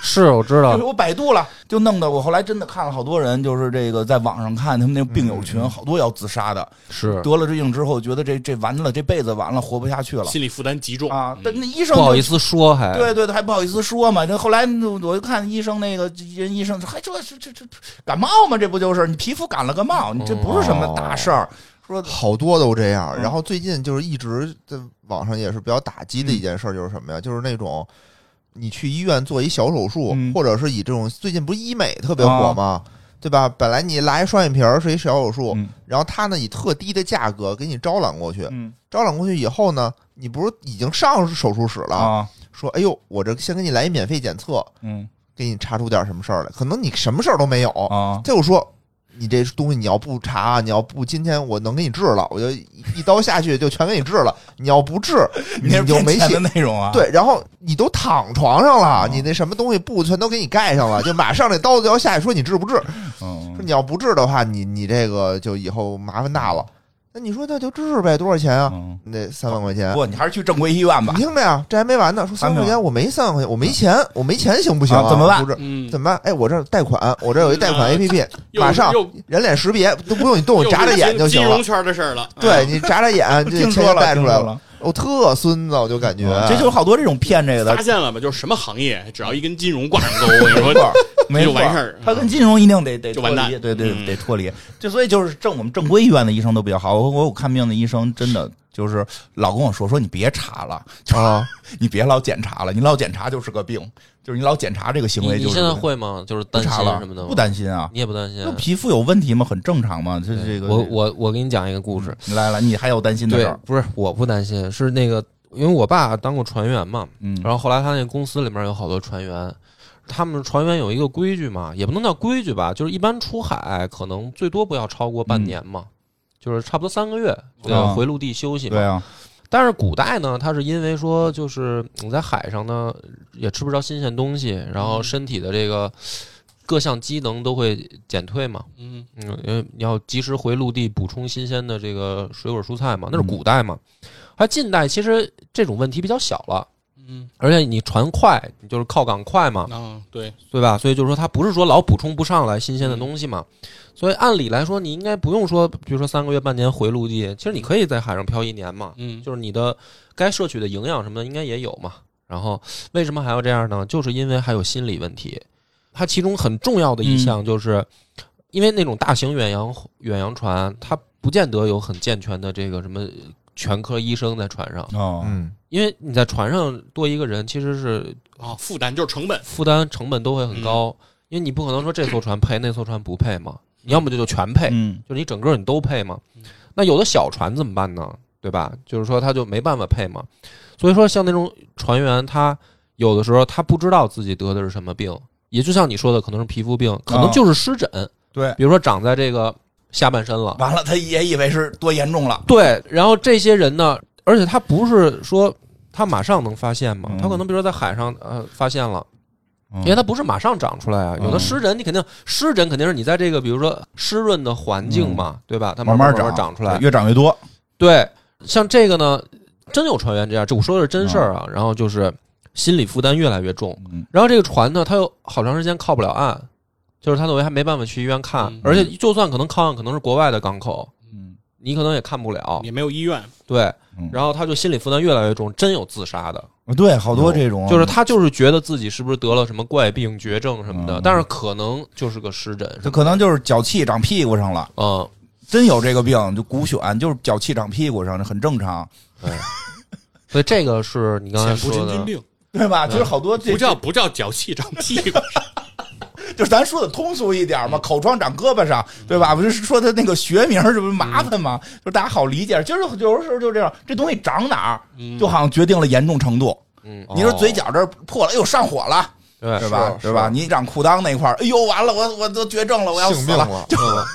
Speaker 2: 是我
Speaker 1: (laughs)
Speaker 2: 知道
Speaker 1: 就是，我百度了，就弄得我后来真的看了好多人，就是这个在网上看他们那个病友
Speaker 2: 嗯
Speaker 1: 群，好多要自杀的，
Speaker 2: 是
Speaker 1: 得了这病之后，觉得这这完了，这辈子完了，活不下去了
Speaker 3: 心理负担极重
Speaker 1: 啊！但
Speaker 3: 嗯
Speaker 1: 那医生
Speaker 2: 不好
Speaker 1: 就
Speaker 2: 意思说还，
Speaker 4: 哎
Speaker 1: 对对对，还不好意思说嘛。这后来我就看医生那个人，医生说：“还这是这这感冒吗？这不就是你皮肤感了个冒？你这不是什么
Speaker 4: 哦
Speaker 1: 大事儿。说
Speaker 4: 好多都这样。
Speaker 1: 嗯
Speaker 4: 然后最近就是一直在网上也是比较打击的一件事，就是什么呀？就是那种你去医院做一小手术，
Speaker 1: 嗯
Speaker 4: 或者是以这种最近不是医美特别火吗？对吧？本来你拉一双眼皮儿是一小手术，
Speaker 1: 嗯
Speaker 4: 然后他呢以特低的价格给你招揽过去，
Speaker 1: 嗯
Speaker 4: 招揽过去以后呢，你不是已经上手术室了？
Speaker 1: 啊
Speaker 4: 说哎呦，我这先给你来一免费检测，
Speaker 1: 嗯
Speaker 4: 给你查出点什么事儿来，可能你什么事儿都没有，
Speaker 1: 啊
Speaker 4: 再有说你这东西你要不查，你要不今天我能给你治了，我就一一刀下去就全给你治了。你要
Speaker 1: (laughs)
Speaker 4: 不治，
Speaker 1: 你
Speaker 4: 你
Speaker 1: 那是
Speaker 4: 就
Speaker 1: 骗
Speaker 4: 没
Speaker 1: 钱
Speaker 4: 戏
Speaker 1: 的。内容啊？，
Speaker 4: 对，然后你都躺床上了，
Speaker 1: 嗯
Speaker 4: 你那什么东西布全都给你盖上了，就马上这刀子要下去，说你治不治？说
Speaker 1: 嗯，
Speaker 4: 你要不治的话，你你这个就以后麻烦大了。那你说那就治呗，多少钱啊？
Speaker 1: 嗯
Speaker 4: 那三万块钱
Speaker 1: 不。过你还是去正规医院吧
Speaker 4: 你。听着呀，这还没完呢。说三万块
Speaker 1: 还没
Speaker 4: 钱，我没三万块钱，我没钱，我没钱行不行、
Speaker 1: 啊怎么办
Speaker 4: 不是
Speaker 3: 嗯，
Speaker 4: 怎么办？哎，我这儿贷款，我这儿有一贷款 APP，
Speaker 3: 又
Speaker 4: 马上
Speaker 3: 又
Speaker 4: 人脸识别都不用你动，
Speaker 3: 又
Speaker 4: 眨眨
Speaker 3: 是
Speaker 4: 眼
Speaker 3: 金
Speaker 4: 就行
Speaker 3: 金
Speaker 4: 了
Speaker 3: 融。圈的事儿了，嗯
Speaker 4: 对你眨眨眼，这
Speaker 1: 听
Speaker 4: 钱
Speaker 1: 说
Speaker 4: 就
Speaker 1: 了，
Speaker 4: 带出来
Speaker 1: 听说
Speaker 4: 了。哎我特孙子，我就感觉
Speaker 2: 哦
Speaker 1: 了，这就有好多这种骗这个
Speaker 3: 发
Speaker 1: 的，
Speaker 3: 现了吧？就是什么行业，只要一跟金融挂上钩，我跟你说，
Speaker 1: 没
Speaker 3: 就
Speaker 1: 错
Speaker 3: 完事儿嗯
Speaker 1: 他跟金融一定得得
Speaker 3: 就
Speaker 1: 脱
Speaker 3: 完蛋
Speaker 1: 离，对对
Speaker 3: 嗯
Speaker 1: 得脱离。就所以就是正我们正规医院的医生都比较好，我我有看病的医生真的就是老跟我说说你别查了，
Speaker 4: 啊，
Speaker 1: (laughs) 你别老检查了，你老检查就是个病，就是你老检查这个行
Speaker 2: 你
Speaker 1: 为
Speaker 2: 你
Speaker 1: 就是
Speaker 2: 现在
Speaker 1: 个病
Speaker 2: 会吗？就是
Speaker 1: 不
Speaker 2: 担心
Speaker 1: 查了
Speaker 2: 什么的吗？
Speaker 1: 不，担心啊？
Speaker 2: 你也不担心
Speaker 1: 就。皮肤有问题吗？很正常嘛，这这
Speaker 2: 对
Speaker 1: 个嗯
Speaker 2: 我我我给你讲一个故事，
Speaker 1: 你来了，你还有担心的事
Speaker 2: 对
Speaker 1: 儿，，
Speaker 2: 不是我不担心，是那个，因为我爸当过船员嘛，
Speaker 1: 嗯，
Speaker 2: 然后后来他那公司里面有好多船员，他们船员有一个规矩嘛，也不能叫规矩吧，就是一般出海可能最多不要超过
Speaker 1: 嗯
Speaker 2: 半年嘛，就是差不多三个月就要
Speaker 1: 啊
Speaker 2: 回陆地休息嘛。
Speaker 1: 对啊，
Speaker 2: 但是古代呢，它是因为说就是你在海上呢也吃不着新鲜东西，然后身体的这个各项机能都会减退嘛，
Speaker 3: 嗯，
Speaker 2: 嗯，因为你要及时回陆地补充新鲜的这个水果蔬菜嘛，那是古代嘛。而近代其实这种问题比较小了，
Speaker 3: 嗯
Speaker 2: 而且你船快，你就是靠港快嘛，
Speaker 3: 啊，对，
Speaker 2: 对吧？所以就是说它不是说老补充不上来新鲜的东西嘛，所以按理来说你应该不用说，比如说三个月半年回陆地，其实你可以在海上漂一年嘛，
Speaker 3: 嗯，
Speaker 2: 就是你的该摄取的营养什么的应该也有嘛。然后为什么还要这样呢？就是因为还有心理问题。它其中很重要的一项就是，因为那种大型远洋远洋船，它不见得有很健全的这个什么全科医生在船上，
Speaker 1: 哦，
Speaker 4: 嗯，
Speaker 2: 因为你在船上多一个人其实是
Speaker 3: 啊，负担就是成本，
Speaker 2: 负担成本都会很高，因为你不可能说这艘船配那艘船不配嘛，你要么就就全配，
Speaker 1: 嗯，
Speaker 2: 就是你整个你都配嘛
Speaker 3: 嗯。
Speaker 2: 那有的小船怎么办呢？对吧？就是说他就没办法配嘛。所以说，像那种船员，他有的时候他不知道自己得的是什么病，也就像你说的，可能是皮肤病，可能就是湿疹，
Speaker 1: 啊对，啊
Speaker 2: 比如说长在这个下半身了。
Speaker 1: (laughs) 完了，他也以为是多严重了，
Speaker 2: 对，然后这些人呢，而且他不是说他马上能发现嘛，
Speaker 1: 嗯
Speaker 2: 他可能比如说在海上呃发现了。
Speaker 1: 嗯
Speaker 2: 因为它不是马上长出来啊，
Speaker 1: 嗯
Speaker 2: 有的湿疹你肯定湿疹肯定是你在这个比如说湿润的环境嘛，对吧？它
Speaker 1: 嗯慢
Speaker 2: 慢
Speaker 1: 慢
Speaker 2: 慢长出来，
Speaker 1: 越长越多，
Speaker 2: 对，像这个呢，真有船员这样，这我说的是真事儿啊。然后就是心理负担越来越重，
Speaker 1: 嗯
Speaker 2: 然后这个船呢，它又好长时间靠不了岸，就是他等于还没办法去医院看，
Speaker 3: 嗯
Speaker 2: 而且就算可能靠岸，可能是国外的港口，
Speaker 1: 嗯，
Speaker 2: 你可能也看不了。
Speaker 3: 也没有医院，
Speaker 2: 对
Speaker 1: 嗯，
Speaker 2: 然后他就心理负担越来越重，真有自杀的，
Speaker 1: 对，好多这种
Speaker 2: 就是他就是觉得自己是不是得了什么怪病、绝症什么的，
Speaker 1: 嗯
Speaker 2: 但是可能就是个湿疹，
Speaker 1: 这可能就是脚气长屁股上了，
Speaker 2: 嗯，
Speaker 1: 真有这个病，就骨癣，就是脚气长屁股上，这很正常，
Speaker 2: 对。所以这个是你刚才
Speaker 3: 浅薄
Speaker 2: 说
Speaker 3: 神
Speaker 2: 的
Speaker 3: 经，病，
Speaker 1: 对吧？就是好多这
Speaker 3: 不叫不叫脚气长屁
Speaker 2: (laughs)
Speaker 3: 股，
Speaker 1: 就是咱说的通俗一点嘛，口疮长胳膊上，对吧？不是说他那个学名，这不是麻烦吗？就是大家好理解。就是有的时候就这样，这东西长哪儿，
Speaker 3: 嗯
Speaker 1: 就好像决定了严重程度。
Speaker 2: 嗯，
Speaker 1: 你说嘴角这儿破了，哎呦上火了，
Speaker 2: 对
Speaker 1: 对吧？
Speaker 4: 是
Speaker 1: 对吧？
Speaker 4: 是
Speaker 1: 你长裤裆那块儿，哎呦完了，我我都绝症
Speaker 2: 哦
Speaker 1: 了，我要
Speaker 4: 性
Speaker 1: 死
Speaker 4: 病
Speaker 1: 了。
Speaker 4: 了，
Speaker 2: (laughs)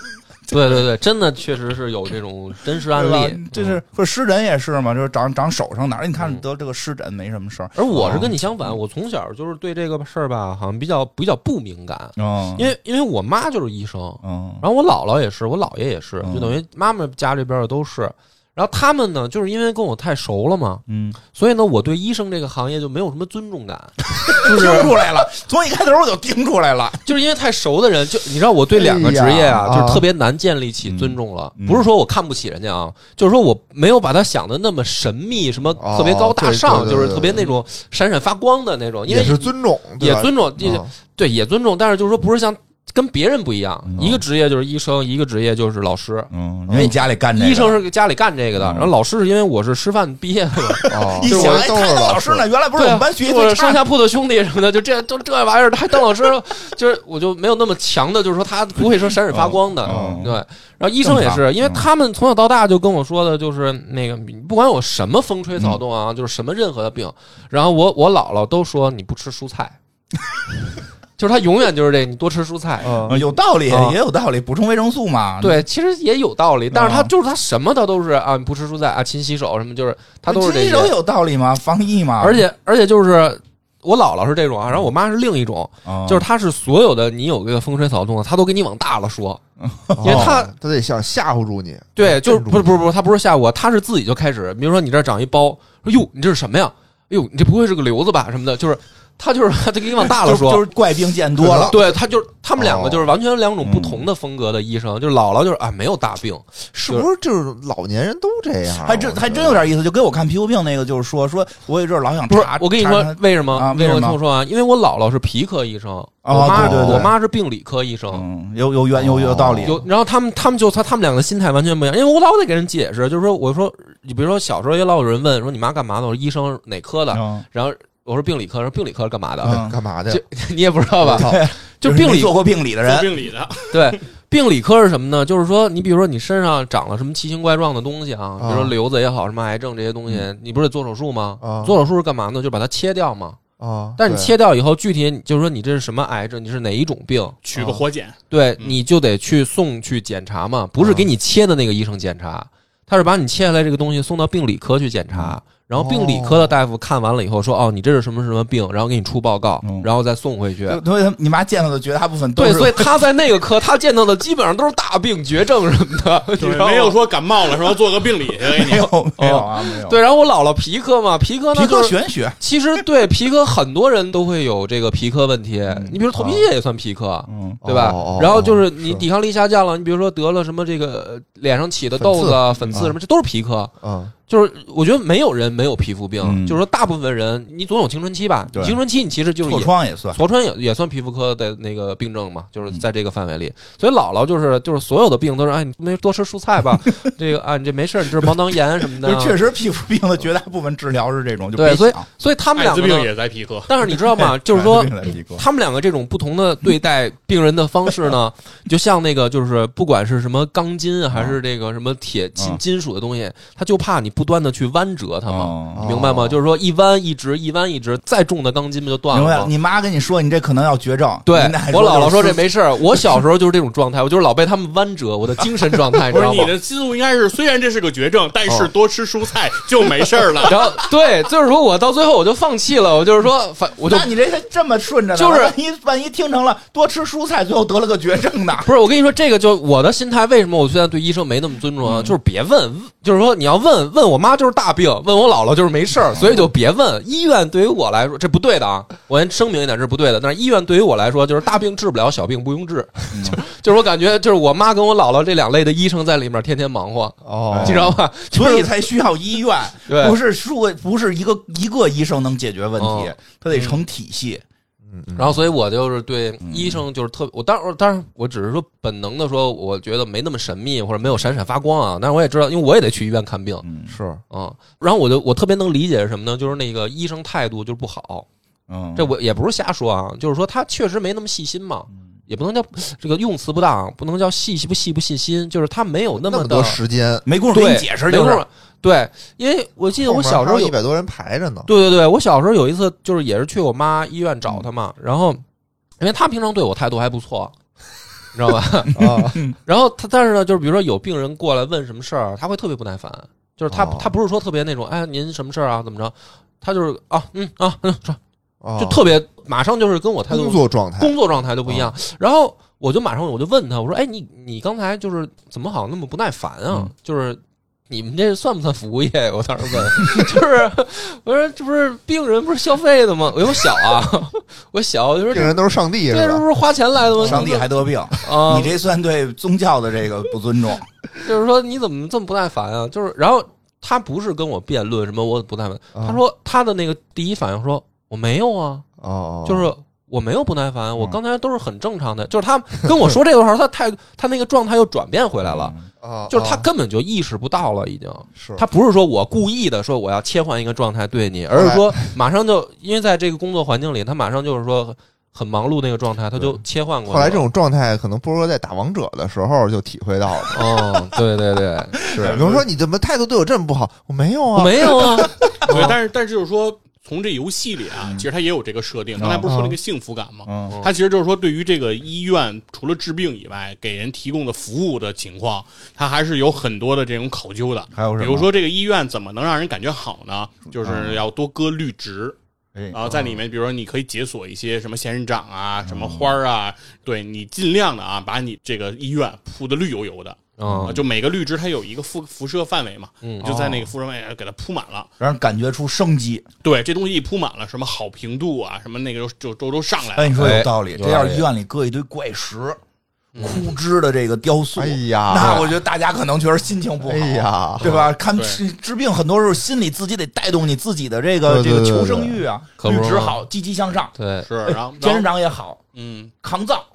Speaker 2: 对对对，真的确实是有这种真实案
Speaker 1: 对吧
Speaker 2: 例？。
Speaker 1: 这是或者湿疹也是嘛，就是长长手上哪儿？你看
Speaker 2: 嗯
Speaker 1: 得这个湿疹没什么事儿，
Speaker 2: 而我是
Speaker 1: 哦
Speaker 2: 跟你相反，我从小就是对这个事儿吧，好像比较比较不敏感，
Speaker 1: 嗯，
Speaker 2: 因为因为我妈就是医生，
Speaker 1: 嗯
Speaker 2: 然后我姥姥也是，我姥爷也是，
Speaker 1: 嗯
Speaker 2: 就等于妈妈家这边的都是。然后他们呢，就是因为跟我太熟了嘛，
Speaker 1: 嗯，
Speaker 2: 所以呢，我对医生这个行业就没有什么尊重感，
Speaker 1: 听出来了，从一开头我就听出来了。
Speaker 2: 就是因为太熟的人，就你知道我对两个职业啊，
Speaker 4: 哎呀
Speaker 2: 就是特别难建立起尊重了。
Speaker 1: 嗯嗯
Speaker 2: 不是说我看不起人家啊，就是说我没有把他想的那么神秘，什么特别高大上，
Speaker 4: 哦对对对
Speaker 2: 就是特别那种闪闪发光的那种，因为
Speaker 4: 也是尊重，对
Speaker 2: 也
Speaker 4: 吧
Speaker 2: 尊重，也
Speaker 4: 啊
Speaker 2: 对也尊重，但是就是说不是像跟别人不一样，
Speaker 1: 嗯
Speaker 2: 一个职业就是医生，一个职业就是老师。
Speaker 1: 嗯，因为你家里干这个，
Speaker 2: 医生是家里干这个的，
Speaker 1: 嗯
Speaker 2: 然后老师是因为我是师范毕业的嘛，
Speaker 1: (laughs)
Speaker 4: 啊
Speaker 1: 一
Speaker 4: 就
Speaker 1: 想，
Speaker 4: 我
Speaker 1: 哎，
Speaker 4: 都是
Speaker 1: 他当老师呢，原来不是我们班学习
Speaker 2: 啊或者
Speaker 1: 最
Speaker 2: 上
Speaker 1: 差的。
Speaker 2: 下铺的兄弟什么的，就这都这玩意儿，他当老师就是我就没有那么强的，就是说他不会说闪闪发光的，
Speaker 1: 嗯嗯
Speaker 2: 对。然后医生也
Speaker 1: 正
Speaker 2: 是，
Speaker 1: 常嗯
Speaker 2: 因为他们从小到大就跟我说的就是那个，不管有什么风吹
Speaker 1: 嗯
Speaker 2: 草
Speaker 1: (laughs)
Speaker 2: 动啊，就是什么任何的病，然后我我姥姥都说你不吃蔬菜。就是他永远就是这个，你多吃蔬
Speaker 1: 哦
Speaker 2: 菜。
Speaker 4: 嗯，
Speaker 1: 有道理
Speaker 2: 啊，
Speaker 1: 也有道理，补充维生素嘛。，
Speaker 2: 对，其实也有道理，但是他
Speaker 1: 啊
Speaker 2: 就是他什么他都是啊，你不吃蔬菜啊，勤洗手什么，就是他都是这
Speaker 1: 洗手
Speaker 2: 些。
Speaker 1: 有道理嘛，防疫嘛。
Speaker 2: 而，且而且就是我姥姥是这种啊，然后我妈是另一种，
Speaker 1: 啊
Speaker 2: 就是她是所有的你有这个风吹草动，她都给你往大了
Speaker 1: 啊
Speaker 2: 说。
Speaker 4: 因
Speaker 2: 为他
Speaker 4: 他得想吓唬住你，
Speaker 2: 对，就是
Speaker 4: 镇住
Speaker 2: 不是不是不是，她不是吓我，啊她是自己就开始，比如说你这儿长一包，说哟你这是什么呀？哎呦你这不会是个瘤子吧？什么的，就是她就是她就给你往大了
Speaker 1: (laughs) 就
Speaker 2: 说，
Speaker 1: 就是怪病见多了。
Speaker 2: 对，他就是他们两个
Speaker 4: 哦
Speaker 2: 就是完全两种不同的风格的医生，就是姥姥就是啊没有大病，
Speaker 1: 嗯
Speaker 4: 是不是？就是老年人都这样，
Speaker 1: 还真还真有点意思，就跟我看皮肤病那个，就是说说，我有阵儿老想
Speaker 2: 不是
Speaker 1: 查
Speaker 2: 我跟你
Speaker 1: 查
Speaker 2: 说
Speaker 1: 查
Speaker 2: 为什么？
Speaker 1: 啊
Speaker 2: 为什
Speaker 1: 为什么哦
Speaker 2: 听我说完？因为我姥姥是皮科医生，我妈
Speaker 1: 对对对
Speaker 2: 我妈是病理科医生。
Speaker 1: 嗯，有有原有有道理。
Speaker 2: 有，然后他们他们就他他们两个心态完全不一样，因为我老得给人解释，就是说我说你比如说小时候也老有人问说你妈干嘛的，我说医生哪科的，
Speaker 1: 嗯
Speaker 2: 然后我说病理科，说病理科是干嘛的，
Speaker 1: 嗯
Speaker 4: 哎干嘛的？
Speaker 2: (laughs) 你也不知道吧？就
Speaker 1: 就是
Speaker 2: 病
Speaker 1: 没
Speaker 2: 理
Speaker 1: 做过病理的
Speaker 3: 做
Speaker 1: 人，
Speaker 3: 病理的，
Speaker 2: 对，病理科是什么呢？就是说，你比如说你身上长了什么奇形怪状的东西啊，比如说
Speaker 4: 啊
Speaker 2: 瘤子也好，什么癌症这些东西，你不是得做手术吗？
Speaker 4: 啊
Speaker 2: 做手术是干嘛呢？就把它切掉嘛。
Speaker 4: 啊，
Speaker 2: 但是你
Speaker 4: 对
Speaker 2: 切掉以后，具体就是说你这是什么癌症，你是哪一种病，
Speaker 3: 取个活检，
Speaker 2: 对，
Speaker 3: 嗯
Speaker 2: 你就得去送去检查嘛，不是给你切的那个医生检
Speaker 1: 啊
Speaker 2: 查，他是把你切下来这个东西送到病理科去检查。
Speaker 1: 嗯
Speaker 2: 然后病理科的大夫看完了以后说：“哦，你这是什么什么病？”然后给你出报告
Speaker 1: 嗯，
Speaker 2: 然后再送回去。
Speaker 1: 就所以他你妈见到的绝大部分都
Speaker 2: 对，
Speaker 1: 是
Speaker 2: 所以他在那个科，他见到的基本上都是大病、绝症什么
Speaker 1: (laughs)
Speaker 2: 的，你知
Speaker 3: 对
Speaker 2: 道吗
Speaker 3: 没有说感冒了，说做个病理
Speaker 2: (laughs)
Speaker 3: 哎去
Speaker 1: 没
Speaker 3: 给你。
Speaker 1: 有没有啊没有。
Speaker 2: 对。然后我姥姥皮科嘛，皮科
Speaker 1: 皮
Speaker 2: 呢
Speaker 1: 科
Speaker 2: 就是
Speaker 1: 玄学，
Speaker 2: 其实对皮科很多人都会有这个皮科问题，你比如
Speaker 1: 啊
Speaker 2: 头皮屑也算皮科。啊
Speaker 1: 嗯，
Speaker 2: 对吧
Speaker 4: 哦哦？
Speaker 2: 然后就是你
Speaker 4: 是
Speaker 2: 抵抗力下降了，你比如说得了什么这个呃脸上起的
Speaker 4: 粉刺
Speaker 2: 痘子、啊、粉刺
Speaker 4: 嗯
Speaker 2: 什么，这都是皮科。
Speaker 4: 嗯，
Speaker 2: 就是我觉得没有人没有皮肤病，
Speaker 1: 嗯
Speaker 2: 就是说大部分人你总有青春期吧？
Speaker 1: 对
Speaker 2: 青春期你其实就是
Speaker 1: 痤
Speaker 2: 也
Speaker 1: 疮也算，
Speaker 2: 痤疮也也算皮肤科的那个病症嘛，就是在这个范围里。所以姥姥就是就是所有的病都是，哎，你没多吃蔬菜吧？ (laughs) 这个啊，你这没事儿，你这是毛囊炎什么
Speaker 1: 就
Speaker 2: 的。
Speaker 1: 确实皮肤病的绝大部分治疗是这种，就
Speaker 2: 对
Speaker 1: 别
Speaker 2: 所以
Speaker 1: 想
Speaker 2: 所以他们
Speaker 3: 艾
Speaker 2: 两
Speaker 3: 滋
Speaker 2: 个呢
Speaker 3: 病也在皮科，
Speaker 2: 但是你知道吗？就是说
Speaker 1: 艾滋。病的皮肤
Speaker 2: 他们两个这种不同的对待病人的方
Speaker 1: (laughs)
Speaker 2: 式呢，就像那个就是不管是什么钢筋啊还是这个什么铁金
Speaker 1: 嗯
Speaker 2: 金属的东西，他就怕你不断的去弯折它嘛，
Speaker 1: 哦
Speaker 4: 哦
Speaker 2: 明白吗？就是说一弯一直，一弯一直，再重的钢筋不就断
Speaker 1: 明白
Speaker 2: 了
Speaker 1: 了，
Speaker 2: 吗？
Speaker 1: 你妈跟你说你这可能要绝症，
Speaker 2: 对
Speaker 1: 你奶奶
Speaker 2: 我姥姥说
Speaker 1: 就
Speaker 2: 这
Speaker 1: 是
Speaker 2: 没事儿，我小时候就是这种状态，我就是老被他们弯折，我的精神
Speaker 1: (laughs)
Speaker 2: 状态，你
Speaker 3: 不
Speaker 2: 知
Speaker 3: 是
Speaker 2: 道
Speaker 3: 你
Speaker 2: 吗？
Speaker 3: 的思路应该是，虽然这是个绝症，但
Speaker 2: 哦
Speaker 3: 是多吃蔬菜就没事儿了。
Speaker 2: 然后对，就是说我到最后我就放弃了，我就是说反我就
Speaker 1: 那你这这么顺着呢，
Speaker 2: 就是
Speaker 1: 万一万一听成了多吃蔬菜，最后得了个绝症
Speaker 2: (laughs)
Speaker 1: 呢？
Speaker 2: 不是，我跟你说，这个就我的心态，为什么我现在对医生没那么尊重
Speaker 1: 嗯
Speaker 2: 啊？就是别问，就是说你要问问我妈就是大病，问我姥姥就是没事
Speaker 1: 嗯
Speaker 2: 儿，所以就别问。医院对于我来说这不对的啊，我先声明一点，这是不对的。但是医院对于我来说就是大病治不了，小病不用治，
Speaker 1: 嗯
Speaker 2: (laughs) 就就是我感觉就是我妈跟我姥姥这两类的医生在里面天天忙活，
Speaker 4: 哦
Speaker 2: 你知道吧？
Speaker 1: 所以才需要医院，
Speaker 2: (laughs) 对
Speaker 1: 不是数，不是一个一个医生能解决问题
Speaker 2: 哦，
Speaker 1: 他得成体系。嗯
Speaker 2: 然后，所以我就是对医生就是特，我当然当然，我只是说本能的说，我觉得没那么神秘或者没有闪闪发光啊。但是我也知道，因为我也得去医院看病，
Speaker 1: 嗯
Speaker 4: 是
Speaker 2: 嗯，然后我就我特别能理解是什么呢？就是那个医生态度就是不好，
Speaker 1: 嗯，
Speaker 2: 这我也不是瞎说啊，就是说他确实没那么细心嘛，
Speaker 1: 嗯
Speaker 2: 也不能叫这个用词不当，不能叫细不细不细心，就是他没有那
Speaker 4: 那
Speaker 2: 么
Speaker 4: 么
Speaker 2: 的
Speaker 4: 多时间，
Speaker 1: 没工夫给
Speaker 2: 对
Speaker 1: 你解释，就
Speaker 2: 没
Speaker 1: 是
Speaker 2: 错儿对，因为我记得我小时候
Speaker 4: 一
Speaker 2: 有
Speaker 4: 百多人排着
Speaker 2: (laughs)
Speaker 4: 呢，
Speaker 2: 对对对，我小时候有一次就是也是去我妈医院找她嘛，
Speaker 1: 嗯
Speaker 2: 然后因为她平常对我态度还不错，你知道吧？
Speaker 4: 啊，
Speaker 2: 然后他，但是呢，就是比如说有病人过来问什么事儿，他会特别不耐烦，就是他、
Speaker 4: 哦
Speaker 2: 他不是说特别那种，哎，您什么事儿啊，怎么着？他就是啊，嗯啊，嗯，这
Speaker 4: 啊
Speaker 2: 就特别马上就是跟我态度
Speaker 4: 工作状态，哦
Speaker 2: 工作状态就不一样。然后我就马上我就问他，我说，哎，你你刚才就是怎么好像那么不耐烦啊？
Speaker 1: 嗯
Speaker 2: 就是你们这算不算服务业？我当时问， (laughs) 就是我说这不是病人不是消费的吗？我我小啊，我小，我就说
Speaker 4: 这
Speaker 2: 这
Speaker 4: 人都是上帝是
Speaker 2: 这
Speaker 4: 吧？
Speaker 2: 不是花钱来的吗？
Speaker 1: 上帝还得病，
Speaker 2: 啊，
Speaker 1: 你这算对宗教的这个不尊重。
Speaker 2: 就是说你怎么这么不耐烦啊？就是然后他不是跟我辩论什么我不耐烦，
Speaker 4: 啊
Speaker 2: 他说他的那个第一反应说我没有啊，
Speaker 4: 哦，哦嗯
Speaker 2: 就是我没有不耐烦，我刚才都是很正常的。就是他跟我说这个时候，他态他那个状态又转变回 (laughs) 来了，
Speaker 4: 啊，
Speaker 2: 就是他
Speaker 4: 啊
Speaker 2: 根本就意识不到了，已经。
Speaker 4: 是
Speaker 2: 他不是说我故意的说我要切换一个状态对你，
Speaker 4: 哎
Speaker 2: 而是说马上就因为在这个工作环境里，他马上就是说很忙碌那个状态，他就切换过
Speaker 4: 后来
Speaker 2: 来
Speaker 4: 这
Speaker 2: 了。
Speaker 4: 种状态，可能波哥在打王者的时候就体会到了。
Speaker 2: 哦，对对
Speaker 4: (laughs)
Speaker 2: 对，
Speaker 1: (laughs)
Speaker 4: 是，比如说你怎么态度对我这么不好？我没有
Speaker 2: 我
Speaker 4: 啊， (laughs)
Speaker 2: 没有啊，
Speaker 3: (laughs)
Speaker 1: 哦
Speaker 3: 对，但是但是就是说，从这游戏里啊，其实它也有这个设定。
Speaker 1: 嗯
Speaker 3: 刚才不是说那个幸福感吗？
Speaker 1: 嗯
Speaker 3: 它其实就是说，对于这个医院除了治病以外，给人提供的服务的情况，它还是有很多的这种考究的。
Speaker 1: 还有什么嗯
Speaker 3: 比如说这个医院怎么能让人感觉好呢？就是要多搁绿植。
Speaker 2: (laughs)
Speaker 1: 哎
Speaker 3: 啊，在里面，比如说你可以解锁一些什么仙人掌啊、
Speaker 1: 哦
Speaker 3: 什么花儿啊，对你尽量的啊，把你这个医院铺的绿油油的
Speaker 2: 嗯
Speaker 1: 哦
Speaker 3: 啊，就每个绿植它有一个辐辐射范围嘛，
Speaker 2: 嗯
Speaker 3: 就在那个辐射范围给它铺满了。
Speaker 1: 让人感觉出生机。
Speaker 3: 对，这东西一铺满了，什么好评度啊，什么那个就就都都上来了。
Speaker 1: 哎，你说有道理，
Speaker 2: 哎
Speaker 1: 这要是医院里搁一堆怪石、枯枝的这个雕塑，
Speaker 4: 哎呀
Speaker 1: 那我觉得大家可能觉得心情不好，
Speaker 4: 哎呀
Speaker 1: 对吧？看
Speaker 3: 对
Speaker 1: 治治病，很多时候心里自己得带动你自己的这个
Speaker 4: 对
Speaker 1: 这
Speaker 4: 对
Speaker 1: 个
Speaker 4: 对
Speaker 1: 求
Speaker 4: 对
Speaker 1: 生欲啊，
Speaker 2: 可
Speaker 1: 绿
Speaker 2: 不是
Speaker 1: 植
Speaker 2: 吗
Speaker 1: 好，积极向上，
Speaker 3: 嗯
Speaker 2: 对，
Speaker 3: 是，然后
Speaker 1: 仙人
Speaker 3: 然后
Speaker 1: 掌也好，
Speaker 3: 嗯，
Speaker 1: 抗造，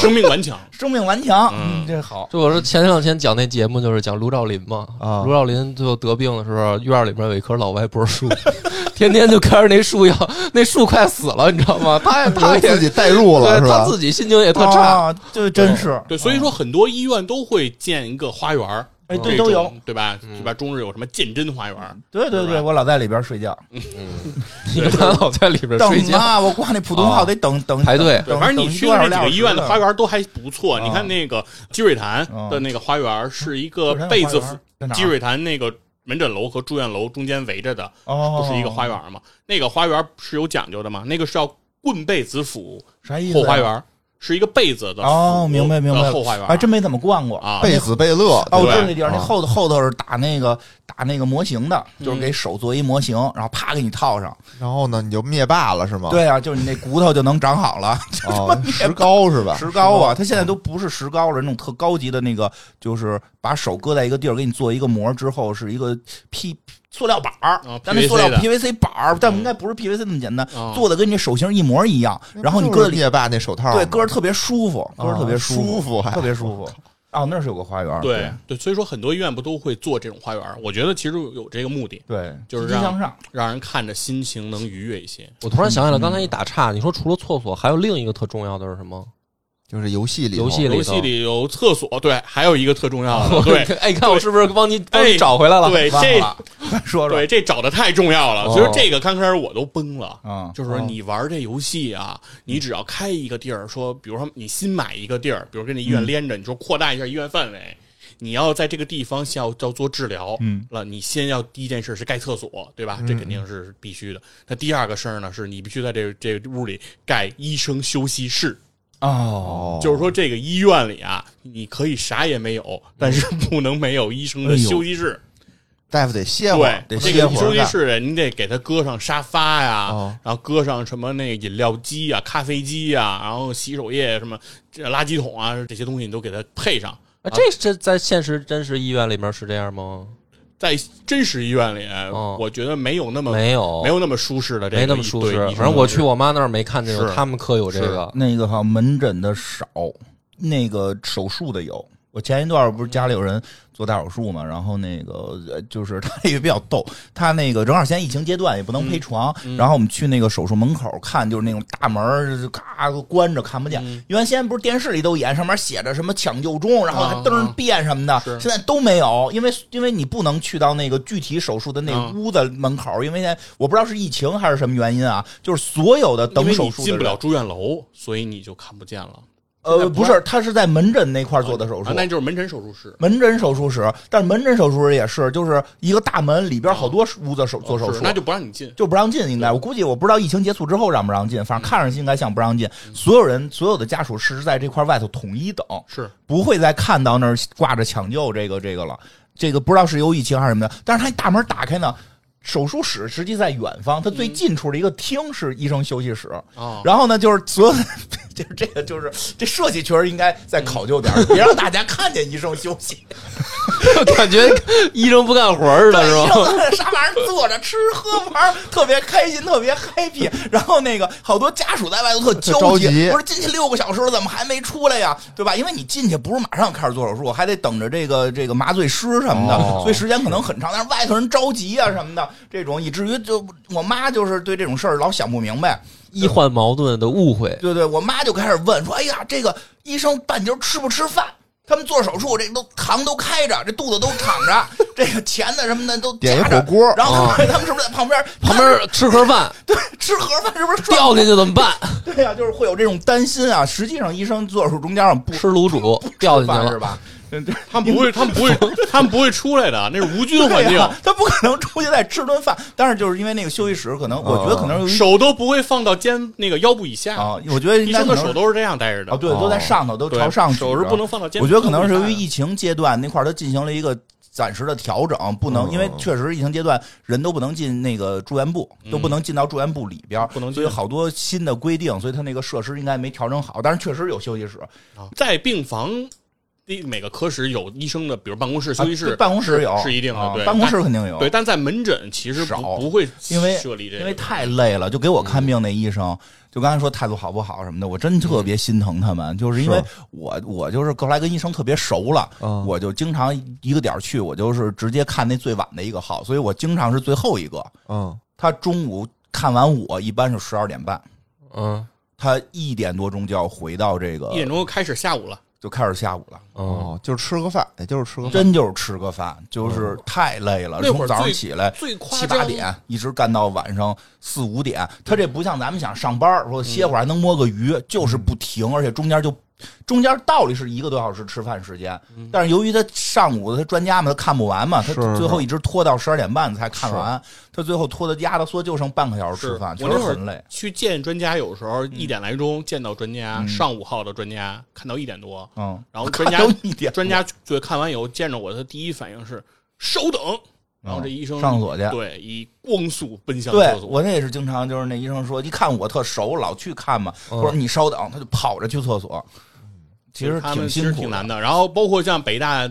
Speaker 3: 生命顽强，
Speaker 1: 生命顽强，
Speaker 3: 嗯
Speaker 1: 嗯，这好。
Speaker 2: 就我说前两天讲那节目就是讲卢照邻嘛，
Speaker 4: 啊
Speaker 2: 卢照邻最后得病的时候，院儿里边有一棵老歪脖树， (laughs) 天天就看着那树要， (laughs) 那树快死了，你知道 (laughs) 吗？他也他
Speaker 4: 我 (laughs)
Speaker 2: 也
Speaker 4: 自己带入了是
Speaker 2: 对他
Speaker 4: 吧？
Speaker 2: 自己心情也特差，
Speaker 1: 啊，这真是
Speaker 3: 对，所以说很多医院都会建一个花园儿，
Speaker 1: 哎对
Speaker 3: 这种
Speaker 1: 都有，嗯
Speaker 3: 对吧？对吧？中日有什么鉴真花园儿？
Speaker 1: 对对
Speaker 3: 是
Speaker 1: 对，
Speaker 3: 吧
Speaker 1: 我老在里边睡觉，
Speaker 2: (laughs) 你他老在里边睡
Speaker 1: 等
Speaker 2: 觉，
Speaker 1: 啊，我挂那普通号得等等
Speaker 2: 排队
Speaker 3: 呃对，
Speaker 1: 等
Speaker 3: 反正你去的那几个医院的花，
Speaker 1: 等一段儿两小时
Speaker 3: 园都还不错。
Speaker 1: 啊
Speaker 3: 你看那个积水潭
Speaker 1: 啊
Speaker 3: 的那个花园是一个
Speaker 1: 的
Speaker 3: 贝字
Speaker 1: 花
Speaker 3: 符
Speaker 1: 园在哪儿啊
Speaker 3: 积水潭那个门诊楼和住院楼中间围着的，
Speaker 1: 哦，
Speaker 3: 不是一个花园吗？那个花园是有讲究的嘛？那个是要棍贝子府
Speaker 1: 啥意思
Speaker 3: 后
Speaker 1: 呀？
Speaker 3: 花园，是一个贝字的
Speaker 1: 哦，
Speaker 3: 府
Speaker 1: 明白明白
Speaker 3: 的
Speaker 1: 了，
Speaker 3: 后花园，
Speaker 1: 还真没怎么逛过。
Speaker 3: 啊，
Speaker 4: 贝子贝勒，
Speaker 1: 哦，我
Speaker 4: 对
Speaker 1: 知
Speaker 4: 吧
Speaker 1: 道那地儿，那
Speaker 4: 啊
Speaker 1: 后头后头是打那个打那个模型的，
Speaker 3: 嗯
Speaker 1: 就是给手做一模型，然后啪给你套上。
Speaker 4: 然后呢，你就灭霸了是吗？
Speaker 1: 对啊，就是你那骨头就能长好了，就他妈
Speaker 4: 啊，石膏是吧？哦
Speaker 1: 石膏啊，它现在
Speaker 3: 嗯
Speaker 1: 都不是石膏了，那种特高级的那个，就是把手搁在一个地儿，给你做一个膜之后，是一个 P 塑料板儿
Speaker 3: 啊，
Speaker 1: 但那塑料
Speaker 3: PVC
Speaker 1: PVC 板儿，但应该不是 PVC 那么简单
Speaker 3: 啊，
Speaker 1: 做的跟你手型一模一样，然后你
Speaker 4: 就是
Speaker 1: 搁在里，
Speaker 4: 灭霸那手套吗，
Speaker 1: 对，搁着特别舒服，搁着特别
Speaker 4: 啊
Speaker 1: 舒
Speaker 4: 舒服还
Speaker 1: 特别舒服。哦，那儿是有个花园，
Speaker 3: 对对，所以说很多医院不都会做这种花园？我觉得其实有这个目的，
Speaker 1: 对，
Speaker 3: 就是
Speaker 1: 积极向
Speaker 3: 让
Speaker 1: 上。
Speaker 3: 让人看着心情能愉悦一些。
Speaker 2: 我突然想起来，刚才一打岔，你说除了厕所，还有另一个特重要的是什 (laughs) 么？
Speaker 4: 就是游戏里头
Speaker 2: 游戏
Speaker 3: 游戏里有厕所，对，还有一个特重
Speaker 1: (laughs)
Speaker 3: 要的，对
Speaker 2: (laughs) 哎，你看我是不是帮你帮你
Speaker 3: 哎
Speaker 2: 找回来了？
Speaker 3: 对，
Speaker 1: 忘
Speaker 3: 这
Speaker 1: 了 (laughs) 快说说
Speaker 3: 对，这找的太重要了，
Speaker 2: 哦
Speaker 3: 所以说这个刚开始我都崩了。
Speaker 1: 嗯
Speaker 3: 就是说，你玩这游戏啊，你只要开一个地儿，说，比如说你新买一个地儿，比如跟这
Speaker 1: 嗯
Speaker 3: 医院连着，你说扩大一下医院范围，你要在这个地方要要做治疗，
Speaker 1: 嗯
Speaker 3: 了，你先要第一件事是盖厕所，对吧？
Speaker 2: 嗯
Speaker 3: 这肯定是必须的。那第二个事儿呢，是你必须在这个这个屋里盖医生休息室，
Speaker 1: 哦，
Speaker 4: 哦，
Speaker 3: 就是说这个医院里啊，你可以啥也没有，但是
Speaker 2: 嗯
Speaker 3: 不能没有医生的
Speaker 1: 哎呦
Speaker 3: 休息室。
Speaker 4: 大夫得歇会
Speaker 3: 对
Speaker 4: 儿，，
Speaker 1: 得
Speaker 3: 这
Speaker 1: 歇
Speaker 3: 个
Speaker 1: 会儿
Speaker 3: 休息室你得给他搁上沙发呀，
Speaker 4: 哦
Speaker 3: 然后搁上什么那个饮料机啊、咖啡机呀，然后洗手液什么这垃圾桶啊这些东西你都给它配上。
Speaker 2: 啊这这在现实真实医院里面是这样吗？
Speaker 3: 在真实医院里，
Speaker 2: 哦
Speaker 3: 我觉得没有那么
Speaker 2: 没有，
Speaker 3: 没有那么舒适的这个
Speaker 2: 没那么舒适
Speaker 3: 对。
Speaker 2: 反正我去，我妈那儿没看见有，
Speaker 3: 是
Speaker 2: 他们科有这个。
Speaker 1: 那个好像门诊的少，那个手术的有。我前一段儿不是家里有人做大手术嘛，然后那个呃就是他也比较逗，他那个正好现在疫情阶段也不
Speaker 3: 嗯
Speaker 1: 能陪床，然后我们去那个手术门口看，就是那种大门儿就咔关着看不见。
Speaker 3: 嗯
Speaker 1: 原先不是电视里都演，上面写着什么抢救中，然后还
Speaker 3: 啊
Speaker 1: 灯儿
Speaker 3: 啊
Speaker 1: 变什么的，
Speaker 3: 是
Speaker 1: 现在都没有，因为因为你不能去到那个具体手术的那个
Speaker 3: 嗯
Speaker 1: 屋子门口，因为现在我不知道是疫情还是什么原因啊，就是所有的
Speaker 3: 因
Speaker 1: 等
Speaker 3: 为
Speaker 1: 手
Speaker 3: 你
Speaker 1: 术的
Speaker 3: 进不
Speaker 1: 人
Speaker 3: 了住院楼，所以你就看不见了。
Speaker 1: 呃，不是，他是在门诊那块儿做的手术
Speaker 3: 啊，，那就是门诊手术室。
Speaker 1: 门诊手术室。但是门诊手术室也是，就是一个大门里边好多屋子手做手
Speaker 3: 啊哦是
Speaker 1: 术，
Speaker 3: 那就不让你进。
Speaker 1: 就不让进。应该我估计，我不知道疫情结束之后让不让进，反
Speaker 3: 嗯
Speaker 1: 正看上去应该像不让进。所有人所有的家属是在这块外头统一等，
Speaker 3: 是
Speaker 1: 不会再看到那儿挂着抢救这个这个了。这个不知道是由疫情还是什么的，但是他大门打开呢。手术室实际在远方，它最近处的一个厅是医生休息室，
Speaker 3: 啊，
Speaker 1: 然后呢，就是所有的， (laughs) 就是这个，就是这设计确实应该再考究点儿，别让大家看见医生休息，
Speaker 2: (laughs) 感觉医生不干活似的，是
Speaker 1: 医
Speaker 2: 吧？
Speaker 1: 生 (laughs) 在那啥玩意儿坐着吃喝玩儿，特别开心，特别 happy。然后那个好多家属在外头特焦
Speaker 4: 着急
Speaker 1: 不是进去六个小时了，怎么还没出来呀？对吧？因为你进去不是马上开始做手术，还得等着这个这个麻醉师什么的，
Speaker 4: 哦
Speaker 1: 所以时间可能很长。但是外头人着急啊什么的，这种以至于就我妈就是对这种事儿老想不明白。
Speaker 2: 医患矛盾的误会，
Speaker 1: 对对，我妈就开始问说：“哎呀，这个医生半截儿吃不吃饭？他们做手术这都糖都开着，这肚子都敞着，这个钱的什么的都
Speaker 4: 点一
Speaker 1: 夹着
Speaker 4: 火锅
Speaker 1: 然后
Speaker 2: 啊
Speaker 1: 他们是不是在旁边
Speaker 2: 旁边吃盒饭 (laughs)
Speaker 1: 吃盒饭是不是涮？
Speaker 2: 掉进去怎么办？
Speaker 1: 对呀、就是会有这种担心啊。实际上，医生做手术中间不
Speaker 2: (laughs) 吃卤煮掉进去
Speaker 1: 饭是
Speaker 2: 了，
Speaker 1: 吧？
Speaker 3: 他们不会，他们
Speaker 1: (laughs)
Speaker 3: 不会，他们不会出来的，那是无菌环
Speaker 1: 对
Speaker 3: 境，
Speaker 1: 呀、他不可能出去再吃顿饭。但是就是因为那个休息室，可能我觉得可能有一
Speaker 3: (laughs) 手都不会放到肩那个腰部以下。
Speaker 1: 啊，我觉得应
Speaker 3: 医
Speaker 1: 该
Speaker 3: 生
Speaker 1: 可
Speaker 3: 的
Speaker 1: 能
Speaker 3: 手都是这样待着的，
Speaker 1: 啊，对，都在上头，都朝上举着
Speaker 3: 手是不能放到肩。
Speaker 1: 我觉得可能是由于疫情阶段那块儿，它进行了一个暂时的调整，不能、
Speaker 4: 嗯
Speaker 1: 因为确实疫情阶段人都不能进那个住院部，都不能进到住院部里边儿，
Speaker 3: 嗯不能
Speaker 1: 所
Speaker 3: 进
Speaker 1: 以好多新的规定，所以它那个设施应该没调整好，但是确实有休息室，
Speaker 3: 啊在病房，那每个科室有医生的，比如办公室、休息
Speaker 1: 啊
Speaker 3: 室
Speaker 1: 对、办公室有
Speaker 3: 是一定的
Speaker 1: 啊
Speaker 3: 对
Speaker 1: 办公室肯定有，
Speaker 3: 对，但在门诊其实不
Speaker 1: 少
Speaker 3: 不会
Speaker 1: 因为
Speaker 3: 设立这个，嗯
Speaker 1: 因为太累了，就给我看病那医生，就刚才说态度好不好什么的，我真特别心疼他
Speaker 3: 嗯
Speaker 1: 们，就是因为
Speaker 4: 是
Speaker 1: 我我就是后来跟医生特别熟了，
Speaker 4: 嗯
Speaker 1: 我就经常一个点儿去，我就是直接看那最晚的一个号，所以我经常是最后一个。
Speaker 4: 嗯，
Speaker 1: 他中午看完我一般是十二点半，
Speaker 2: 嗯
Speaker 1: 他一点多钟就要回到这个
Speaker 3: 一，点钟开始下午了，
Speaker 1: 就开始下午了。
Speaker 2: 嗯，
Speaker 4: 哦，就是吃个饭，也就是吃个饭。
Speaker 1: 真就是吃个饭，就是太累了，
Speaker 3: 嗯那会
Speaker 1: 从
Speaker 3: 儿
Speaker 1: 早上
Speaker 3: 最
Speaker 1: 起来
Speaker 3: 最夸
Speaker 1: 七八
Speaker 3: 张
Speaker 1: 点一直干到晚上四五点。他这不像咱们想上班儿说
Speaker 3: 嗯
Speaker 1: 歇会儿还能摸个鱼，就是不停，而且中间就中间道理是一个多小时吃饭时间，
Speaker 3: 嗯
Speaker 1: 但是由于他上午他专家嘛，他看不完嘛，他
Speaker 4: 是是
Speaker 1: 最后一直拖到十二点半才看完，他最后拖的压的缩就剩半个小时吃饭，
Speaker 3: 我
Speaker 1: 确
Speaker 3: 那
Speaker 1: 实
Speaker 3: 会
Speaker 1: 很累嗯
Speaker 3: 儿。去见专家，有时候一点来钟见到专家，上午号的专家看到一点多，
Speaker 1: 嗯，
Speaker 3: 然后专家
Speaker 1: 看到一点
Speaker 3: 专家就看完以后见着我的第一反应是稍等，然后这医
Speaker 1: 嗯
Speaker 3: 生、
Speaker 1: 上厕所去
Speaker 3: 对，以光速奔向
Speaker 1: 对
Speaker 3: 厕所。
Speaker 1: 我那也是经常就是那医生说，一看我特熟，老去看嘛，
Speaker 2: 嗯
Speaker 1: 我说你稍等，他就跑着去厕所，其实
Speaker 3: 嗯他们
Speaker 1: 挺
Speaker 3: 其实
Speaker 1: 辛
Speaker 3: 挺
Speaker 1: 苦
Speaker 3: 难
Speaker 1: 的。
Speaker 3: 的。然后包括像北大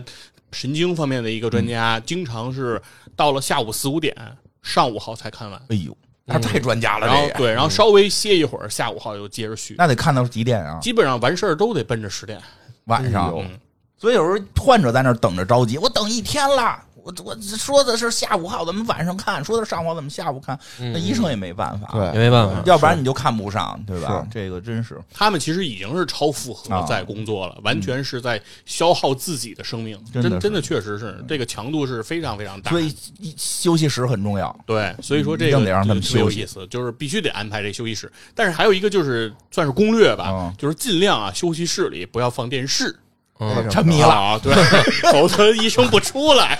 Speaker 3: 神经方面的一个专家，
Speaker 1: 嗯
Speaker 3: 经常是到了下午四五点，上午号才看完。
Speaker 1: 哎呦，那太专家了，
Speaker 3: 嗯然后
Speaker 1: 这也
Speaker 3: 对，然后稍微歇一会儿，下午号又接着续，
Speaker 1: 那得看到几点啊？
Speaker 3: 基本上完事儿都得奔着十点。
Speaker 1: 晚上
Speaker 3: 哎呦嗯，
Speaker 1: 所以有时候患者在那儿等着着急，我等一天了。我我说的是下午号，咱们晚上看；说的是上午号，咱们下午看。
Speaker 3: 嗯
Speaker 1: 那医生也没办法，
Speaker 4: 对
Speaker 2: 也没办法，
Speaker 1: 要不然你就看不上，对吧
Speaker 4: 是？
Speaker 1: 这个真是
Speaker 3: 他们其实已经是超负
Speaker 1: 啊
Speaker 3: 荷在工作了，完全是在消耗自己的生命，
Speaker 1: 嗯真的
Speaker 3: 真
Speaker 1: 是
Speaker 3: 真的确实是这个强度是非常非常大
Speaker 1: 所。以一休息室很重要。
Speaker 3: 对，所以说这
Speaker 1: 一
Speaker 3: 个
Speaker 1: 定得让他们
Speaker 3: 就特别有
Speaker 1: 休息
Speaker 3: 意思，就是必须得安排这休息室。但是还有一个就是算是攻略吧，
Speaker 1: 嗯
Speaker 3: 就是尽量啊休息室里不要放电视，
Speaker 4: 为什么
Speaker 1: 沉迷了
Speaker 3: 啊，对， (laughs) 否则医生不
Speaker 1: (laughs)
Speaker 3: 出来。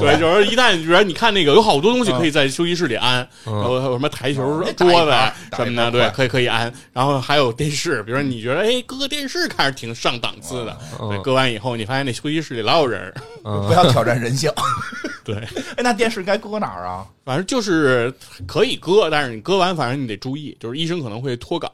Speaker 3: 对，就是一旦觉得你看那个有好多东西可以在休息室里安，然后还有什么台球
Speaker 1: 嗯
Speaker 3: 桌子啊
Speaker 1: 打一盘
Speaker 3: 什么
Speaker 1: 打
Speaker 3: 的，
Speaker 1: 一盘快
Speaker 3: 对，可以可以安。然后还有电视，比如说你觉得哎，搁个电视看着挺上档次的，
Speaker 2: 嗯
Speaker 3: 对，搁完以后你发现那休息室里老有人儿， (laughs)
Speaker 1: 不要挑战人性。 (laughs)
Speaker 3: 对，
Speaker 1: 哎，那电视该搁哪儿啊？
Speaker 3: 反正就是可以割，但是你割完，反正你得注意，就是医生可能会脱岗。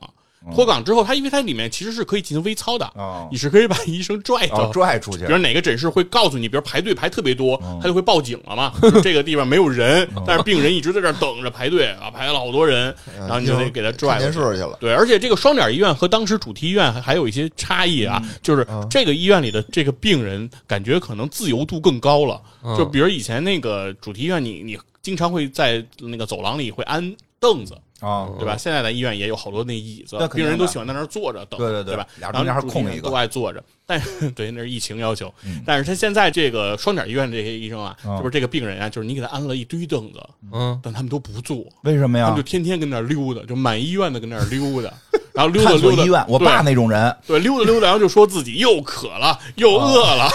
Speaker 3: 脱岗之后，它因为它里面其实是可以进行微操的
Speaker 1: 嗯哦，
Speaker 3: 你是可以把医生拽
Speaker 1: 哦
Speaker 3: 到，。
Speaker 1: 拽出去
Speaker 3: 比。如哪个诊室会告诉你，比如排队排特别多，他就会报警了嘛。就是这个地方没有人，但是病人一直在这儿等着排队啊，排了好多人，然后你就得给他拽
Speaker 4: 呃看
Speaker 3: 过
Speaker 4: 电
Speaker 3: 去
Speaker 4: 视去了。
Speaker 3: 对，而且这个双点医院和当时主题医院还还有一些差异啊，就是这个医院里的这个病人感觉可能自由度更高了，
Speaker 2: 嗯
Speaker 3: 就比如以前那个主题医院你，你经常会在那个走廊里会安凳子，
Speaker 1: 啊，
Speaker 3: 对吧？现在的医院也有好多那椅子
Speaker 1: 那，肯定
Speaker 3: 病人都
Speaker 1: 的
Speaker 3: 喜欢在那儿坐着等，
Speaker 1: 对对对
Speaker 3: 对吧？
Speaker 1: 俩
Speaker 3: 然
Speaker 1: 中间还
Speaker 3: 后主
Speaker 1: 空
Speaker 3: 题医
Speaker 1: 一
Speaker 3: 院
Speaker 1: 个
Speaker 3: 都爱坐着，但是 (laughs) 对那是疫情要求，但是他现在这个双点医院这些医生啊，
Speaker 1: 嗯
Speaker 3: 就是这个病人啊，就是你给他安了一堆凳子，
Speaker 2: 嗯，
Speaker 3: 但他们都不坐，
Speaker 1: 为什么
Speaker 3: 他
Speaker 1: 呀
Speaker 3: 们就？天天跟那儿溜达，就满医院的跟那儿
Speaker 1: (laughs)
Speaker 3: 溜达，然后溜达
Speaker 1: 探索
Speaker 3: 溜达。
Speaker 1: 医院，我爸
Speaker 3: 对
Speaker 1: 那种人，
Speaker 3: 对溜达溜达，然后就说自己又渴了又
Speaker 1: 哦
Speaker 3: 饿
Speaker 1: (laughs)
Speaker 3: 了，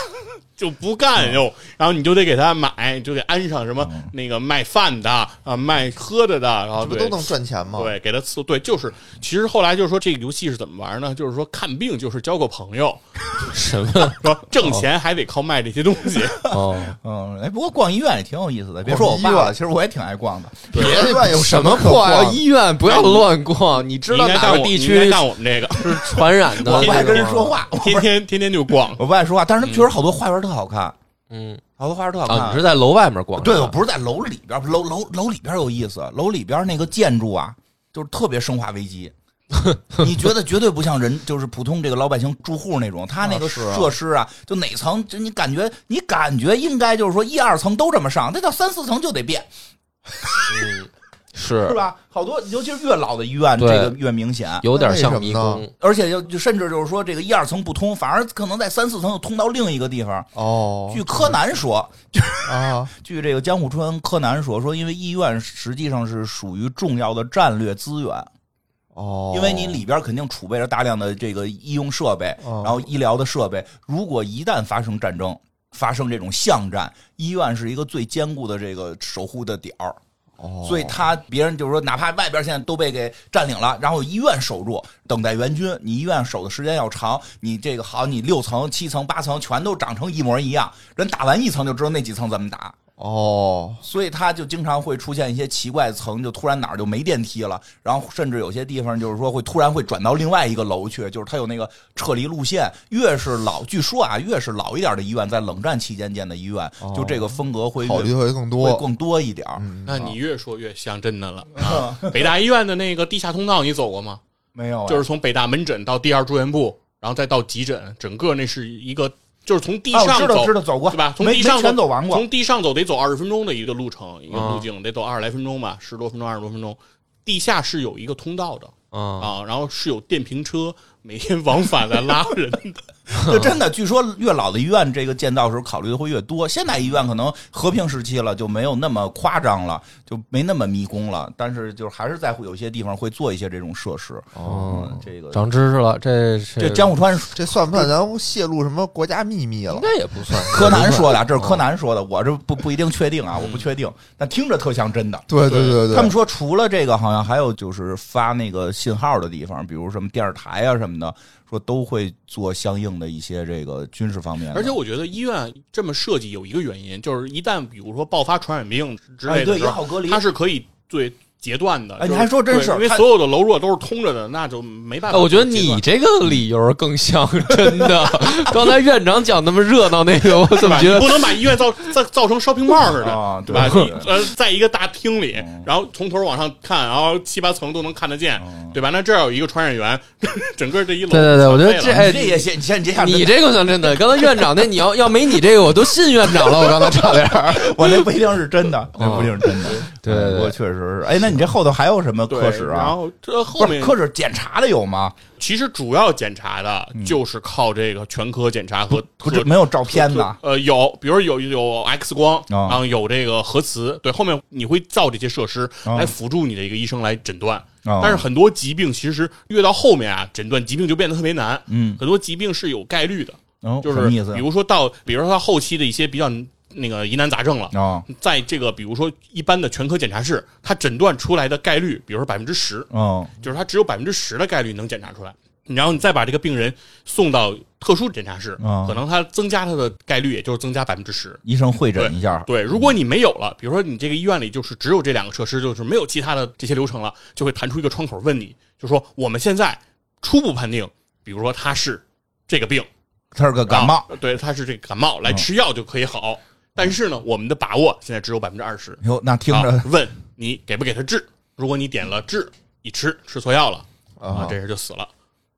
Speaker 3: 就不干
Speaker 1: 嗯
Speaker 3: 又，然后你就得给他买，就得安上什么那个卖饭的啊，卖喝的的，然后
Speaker 4: 这不
Speaker 3: 啊对
Speaker 4: 都能赚钱吗？
Speaker 3: 对，给他伺对，就是其实后来就是说这个游戏是怎么玩呢？就是说看病就是交个朋友，
Speaker 2: 什么？
Speaker 3: 说挣钱还得靠卖这些东西。 (laughs)
Speaker 2: 哦，
Speaker 1: (laughs) 嗯，哎，不过逛医院也挺有意思的。别说我爸
Speaker 4: 逛医院
Speaker 1: 了，其实我也挺爱逛的。
Speaker 4: 别乱有
Speaker 2: 什
Speaker 4: 么
Speaker 2: 么
Speaker 4: 可
Speaker 2: 破呀？
Speaker 4: 逛？
Speaker 2: 医院不要乱逛，你知
Speaker 3: 你
Speaker 2: 道
Speaker 3: 应该
Speaker 2: 哪
Speaker 3: 干
Speaker 2: 个
Speaker 3: 我，
Speaker 2: 地
Speaker 3: 你应该
Speaker 2: 区
Speaker 3: 干我们这个，
Speaker 2: (laughs) 是传染的？
Speaker 1: 我不爱
Speaker 2: 这
Speaker 1: 跟
Speaker 2: 种
Speaker 1: 人说，话，我不
Speaker 3: 天天天天
Speaker 1: (laughs)
Speaker 3: 就逛。
Speaker 1: 我不爱说话，但是他们确实好多花园特好看，
Speaker 2: 嗯，
Speaker 1: 好多花园特好看。
Speaker 2: 啊，你是在楼外面逛？
Speaker 1: 对，
Speaker 2: 是
Speaker 1: 我
Speaker 2: 吧
Speaker 1: 不是在楼里边，楼楼楼里边有意思，楼里边那个建筑啊，就是特别《生化危
Speaker 2: (laughs)
Speaker 1: 机》，你觉得绝对不像人，就是普通这个老百姓住户那种，他那个
Speaker 4: 啊是啊
Speaker 1: 设施啊，就哪层，就你感觉你感觉应该就是说一二层都这么上，那到三四层就得变，
Speaker 2: 是
Speaker 1: 是吧？好多，尤其是越老的医院，这
Speaker 2: 对
Speaker 1: 个越明显。
Speaker 2: 有点像
Speaker 4: 那为
Speaker 2: 迷
Speaker 4: 什么呢
Speaker 2: 宫，
Speaker 1: 而且就就甚至就是说，这个一二层不通，反而可能在三四层又通到另一个地方。
Speaker 4: 哦
Speaker 1: 据柯南说，
Speaker 4: 啊，
Speaker 1: 据这个江户川柯南说，说因为医院实际上是属于重要的战略资源，
Speaker 4: 哦，
Speaker 1: 因为你里边肯定储备着大量的这个医用设备，
Speaker 4: 哦
Speaker 1: 然后医疗的设备。如果一旦发生战争，发生这种巷战，医院是一个最坚固的这个守护的点儿。
Speaker 4: 哦，
Speaker 1: 所以他别人就是说，哪怕外边现在都被给占领了，然后医院守住，等待援军。你医院守的时间要长，你这个好，你六层、七层、八层全都长成一模一样，人打完一层就知道那几层怎么打。
Speaker 4: 哦，
Speaker 1: 所以他就经常会出现一些奇怪层，就突然哪儿就没电梯了，然后甚至有些地方就是说会突然会转到另外一个楼去，就是他有那个撤离路线。越是老，据说啊，越是老一点的医院，在冷战期间建的医院，
Speaker 3: 哦
Speaker 1: 就这个风格会
Speaker 4: 考虑
Speaker 1: 越
Speaker 4: 会更
Speaker 1: 会
Speaker 4: 多，
Speaker 1: 更多一点儿。
Speaker 3: 那你越说越像真的了。啊北大医院的那个地下通道你走过吗？
Speaker 1: 没有、啊，
Speaker 3: 就是从北大门诊到第二住院部，然后再到急诊，整个那是一个就是从地
Speaker 1: 啊，我
Speaker 3: 上
Speaker 1: 知
Speaker 3: 走
Speaker 1: 道知，道走过，
Speaker 3: 对吧？从
Speaker 1: 没
Speaker 3: 地上
Speaker 1: 没全走完过。
Speaker 3: 从地上走得走二十分钟的一个路程，一个
Speaker 2: 啊
Speaker 3: 路径得走二十来分钟吧，十多分钟、二十多分钟。地下是有一个通道的
Speaker 2: 嗯，
Speaker 3: 啊，然后是有电瓶车每天 (laughs) 往返来拉人的。
Speaker 1: (laughs) 就真的，据说越老的医院，这个建造时候考虑的会越多。现在医院可能和平时期了，就没有那么夸张了，就没那么迷宫了。但是就是还是在乎有些地方会做一些这种设施。
Speaker 2: 哦
Speaker 1: 嗯，这个
Speaker 2: 长知识了，这是
Speaker 1: 这江户川
Speaker 4: 这算不算咱泄露什么国家秘密了
Speaker 2: 应？该也不算
Speaker 1: 柯南说的，这是
Speaker 3: 嗯
Speaker 1: 柯南说的，我这不不一定确定啊，我不确定，但听着特像真的。
Speaker 4: 对对对对，
Speaker 1: 他们说，除了这个，好像还有就是发那个信号的地方，比如什么电视台啊什么的，说都会做相应的一些这个军事方面的。
Speaker 3: 而且我觉得医院这么设计有一个原因，就是一旦比如说爆发传染病之
Speaker 1: 哎，
Speaker 3: 类
Speaker 1: 对，
Speaker 3: 的时
Speaker 1: 也
Speaker 3: 候，
Speaker 1: 好隔离。
Speaker 3: 它是可以对截断的。
Speaker 1: 哎
Speaker 3: 就是
Speaker 1: 你还说真是
Speaker 3: 对因为
Speaker 1: 它
Speaker 3: 所有的楼如果都是通着的，那就没办
Speaker 2: 哎
Speaker 3: 法。
Speaker 2: 我觉得你这个理由更像真的。 (laughs) 刚才院长讲那么热闹那个，我
Speaker 3: 对
Speaker 2: 怎么
Speaker 3: 吧？
Speaker 2: 觉
Speaker 3: 你
Speaker 2: 得
Speaker 3: 不能把医院造造造成烧瓶帽似的。
Speaker 1: 啊，
Speaker 3: 对
Speaker 1: 对
Speaker 3: 吧？
Speaker 1: 对
Speaker 3: 你呃，在一个大厅里
Speaker 1: 嗯，
Speaker 3: 然后从头往上看，然后七八层都能看得见，
Speaker 1: 嗯
Speaker 3: 对吧？那这儿有一个传染源， (laughs) 整个这一楼
Speaker 2: 对对对我觉得
Speaker 3: 全
Speaker 2: 这哎
Speaker 3: 废了
Speaker 1: 你这也行，你先你这下
Speaker 2: 你这个像真的？刚才院长那你要要没你这个，我都信院长了。我刚才差点儿。
Speaker 1: 我那不一定是真的，那不一定是真的。
Speaker 2: 嗯 (laughs) 对对对
Speaker 1: 不过确实是。哎，那你这后头还有什么
Speaker 3: 对
Speaker 1: 科室
Speaker 3: 然
Speaker 1: 啊？
Speaker 3: 后这后
Speaker 1: 不是
Speaker 3: 面
Speaker 1: 科室检查的有吗？
Speaker 3: 其实主要检查的就是靠这个全科检查和
Speaker 1: 嗯不是
Speaker 3: 和
Speaker 1: 没有照片吧？
Speaker 3: 呃，有，比如有有 X 光，
Speaker 1: 啊
Speaker 3: 然后有这个核磁，对，后面你会造这些设施
Speaker 1: 啊
Speaker 3: 来辅助你的一个医生来诊断。
Speaker 1: 啊
Speaker 3: 但是很多疾病其实越到后面啊，诊断疾病就变得特别难。
Speaker 1: 嗯，
Speaker 3: 很多疾病是有概率的，
Speaker 1: 哦
Speaker 3: 就
Speaker 1: 什
Speaker 3: 是
Speaker 1: 么意思
Speaker 3: 比？如说到，比如说到后期的一些比较那个疑难杂症了，
Speaker 1: 啊
Speaker 3: 在这个比如说一般的全科检查室，它诊断出来的概率，比如说百分之十，
Speaker 1: 哦
Speaker 3: 就是它只有百分之十的概率能检查出来。然后你再把这个病人送到特殊检查室，
Speaker 1: 啊
Speaker 3: 可能它增加它的概率也就是增加百分之十。
Speaker 1: 医生会诊一下。
Speaker 3: 对，如果你没有了，比如说你这个医院里就是只有这两个设施，就是没有其他的这些流程了，就会弹出一个窗口问你，就说我们现在初步判定，比如说他是这个病，
Speaker 1: 他是个感冒。
Speaker 3: 啊，对，他是这个感冒，来吃药就可以好。但是呢，我们的把握现在只有百分之二十。
Speaker 1: 哟，那听
Speaker 3: 啊
Speaker 1: 着，
Speaker 3: 问你给不给他治？如果你点了治，一吃吃错药了啊
Speaker 4: 啊，，
Speaker 3: 这人就死了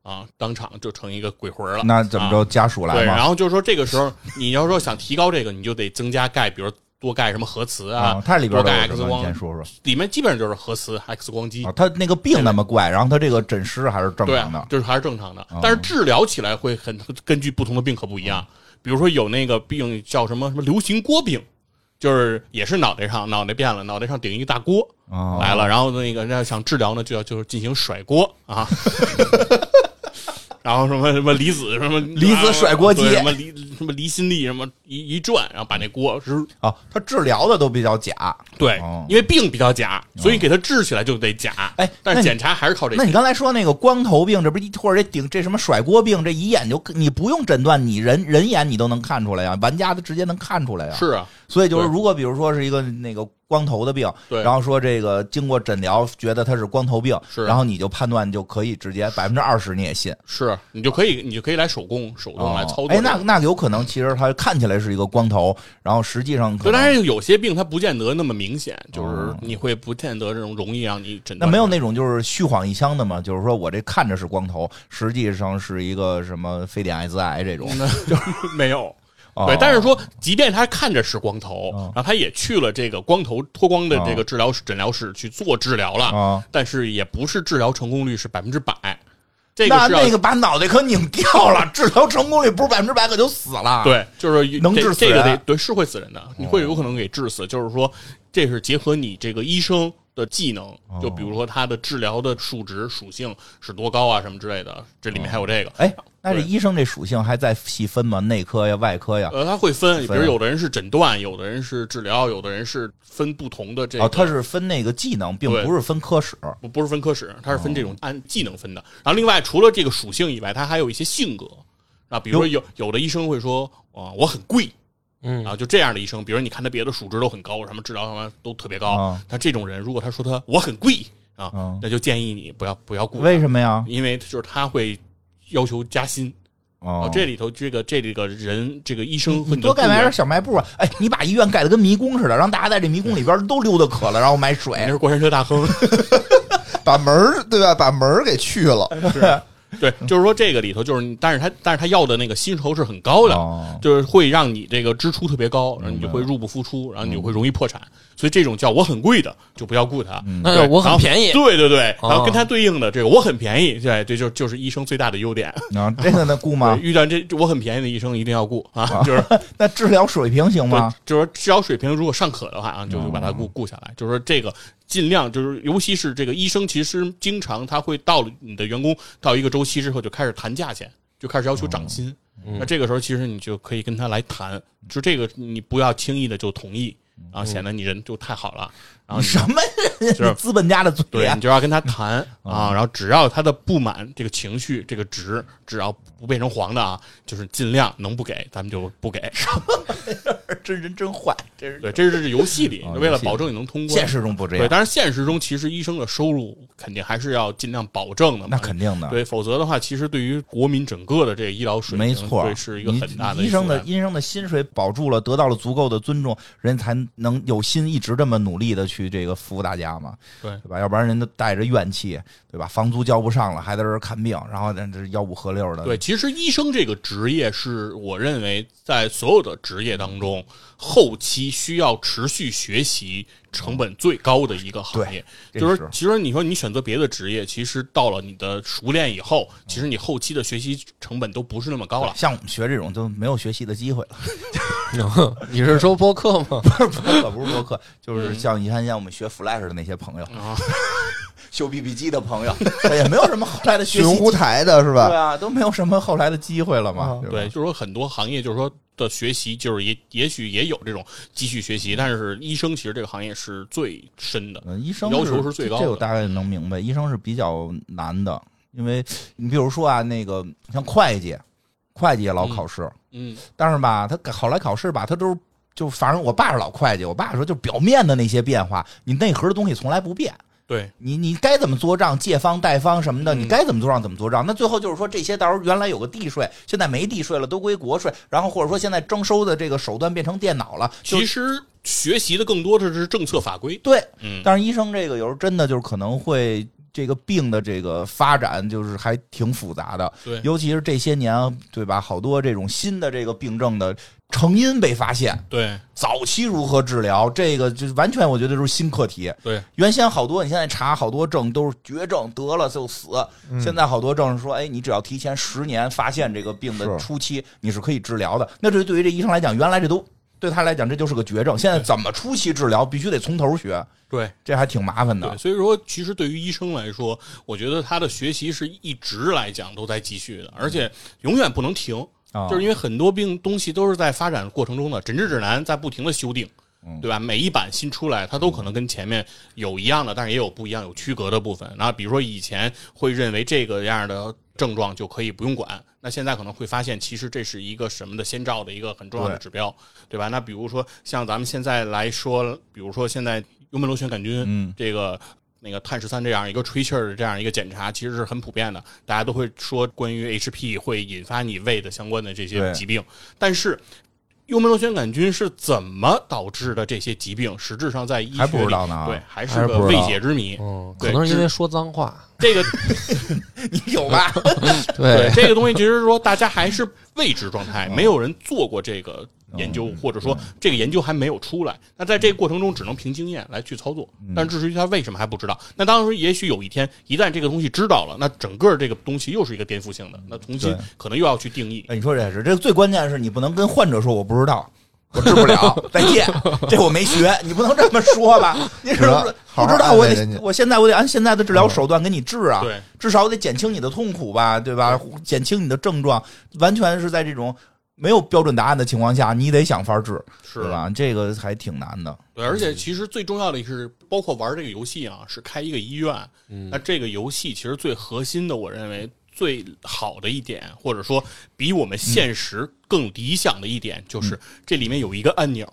Speaker 3: 啊，当场就成一个鬼魂了。
Speaker 1: 那怎么
Speaker 3: 啊
Speaker 1: 着？家属来
Speaker 3: 对，
Speaker 1: 吗？哦
Speaker 3: 然后就是说这个时候，你要说想提高这个，你就得增加钙，比如多钙什么核磁啊
Speaker 1: 啊，，它里边都
Speaker 3: 多
Speaker 1: 有
Speaker 3: 钙
Speaker 1: 什
Speaker 3: X
Speaker 1: 么？你先
Speaker 3: 光，
Speaker 1: 说说。
Speaker 3: 里面基本上就是核磁、X 光机
Speaker 1: 啊，，他那个病那么怪，然后他这个诊师还是正
Speaker 3: 对
Speaker 1: 常的，。
Speaker 3: 啊
Speaker 1: 嗯
Speaker 3: 就是还是正常的。但是治疗起来会很根据不同的病可不一样，比如说有那个病叫什么什么流行锅病。就是也是脑袋上脑袋变了，脑袋上顶一个大锅
Speaker 1: 哦
Speaker 3: 来了，然后那个那想治疗呢，就要就是进行甩锅啊， (laughs) 然后什么什么离子什么啊
Speaker 1: 离子甩锅机
Speaker 3: 对什么离什么离心力什么一一转，然后把那锅是
Speaker 1: 啊，他治疗的都比较假。
Speaker 3: 对
Speaker 1: 哦，
Speaker 3: 因为病比较假，所以给它治起来就得假。
Speaker 1: 哎
Speaker 3: 但
Speaker 1: 那
Speaker 3: 是
Speaker 1: 你
Speaker 3: 检查还是靠这
Speaker 1: 那
Speaker 3: 些。
Speaker 1: 你刚才说那个光头病，这不一或者这顶这什么甩锅病，这一眼就你不用诊断，你人人眼你都能看出来呀，玩家都直接能看出来呀。
Speaker 3: 是啊，
Speaker 1: 所以就是，
Speaker 3: 对
Speaker 1: 如果比如说是一个那个光头的病，
Speaker 3: 对
Speaker 1: 然后说这个经过诊疗觉得他是光头病，
Speaker 3: 是
Speaker 1: 然后你就判断就可以直接百分之二十你也信，
Speaker 3: 是你就可以，你就可以来手工手动来操作
Speaker 1: 哎，
Speaker 3: 这个。
Speaker 1: 那那有可能其实他看起来是一个光头，然后实际上可
Speaker 3: 对，
Speaker 1: 能
Speaker 3: 但是有些病它不见得那么明显，就是
Speaker 1: 哦
Speaker 3: 你会不见得这种容易让你诊
Speaker 1: 那
Speaker 3: 断。
Speaker 1: 没有那种就是虚晃一枪的嘛，就是说我这看
Speaker 3: (laughs)
Speaker 1: 着是光头，实际上是一个什么非典艾滋癌这种
Speaker 3: 那没有，
Speaker 1: 哦
Speaker 3: 对，但是说，即便他看着是光头
Speaker 1: 哦，
Speaker 3: 然后他也去了这个光头脱光的这
Speaker 1: 哦
Speaker 3: 个治疗室诊疗室去做治疗了，
Speaker 1: 啊，
Speaker 3: 但是也不是治疗成功率是百分之百，这个
Speaker 1: 那
Speaker 3: 是要
Speaker 1: 那个把脑袋可拧掉了，治疗成功率不是百分之百，可就死了。，
Speaker 3: 对，啊就是
Speaker 1: 能
Speaker 3: 这
Speaker 1: 致死
Speaker 3: 这个
Speaker 1: 人
Speaker 3: 得对是会死人的，你会有可能给致死。就是说，这是结合你这个医生的技能，
Speaker 1: 哦
Speaker 3: 就比如说他的治疗的数值属性是多高啊，什么之类的，这里面还有这个。
Speaker 1: 哎，那这
Speaker 3: 对
Speaker 1: 医生这属性还在细分吗？内科呀，外科呀？
Speaker 3: 呃，他会分，比
Speaker 1: 分啊
Speaker 3: 如有的人是诊断，有的人是治疗，有的人是分不同的这个。
Speaker 1: 哦，他是分那个技能，并
Speaker 3: 呃对
Speaker 1: 不是分科室。
Speaker 3: 不不是分科室，它是分这
Speaker 1: 哦
Speaker 3: 种按技能分的。然后另外除了这个属性以外，它还有一些性格啊，比如说有有的医生会说啊、我很贵。
Speaker 2: 嗯
Speaker 3: 啊，就这样的医生，比如你看他别的数值都很高，什么治疗什么都特别高
Speaker 1: 啊，
Speaker 3: 但这种人如果他说他我很贵啊
Speaker 1: 嗯，
Speaker 3: 那就建议你不要不要雇他，
Speaker 1: 为什么呀？
Speaker 3: 因为就是他会要求加薪啊
Speaker 1: 哦，，
Speaker 3: 这里头这个这里个人这个医生和
Speaker 1: 你
Speaker 3: 你
Speaker 1: 多
Speaker 3: 的
Speaker 1: 盖
Speaker 3: 雇
Speaker 1: 点
Speaker 3: 员
Speaker 1: 儿小卖部啊！哎，你把医院盖的跟迷宫似的，让大家在这迷宫里边都溜达渴了，然后买
Speaker 3: 那
Speaker 1: 水。
Speaker 3: 是过山车大亨，
Speaker 4: 把门儿对吧？把门儿给去了，
Speaker 3: (laughs)
Speaker 1: 哎
Speaker 3: 对，就是说这个里头就是你，但是他但是他要的那个薪酬是很高的，
Speaker 2: 嗯
Speaker 1: 哦
Speaker 3: 就是会让你这个支出特别高，然后你就会入不敷出，然后
Speaker 2: 嗯
Speaker 3: 你就会容易破产。所以这种叫我很贵的就不要雇他。
Speaker 1: 嗯
Speaker 2: 那我很便宜
Speaker 3: 宜，对对对，
Speaker 2: 哦
Speaker 3: 然后跟他对应的这个我很便宜，对，这就就是医生最大的优点。
Speaker 1: 啊，这个能雇吗
Speaker 3: 对？遇到这我很便宜的医生一定要雇啊， (laughs) 就是
Speaker 1: 那治疗水平行
Speaker 3: 对
Speaker 1: 吗？，
Speaker 3: 就是说治疗水平如果尚可的话啊，就就把
Speaker 1: 哦
Speaker 3: 它雇雇下来。就是说这个尽量就是，尤其是这个医生，其实经常他会到了你的员工到一个周期之后，就开始谈价钱，就开始要求涨
Speaker 1: 哦
Speaker 3: 薪。
Speaker 2: 嗯
Speaker 3: 那这个时候其实你就可以跟他来谈，就这个你不要轻易的就同意，
Speaker 1: 嗯
Speaker 3: 然后显得你人就太好
Speaker 1: (laughs)
Speaker 3: 了，然后
Speaker 1: 你
Speaker 3: 你
Speaker 1: 什么人？
Speaker 3: 就是
Speaker 1: 你资本家的嘴
Speaker 3: 对
Speaker 1: 啊
Speaker 3: 你！就要跟
Speaker 1: (laughs)
Speaker 3: 他谈
Speaker 1: 哦
Speaker 3: 啊，然后只要他的不满这个情绪这个值，只要不变成黄的啊，就是尽量能不给咱们就不给。
Speaker 1: 真人真坏，真是
Speaker 3: 对，这是游戏里
Speaker 1: 啊
Speaker 3: 为了
Speaker 1: 游戏里
Speaker 3: 保证你能通关
Speaker 1: 现。实中不这
Speaker 3: 对，
Speaker 1: 样，
Speaker 3: 当然现实中其实医生的收入肯定还是要尽量保证的嘛，
Speaker 1: 那肯定的。
Speaker 3: 对，否则的话，其实对于国民整个的这个医疗水平，
Speaker 1: 没错，
Speaker 3: 对，是一个很大的
Speaker 1: 你医生的
Speaker 3: 负担
Speaker 1: 医生的薪水保住了，得到了足够的尊重，人才能有心一直这么努力的去这个服务大家嘛，
Speaker 3: 对
Speaker 1: 对吧？要不然人都带着怨气，对吧？房租交不上了，还在这儿看病，然后这这吆五喝六的，
Speaker 3: 对，其实医生这个职业是我认为在所有的职业当中，后期需要持续学习成本最高的一个行业。
Speaker 1: 对
Speaker 3: 就是
Speaker 1: 这
Speaker 3: 说
Speaker 1: 是
Speaker 3: 其实你说你选择别的职业，其实到了你的熟练以后，其实你后期的学习成本都不是那么高了。
Speaker 1: 像我们学这种就没有学习的机会了，
Speaker 2: (laughs)
Speaker 1: (laughs)
Speaker 2: 你是说播客吗？
Speaker 1: 可不是播客，就是
Speaker 3: 嗯
Speaker 1: 像你看，像我们学 Flash 的那些朋友，
Speaker 3: 啊，
Speaker 1: 修 BB 机的朋友， (laughs) 也没有什么后来的学
Speaker 4: (laughs) 寻
Speaker 1: 习
Speaker 4: 湖台的是
Speaker 1: 对
Speaker 4: 吧？嗯
Speaker 1: 啊，都没有什么后来的机会了嘛，吧
Speaker 3: 对，就是说很多行业，就是说的学习，就是也也许也有这种继续学习，但是医生其实这个行业是最深的。
Speaker 1: 嗯，医生
Speaker 3: 要求是最高
Speaker 1: 这
Speaker 3: 的
Speaker 1: 这我大概能明白，医生是比较难的，因为你比如说啊，那个像会计，会计也老考试，
Speaker 3: 嗯，
Speaker 1: 但是吧，他考来考试吧，他都是就反正我爸是老会计，我爸说就表面的那些变化，你内核的东西从来不变。
Speaker 3: 对，
Speaker 1: 你你该怎么做账，借方贷方什么的，
Speaker 3: 嗯
Speaker 1: 你该怎么做账怎么做账。那最后就是说，这些到时候原来有个地税，现在没地税了，都归国税。然后或者说现在征收的这个手段变成电脑了，就
Speaker 3: 其实学习的更多的是政策法规。
Speaker 1: 对，
Speaker 3: 嗯，
Speaker 1: 但是医生这个有时候真的就是可能会这个病的这个发展就是还挺复杂的，
Speaker 3: 对，
Speaker 1: 尤其是这些年啊，对吧？好多这种新的这个病症的成因被发现，
Speaker 3: 对，
Speaker 1: 早期如何治疗，这个就是完全我觉得都是新课题。
Speaker 3: 对，
Speaker 1: 原先好多你现在查好多症都是绝症，得了就死，现在好多症是说，哎，你只要提前十年发现这个病的
Speaker 4: 是
Speaker 1: 初期，你是可以治疗的。那这对于这医生来讲，原来这都。对他来讲，这就是个绝症。现在怎么初期治疗，必须得从头学。
Speaker 3: 对，
Speaker 1: 这还挺麻烦的
Speaker 3: 对，。所以说，其实对于医生来说，我觉得他的学习是一直来讲都在继续的，而且永远不能停，
Speaker 1: 啊
Speaker 3: 就是因为很多病东西都是在发展过程中的，诊治指南在不停的修订。
Speaker 1: 嗯
Speaker 3: 对吧？每一版新出来，它都可能跟前面有一样的，但是也有不一样、有区隔的部分。那比如说以前会认为这个样的症状就可以不用管，那现在可能会发现，其实这是一个什么的先兆的一个很重要的
Speaker 1: 对
Speaker 3: 指标，对吧？那比如说像咱们现在来说，比如说现在幽门螺旋杆菌， (laughs)
Speaker 1: 嗯
Speaker 3: 这个那个碳十三这样一个吹气儿的这样一个检查，其实是很普遍的，大家都会说关于 HP 会引发你胃的相关的这
Speaker 1: 对
Speaker 3: 些疾病，但是。幽门螺旋杆菌是怎么导致的这些疾病，实质上在医学
Speaker 1: 还不知
Speaker 3: 里
Speaker 1: 道呢啊
Speaker 3: 对，还
Speaker 1: 还
Speaker 3: 是
Speaker 1: 是
Speaker 3: 个
Speaker 1: 不知
Speaker 3: 未
Speaker 1: 道
Speaker 3: 解之谜。
Speaker 2: 嗯，
Speaker 3: 对
Speaker 2: 可能是因
Speaker 3: 这
Speaker 2: 为说脏话，
Speaker 3: 这个
Speaker 1: 你有吧？
Speaker 2: 对，
Speaker 3: 这个东西其实说大家还是未知状态，没有人做过这个研究，
Speaker 1: 嗯
Speaker 3: 或者说这个研究还没有出来。那在这个过程中，只能凭经验来去操作。
Speaker 1: 嗯
Speaker 3: 但至于他为什么还不知道，那当时也许有一天，一旦这个东西知道了，那整个这个东西又是一个颠覆性的，那重新
Speaker 1: 对
Speaker 3: 可能又要去定义。
Speaker 1: (laughs) 哎，你说这也是，这个最关键的是你不能跟患者说我不知道， (laughs) 我治不了， (laughs) 再见，这我没学，你不能这么说吧？ (laughs) 哎你是不
Speaker 4: 好
Speaker 1: 是
Speaker 4: 好
Speaker 1: 不知道
Speaker 4: 安慰
Speaker 1: 我
Speaker 4: 人家
Speaker 1: 得我现在我得按现在的治疗手段给你治啊，
Speaker 3: 对，
Speaker 1: 至少我得减轻你的痛苦吧，对吧？减轻你的症状，完全是在这种没有标准答案的情况下，你得想法治，
Speaker 3: 是
Speaker 1: 对？吧？这个还挺难的，
Speaker 3: 对，而且其实最重要的是，包括玩这个游戏啊，是开一个医院。
Speaker 2: 嗯
Speaker 3: 那这个游戏其实最核心的，我认为最好的一点，或者说比我们现实更理想的一点，就是这里面有一个按钮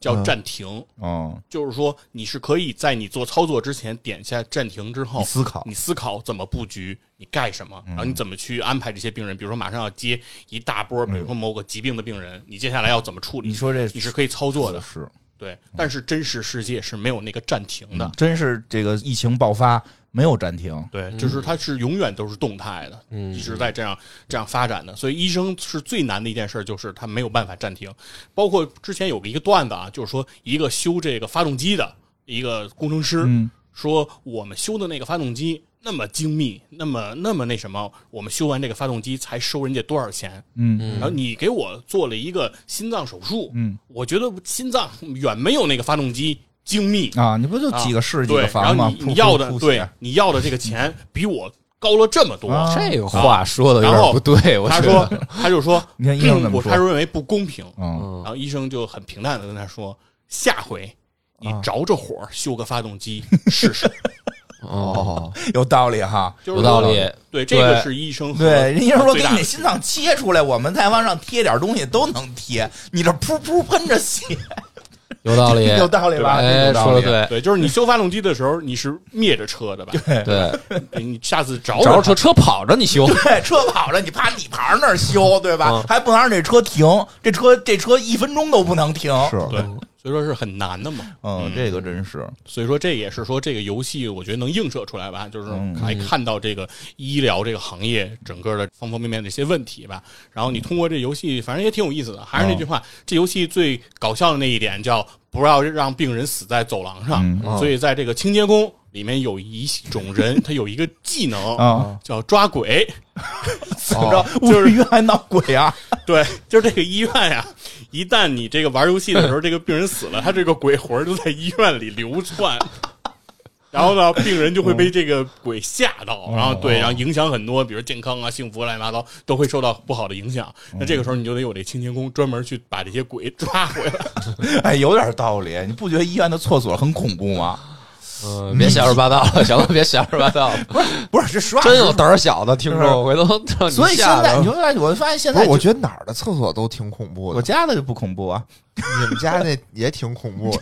Speaker 3: 叫暂停，
Speaker 1: 嗯，
Speaker 3: 就是说你是可以在你做操作之前点下暂停之后
Speaker 4: 你，思考
Speaker 3: 你思考怎么布局，你干什么，然后你怎么去安排这些病人，比如说马上要接一大波，比如说某个疾病的病人，你接下来要怎么处理？
Speaker 1: 你说这
Speaker 3: 你是可以操作的，
Speaker 1: 是，嗯
Speaker 3: 对。但是真实世界是没有那个暂停的，
Speaker 1: 真是这个疫情爆发没有暂停，
Speaker 3: 对，就是它是永远都是动态的，
Speaker 2: 嗯
Speaker 3: 一直在这样这样发展的。所以医生是最难的一件事，就是他没有办法暂停。包括之前有个一个段子啊，就是说一个修这个发动机的一个工程师、
Speaker 1: 嗯
Speaker 3: 说，我们修的那个发动机那么精密，那么那么那什么，我们修完这个发动机才收人家多少钱？
Speaker 1: 嗯
Speaker 3: 然后你给我做了一个心脏手术，
Speaker 1: 嗯
Speaker 3: 我觉得心脏远没有那个发动机精密。
Speaker 1: 啊，你不就几个市、几
Speaker 3: 对，
Speaker 1: 个
Speaker 3: 然
Speaker 1: 房吗
Speaker 3: 后？你你要
Speaker 1: 噗
Speaker 3: 的
Speaker 1: 噗噗
Speaker 3: 对
Speaker 1: 血，
Speaker 3: 你要的这个钱比我高了这么多。
Speaker 1: 啊
Speaker 5: 这个话说的有点不
Speaker 2: 哦
Speaker 5: 对，我
Speaker 3: 他
Speaker 5: 觉
Speaker 3: 说
Speaker 5: 得。，
Speaker 3: 他就说，
Speaker 1: 你看医生怎么
Speaker 3: 我
Speaker 1: 说
Speaker 3: 他认为不公平。
Speaker 1: 嗯，
Speaker 2: 嗯
Speaker 3: 然后医生就很平淡的跟他说，下回你着着火修个发动机试试。
Speaker 2: 哦，
Speaker 1: 有道理哈。
Speaker 3: 就是
Speaker 2: 有
Speaker 3: 说
Speaker 2: 道理。
Speaker 3: 对，这个
Speaker 2: 对
Speaker 3: 是医生和
Speaker 1: 对，人家说给
Speaker 3: 最大
Speaker 1: 你那心脏切出来，我们再往上贴点东西都能贴，你这噗噗喷着血，
Speaker 2: 有道理，
Speaker 1: 有道理吧？
Speaker 2: 哎，
Speaker 1: 有道
Speaker 2: 说的
Speaker 1: 理，
Speaker 2: 对，
Speaker 3: 对，就是你修发动机的时候，你是灭着车的吧？
Speaker 2: 对，
Speaker 3: 对你下次着
Speaker 2: 找着车，
Speaker 3: 着
Speaker 2: 车
Speaker 3: 车，
Speaker 2: 跑着你修，
Speaker 1: 对，车跑着，你趴你牌那儿修，对吧
Speaker 2: 嗯？
Speaker 1: 还不能让这车停，这车这车一分钟都不能停。
Speaker 4: 是，
Speaker 3: 对，所以说是很难的嘛。
Speaker 1: 啊嗯，这个真是，
Speaker 3: 所以说这也是说这个游戏，我觉得能映射出来吧，就是还看到这个医疗这个行业整个的方方面面的一些问题吧。然后你通过这游戏，反正也挺有意思的。还是那句话，这游戏最搞笑的那一点叫不要让病人死在走廊上。
Speaker 1: 嗯
Speaker 3: 所以在这个清洁工里面有一种人，他有一个技能、
Speaker 1: 啊
Speaker 3: 叫抓鬼。
Speaker 1: 怎么
Speaker 3: 哦
Speaker 1: 着？就是原来闹鬼啊！
Speaker 3: (laughs) 对，就是这个医院呀、一旦你这个玩游戏的时候，这个病人死了，他这个鬼魂儿就在医院里流窜。然后呢，病人就会被这个鬼吓到，然后对，然后影响很多，比如健康啊、幸福啊乱七八糟都会受到不好的影响。那这个时候你就得有这清洁工专门去把这些鬼抓回来。
Speaker 1: 哎，有点道理。你不觉得医院的厕所很恐怖吗？
Speaker 2: 嗯，别瞎说八道了，行了，别瞎说八道 (laughs) 了，
Speaker 1: 不是，这实话
Speaker 2: 真有胆儿小的听
Speaker 1: 是
Speaker 2: 众，回头让你
Speaker 1: 所以现
Speaker 2: 吓
Speaker 1: 在
Speaker 2: 着
Speaker 1: 你。说，我发现现
Speaker 4: 不
Speaker 1: 在
Speaker 4: 是，我
Speaker 1: 就
Speaker 4: 觉得哪儿的厕所都挺恐怖
Speaker 1: 我
Speaker 4: 的，
Speaker 1: 家的就不恐怖啊。
Speaker 4: 你们家那也挺恐怖的。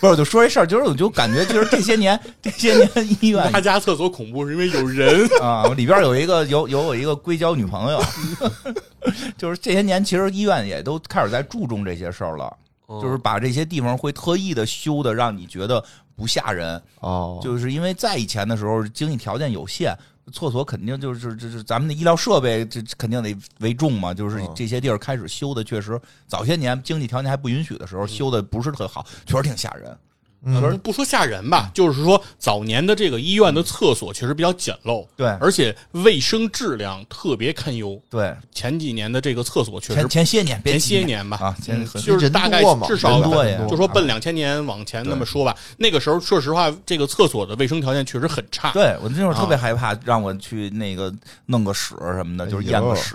Speaker 1: 不是，我就说这事儿，就是我就感觉，就是这些年，这些年医院
Speaker 3: 他家厕所恐怖是因为有人，
Speaker 1: 啊，我里边有一个有有我一个硅胶女朋友， (laughs) 就是这些年其实医院也都开始在注重这些事儿了，
Speaker 2: 哦
Speaker 1: 就是把这些地方会特意的修的，让你觉得不吓人，
Speaker 4: 哦，
Speaker 1: 就是因为在以前的时候，经济条件有限，厕所肯定就是就是咱们的医疗设备，这这肯定得为重嘛。就是
Speaker 4: 嗯
Speaker 1: 这些地儿开始修的，确实早些年经济条件还不允许的时候，修的不是特好，确实挺吓人。
Speaker 3: 不不说吓人吧，就是说早年的这个医院的厕所确实比较简陋，
Speaker 1: 对
Speaker 3: 而且卫生质量特别堪忧。
Speaker 1: 对，
Speaker 3: 前几年的这个厕所确实
Speaker 1: 前前些年，别
Speaker 3: 前
Speaker 1: 急
Speaker 3: 些年吧，
Speaker 1: 啊，前很
Speaker 3: (laughs) 就是大概
Speaker 4: 人多嘛啊
Speaker 3: 至少
Speaker 4: 人
Speaker 1: 多呀
Speaker 3: 就说奔两千年往前那么说吧，那个时候说实话，这个厕所的卫生条件确实很差。
Speaker 1: 对我那会儿
Speaker 3: 啊
Speaker 1: 特别害怕，让我去那个弄个屎什
Speaker 3: 哎
Speaker 1: 么的，就是验个屎。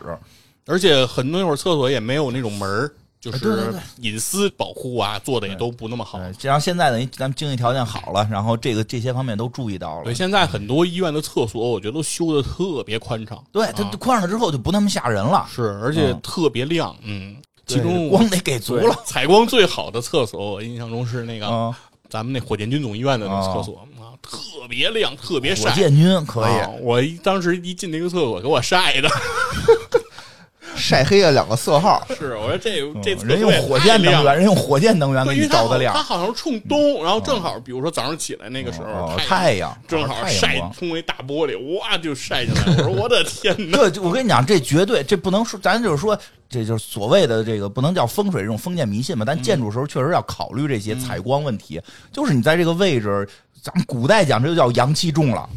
Speaker 3: 而且很多那会儿厕所也没有那种门儿，就
Speaker 1: 哎对对
Speaker 3: 是
Speaker 1: 对
Speaker 3: 隐私保护啊，做的也都不那么好。
Speaker 1: 对，这样嗯现在等于咱们经济条件好了，然后这个这些方面都注意到了
Speaker 3: 对，。现在很多医院的厕所，我觉得都修的特别宽敞，
Speaker 1: 对，它宽上了之后就不那么吓人了，
Speaker 3: 是，而且
Speaker 1: 嗯
Speaker 3: 特别亮，嗯，其
Speaker 1: 对
Speaker 3: 中
Speaker 1: 光得给足
Speaker 3: 对
Speaker 1: 了。
Speaker 3: 采光最好的厕所，我印象中是那个
Speaker 1: 啊，
Speaker 3: 咱们那火箭军总医院的那个厕所啊，特别亮，特别
Speaker 1: 哦火
Speaker 3: 晒。
Speaker 1: 箭军可以，
Speaker 3: 啊我一当时一进那个厕所，给我晒的，
Speaker 4: 晒黑了两个色号，
Speaker 3: 是，我说这这
Speaker 1: 嗯人用火箭能源，人用火箭能源
Speaker 3: 对，
Speaker 1: 给
Speaker 3: 因为
Speaker 1: 你
Speaker 3: 它
Speaker 1: 照
Speaker 3: 好
Speaker 1: 的亮
Speaker 3: 它，好像冲东，然后正好，比如说早上起来那个时候，
Speaker 1: 嗯哦
Speaker 3: 太
Speaker 1: 太阳
Speaker 3: 正
Speaker 1: 哦
Speaker 3: 好
Speaker 1: 太阳
Speaker 3: 晒
Speaker 1: 光
Speaker 3: 通过一大玻璃，哇就晒进来。我说我的天
Speaker 1: (laughs)
Speaker 3: 哪！
Speaker 1: 这我跟你讲，这绝对这不能说，咱就是说，这就是所谓的这个不能叫风水这种封建迷信吧，
Speaker 3: 嗯
Speaker 1: 但建筑时候确实要考虑这些采光问题。就是你在这个位置，咱们古代讲这就叫阳气重
Speaker 3: (laughs)
Speaker 1: 了。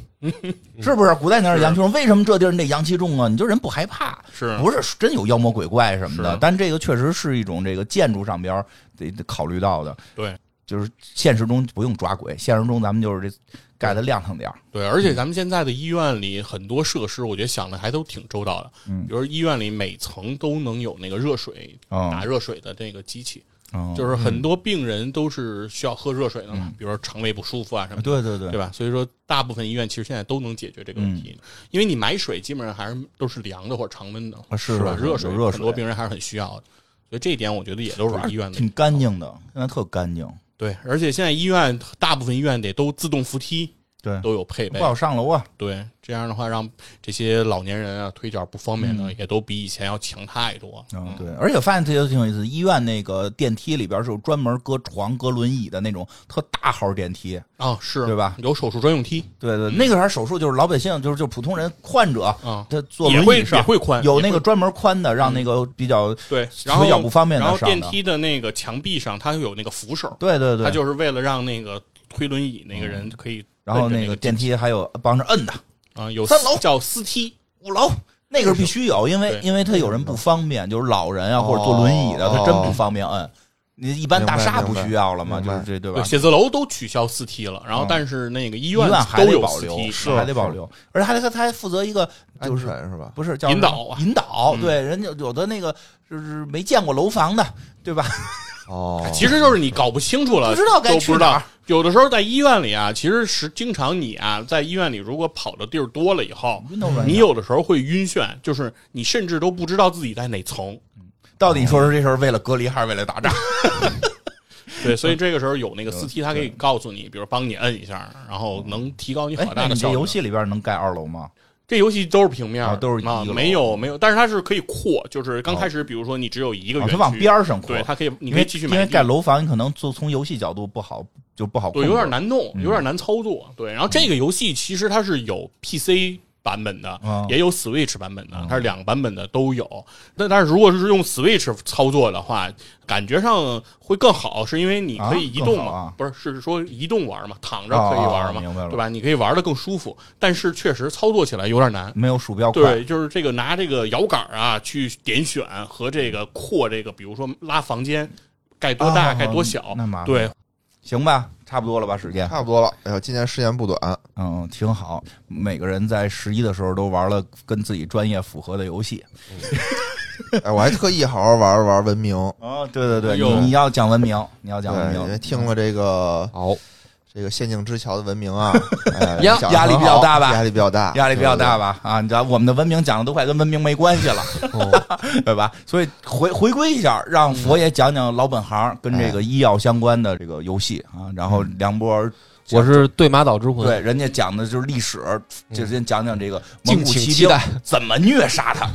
Speaker 1: 是不是？古代那是阳气重，为什么这地儿你得阳气重啊？你就人不害怕，
Speaker 3: 是
Speaker 1: 不是真有妖魔鬼怪什么的
Speaker 3: 是？
Speaker 1: 但这个确实是一种这个建筑上边儿得得考虑到的。
Speaker 3: 对，
Speaker 1: 就是现实中不用抓鬼，现实中咱们就是这盖的亮堂点儿。
Speaker 3: 对，而且咱们现在的医院里很多设施，我觉得想的还都挺周到的。
Speaker 1: 嗯
Speaker 3: 比如医院里每层都能有那个热水
Speaker 1: 嗯
Speaker 3: 打热水的那个机器，
Speaker 1: 嗯，
Speaker 3: 就是很多病人都是需要喝热水的嘛，比如说肠胃不舒服啊什么的。
Speaker 1: 对对嗯对
Speaker 3: 对吧？所以说，大部分医院其实现在都能解决这个问题，因为你买水基本上还是都是凉的或者常温的，
Speaker 1: 啊是
Speaker 3: 吧？
Speaker 1: 是
Speaker 3: 热水，
Speaker 1: 有热水
Speaker 3: 很多病人还是很需要的，所以这一点我觉得也都是医院的
Speaker 1: 挺干净的，现在特干净。
Speaker 3: 对，而且现在医院大部分医院得都自动扶梯
Speaker 1: 对，
Speaker 3: 都有配备
Speaker 1: 嗯不，好上楼啊。
Speaker 3: 对，这样的话让这些老年人啊腿脚不方便的也都比以前要强太多。
Speaker 1: 嗯，对，而且我发现这就挺有意思，医院那个电梯里边是有专门搁床、搁轮椅的那种特大号电梯。
Speaker 3: 啊，是
Speaker 1: 对吧
Speaker 3: 有手术专用梯
Speaker 1: 对对，那个啥手术就是老百姓，就是就是普通人患者，
Speaker 3: 啊，
Speaker 1: 他坐
Speaker 3: 也
Speaker 1: 轮
Speaker 3: 会
Speaker 1: 椅
Speaker 3: 也
Speaker 1: 上
Speaker 3: 会宽，
Speaker 1: 有
Speaker 3: 也
Speaker 1: 那
Speaker 3: 会嗯
Speaker 1: 个专门宽的，让那个比较
Speaker 3: 对，然后
Speaker 1: 腿脚不方便的
Speaker 3: 然后
Speaker 1: 上的
Speaker 3: 电梯的那个墙壁上它有那个扶手，
Speaker 1: 对对
Speaker 3: 它
Speaker 1: 对，
Speaker 3: 就是为了让那个推轮椅那个人可以
Speaker 1: 然后
Speaker 3: 摁着那
Speaker 1: 那个电梯还有帮着摁的，
Speaker 3: 啊，有
Speaker 1: 三
Speaker 3: 四
Speaker 1: 楼
Speaker 3: 叫司梯，
Speaker 1: 五楼。那个是必须有，因为
Speaker 3: 对嗯
Speaker 1: 因为他有人不方便，就是老人啊或者坐轮椅的，
Speaker 4: 哦
Speaker 1: 他真不方便摁。你一般大厦不
Speaker 4: 明白
Speaker 1: 需要了嘛，
Speaker 4: 明
Speaker 1: 就
Speaker 4: 白
Speaker 1: 是这对吧
Speaker 3: 对，？写字楼都取消司梯了，然后
Speaker 1: 嗯
Speaker 3: 但是那个医
Speaker 1: 医
Speaker 3: 院
Speaker 1: 还
Speaker 3: 都
Speaker 1: 得
Speaker 3: 有
Speaker 1: 保
Speaker 3: 司
Speaker 1: 留，
Speaker 3: 梯，啊
Speaker 1: 是哎还得保留，而且还得他他还负责一个
Speaker 4: 安
Speaker 1: 就是
Speaker 4: 全是吧？
Speaker 1: 不是叫
Speaker 3: 引
Speaker 1: 什么
Speaker 3: 导啊
Speaker 1: 引导，
Speaker 3: 嗯
Speaker 1: 对，人家有的那个就是没见过楼房的，对吧？
Speaker 4: 哦，
Speaker 1: 哎
Speaker 3: 其实就是你搞不清楚了，
Speaker 1: 不知道该
Speaker 3: 都
Speaker 1: 去
Speaker 3: 不知
Speaker 1: 哪
Speaker 3: 道
Speaker 1: 儿。
Speaker 3: 有的时候在医院里啊，其实是经常你啊，在医院里如果跑的地儿多了以后，
Speaker 1: 晕头转
Speaker 3: 你
Speaker 1: 向
Speaker 3: 有的时候会晕眩，就是你甚至都不知道自己在哪层。
Speaker 1: 到底你说是这事儿为了隔离还是为了打仗？嗯
Speaker 3: 对，所以这个时候有那个司机，他可以告诉你，比如帮你摁一下，然后能提高你
Speaker 1: 哎
Speaker 3: 好，
Speaker 1: 那
Speaker 3: 大
Speaker 1: 你
Speaker 3: 的
Speaker 1: 这
Speaker 3: 效
Speaker 1: 游
Speaker 3: 能。
Speaker 1: 戏里边能盖二楼吗？
Speaker 3: 这游戏都是平面
Speaker 1: 啊
Speaker 3: 儿，
Speaker 1: 都是一
Speaker 3: 啊
Speaker 1: 个，楼哦
Speaker 3: 没有没有，但是它是可以扩，就是刚开始，比如说你只有一个
Speaker 1: 啊
Speaker 3: 园区，
Speaker 1: 它往边儿上扩
Speaker 3: 对，，它可以，
Speaker 1: 因
Speaker 3: 你可以
Speaker 1: 为
Speaker 3: 继续
Speaker 1: 因
Speaker 3: 买
Speaker 1: 为
Speaker 3: 地
Speaker 1: 盖楼房，你可能做从游戏角度不好，就不好控
Speaker 3: 对，
Speaker 1: 制，
Speaker 3: 有点难弄，
Speaker 1: 嗯
Speaker 3: 有点难操作。对，然后这个游戏其实它是有 PC 版本的
Speaker 1: 嗯，
Speaker 3: 也有 Switch 版本
Speaker 1: 啊
Speaker 3: 的，它是两个版本的都有。那但是如果是用 Switch 操作的话，感觉上会更好，是因为你可以移动
Speaker 1: 啊更好
Speaker 3: 嘛
Speaker 1: 啊，
Speaker 3: 不是是说移动玩嘛，躺着可以玩
Speaker 1: 哦哦哦明白
Speaker 3: 嘛，
Speaker 1: 了
Speaker 3: 对吧？你可以玩的更舒服，但是确实操作起来有点难。
Speaker 1: 没有鼠标快。
Speaker 3: 对，就是这个拿这个摇杆啊去点选和这个扩这个，比如说拉房间盖多大
Speaker 1: 哦
Speaker 3: 盖多小
Speaker 1: 那麻，烦
Speaker 3: 对，
Speaker 1: 行吧，差不多了吧，时间，
Speaker 4: (laughs) 差不多了。哎呦，今年时间不短，
Speaker 1: 嗯，挺好。每个人在十一的时候都玩了跟自己专业符合的游戏。
Speaker 4: 哎，我还特意好好玩了玩文明，
Speaker 1: 哦，对对
Speaker 3: 哎
Speaker 1: 对，
Speaker 3: 呦
Speaker 1: 你你要讲文明，你要讲文
Speaker 4: 对，因为
Speaker 1: 明，嗯
Speaker 4: 听了这个
Speaker 5: 好，
Speaker 4: 这个《陷阱之桥》的文
Speaker 1: (laughs)
Speaker 4: 明啊，哎
Speaker 5: 压
Speaker 4: 讲得
Speaker 1: 压力
Speaker 4: 很好
Speaker 1: 比较大吧
Speaker 4: 压力比较大，
Speaker 1: 压力比较大吧？啊，你知道我们的文明讲的都快跟文明没关系了，
Speaker 5: 哦
Speaker 1: (laughs) 对吧？所以回回归一下，让佛爷讲讲老本行跟这
Speaker 5: 哎
Speaker 1: 个医药相关的这个游戏啊。然
Speaker 5: 嗯
Speaker 1: 后梁波，
Speaker 2: 我是对马岛之魂，
Speaker 1: 对人家讲的就是历史，就是人讲讲这个蒙
Speaker 5: 嗯敬
Speaker 1: 古
Speaker 5: 请
Speaker 1: 骑
Speaker 5: 期
Speaker 1: 兵
Speaker 5: 待。
Speaker 1: 怎么虐杀他，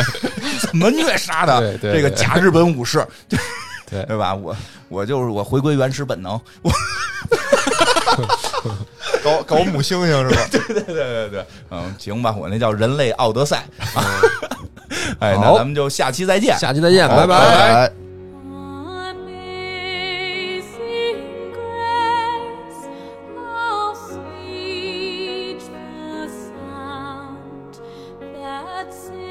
Speaker 1: (laughs) 怎么虐杀他，
Speaker 5: 对对
Speaker 1: 这个
Speaker 5: 对
Speaker 1: 假日本武士，
Speaker 5: (laughs) 对
Speaker 1: 对吧？我我就是我回归原始本能，
Speaker 4: 对，对对搞搞母猩猩是吧？
Speaker 1: (laughs) 对对对，嗯，行吧，我那叫人类奥德
Speaker 5: (laughs)
Speaker 1: 赛。哎，那
Speaker 5: 好
Speaker 1: 咱们就下期再见。
Speaker 5: 下期再见，拜
Speaker 4: 拜拜。
Speaker 6: Amazing grace, how sweet the sound that saved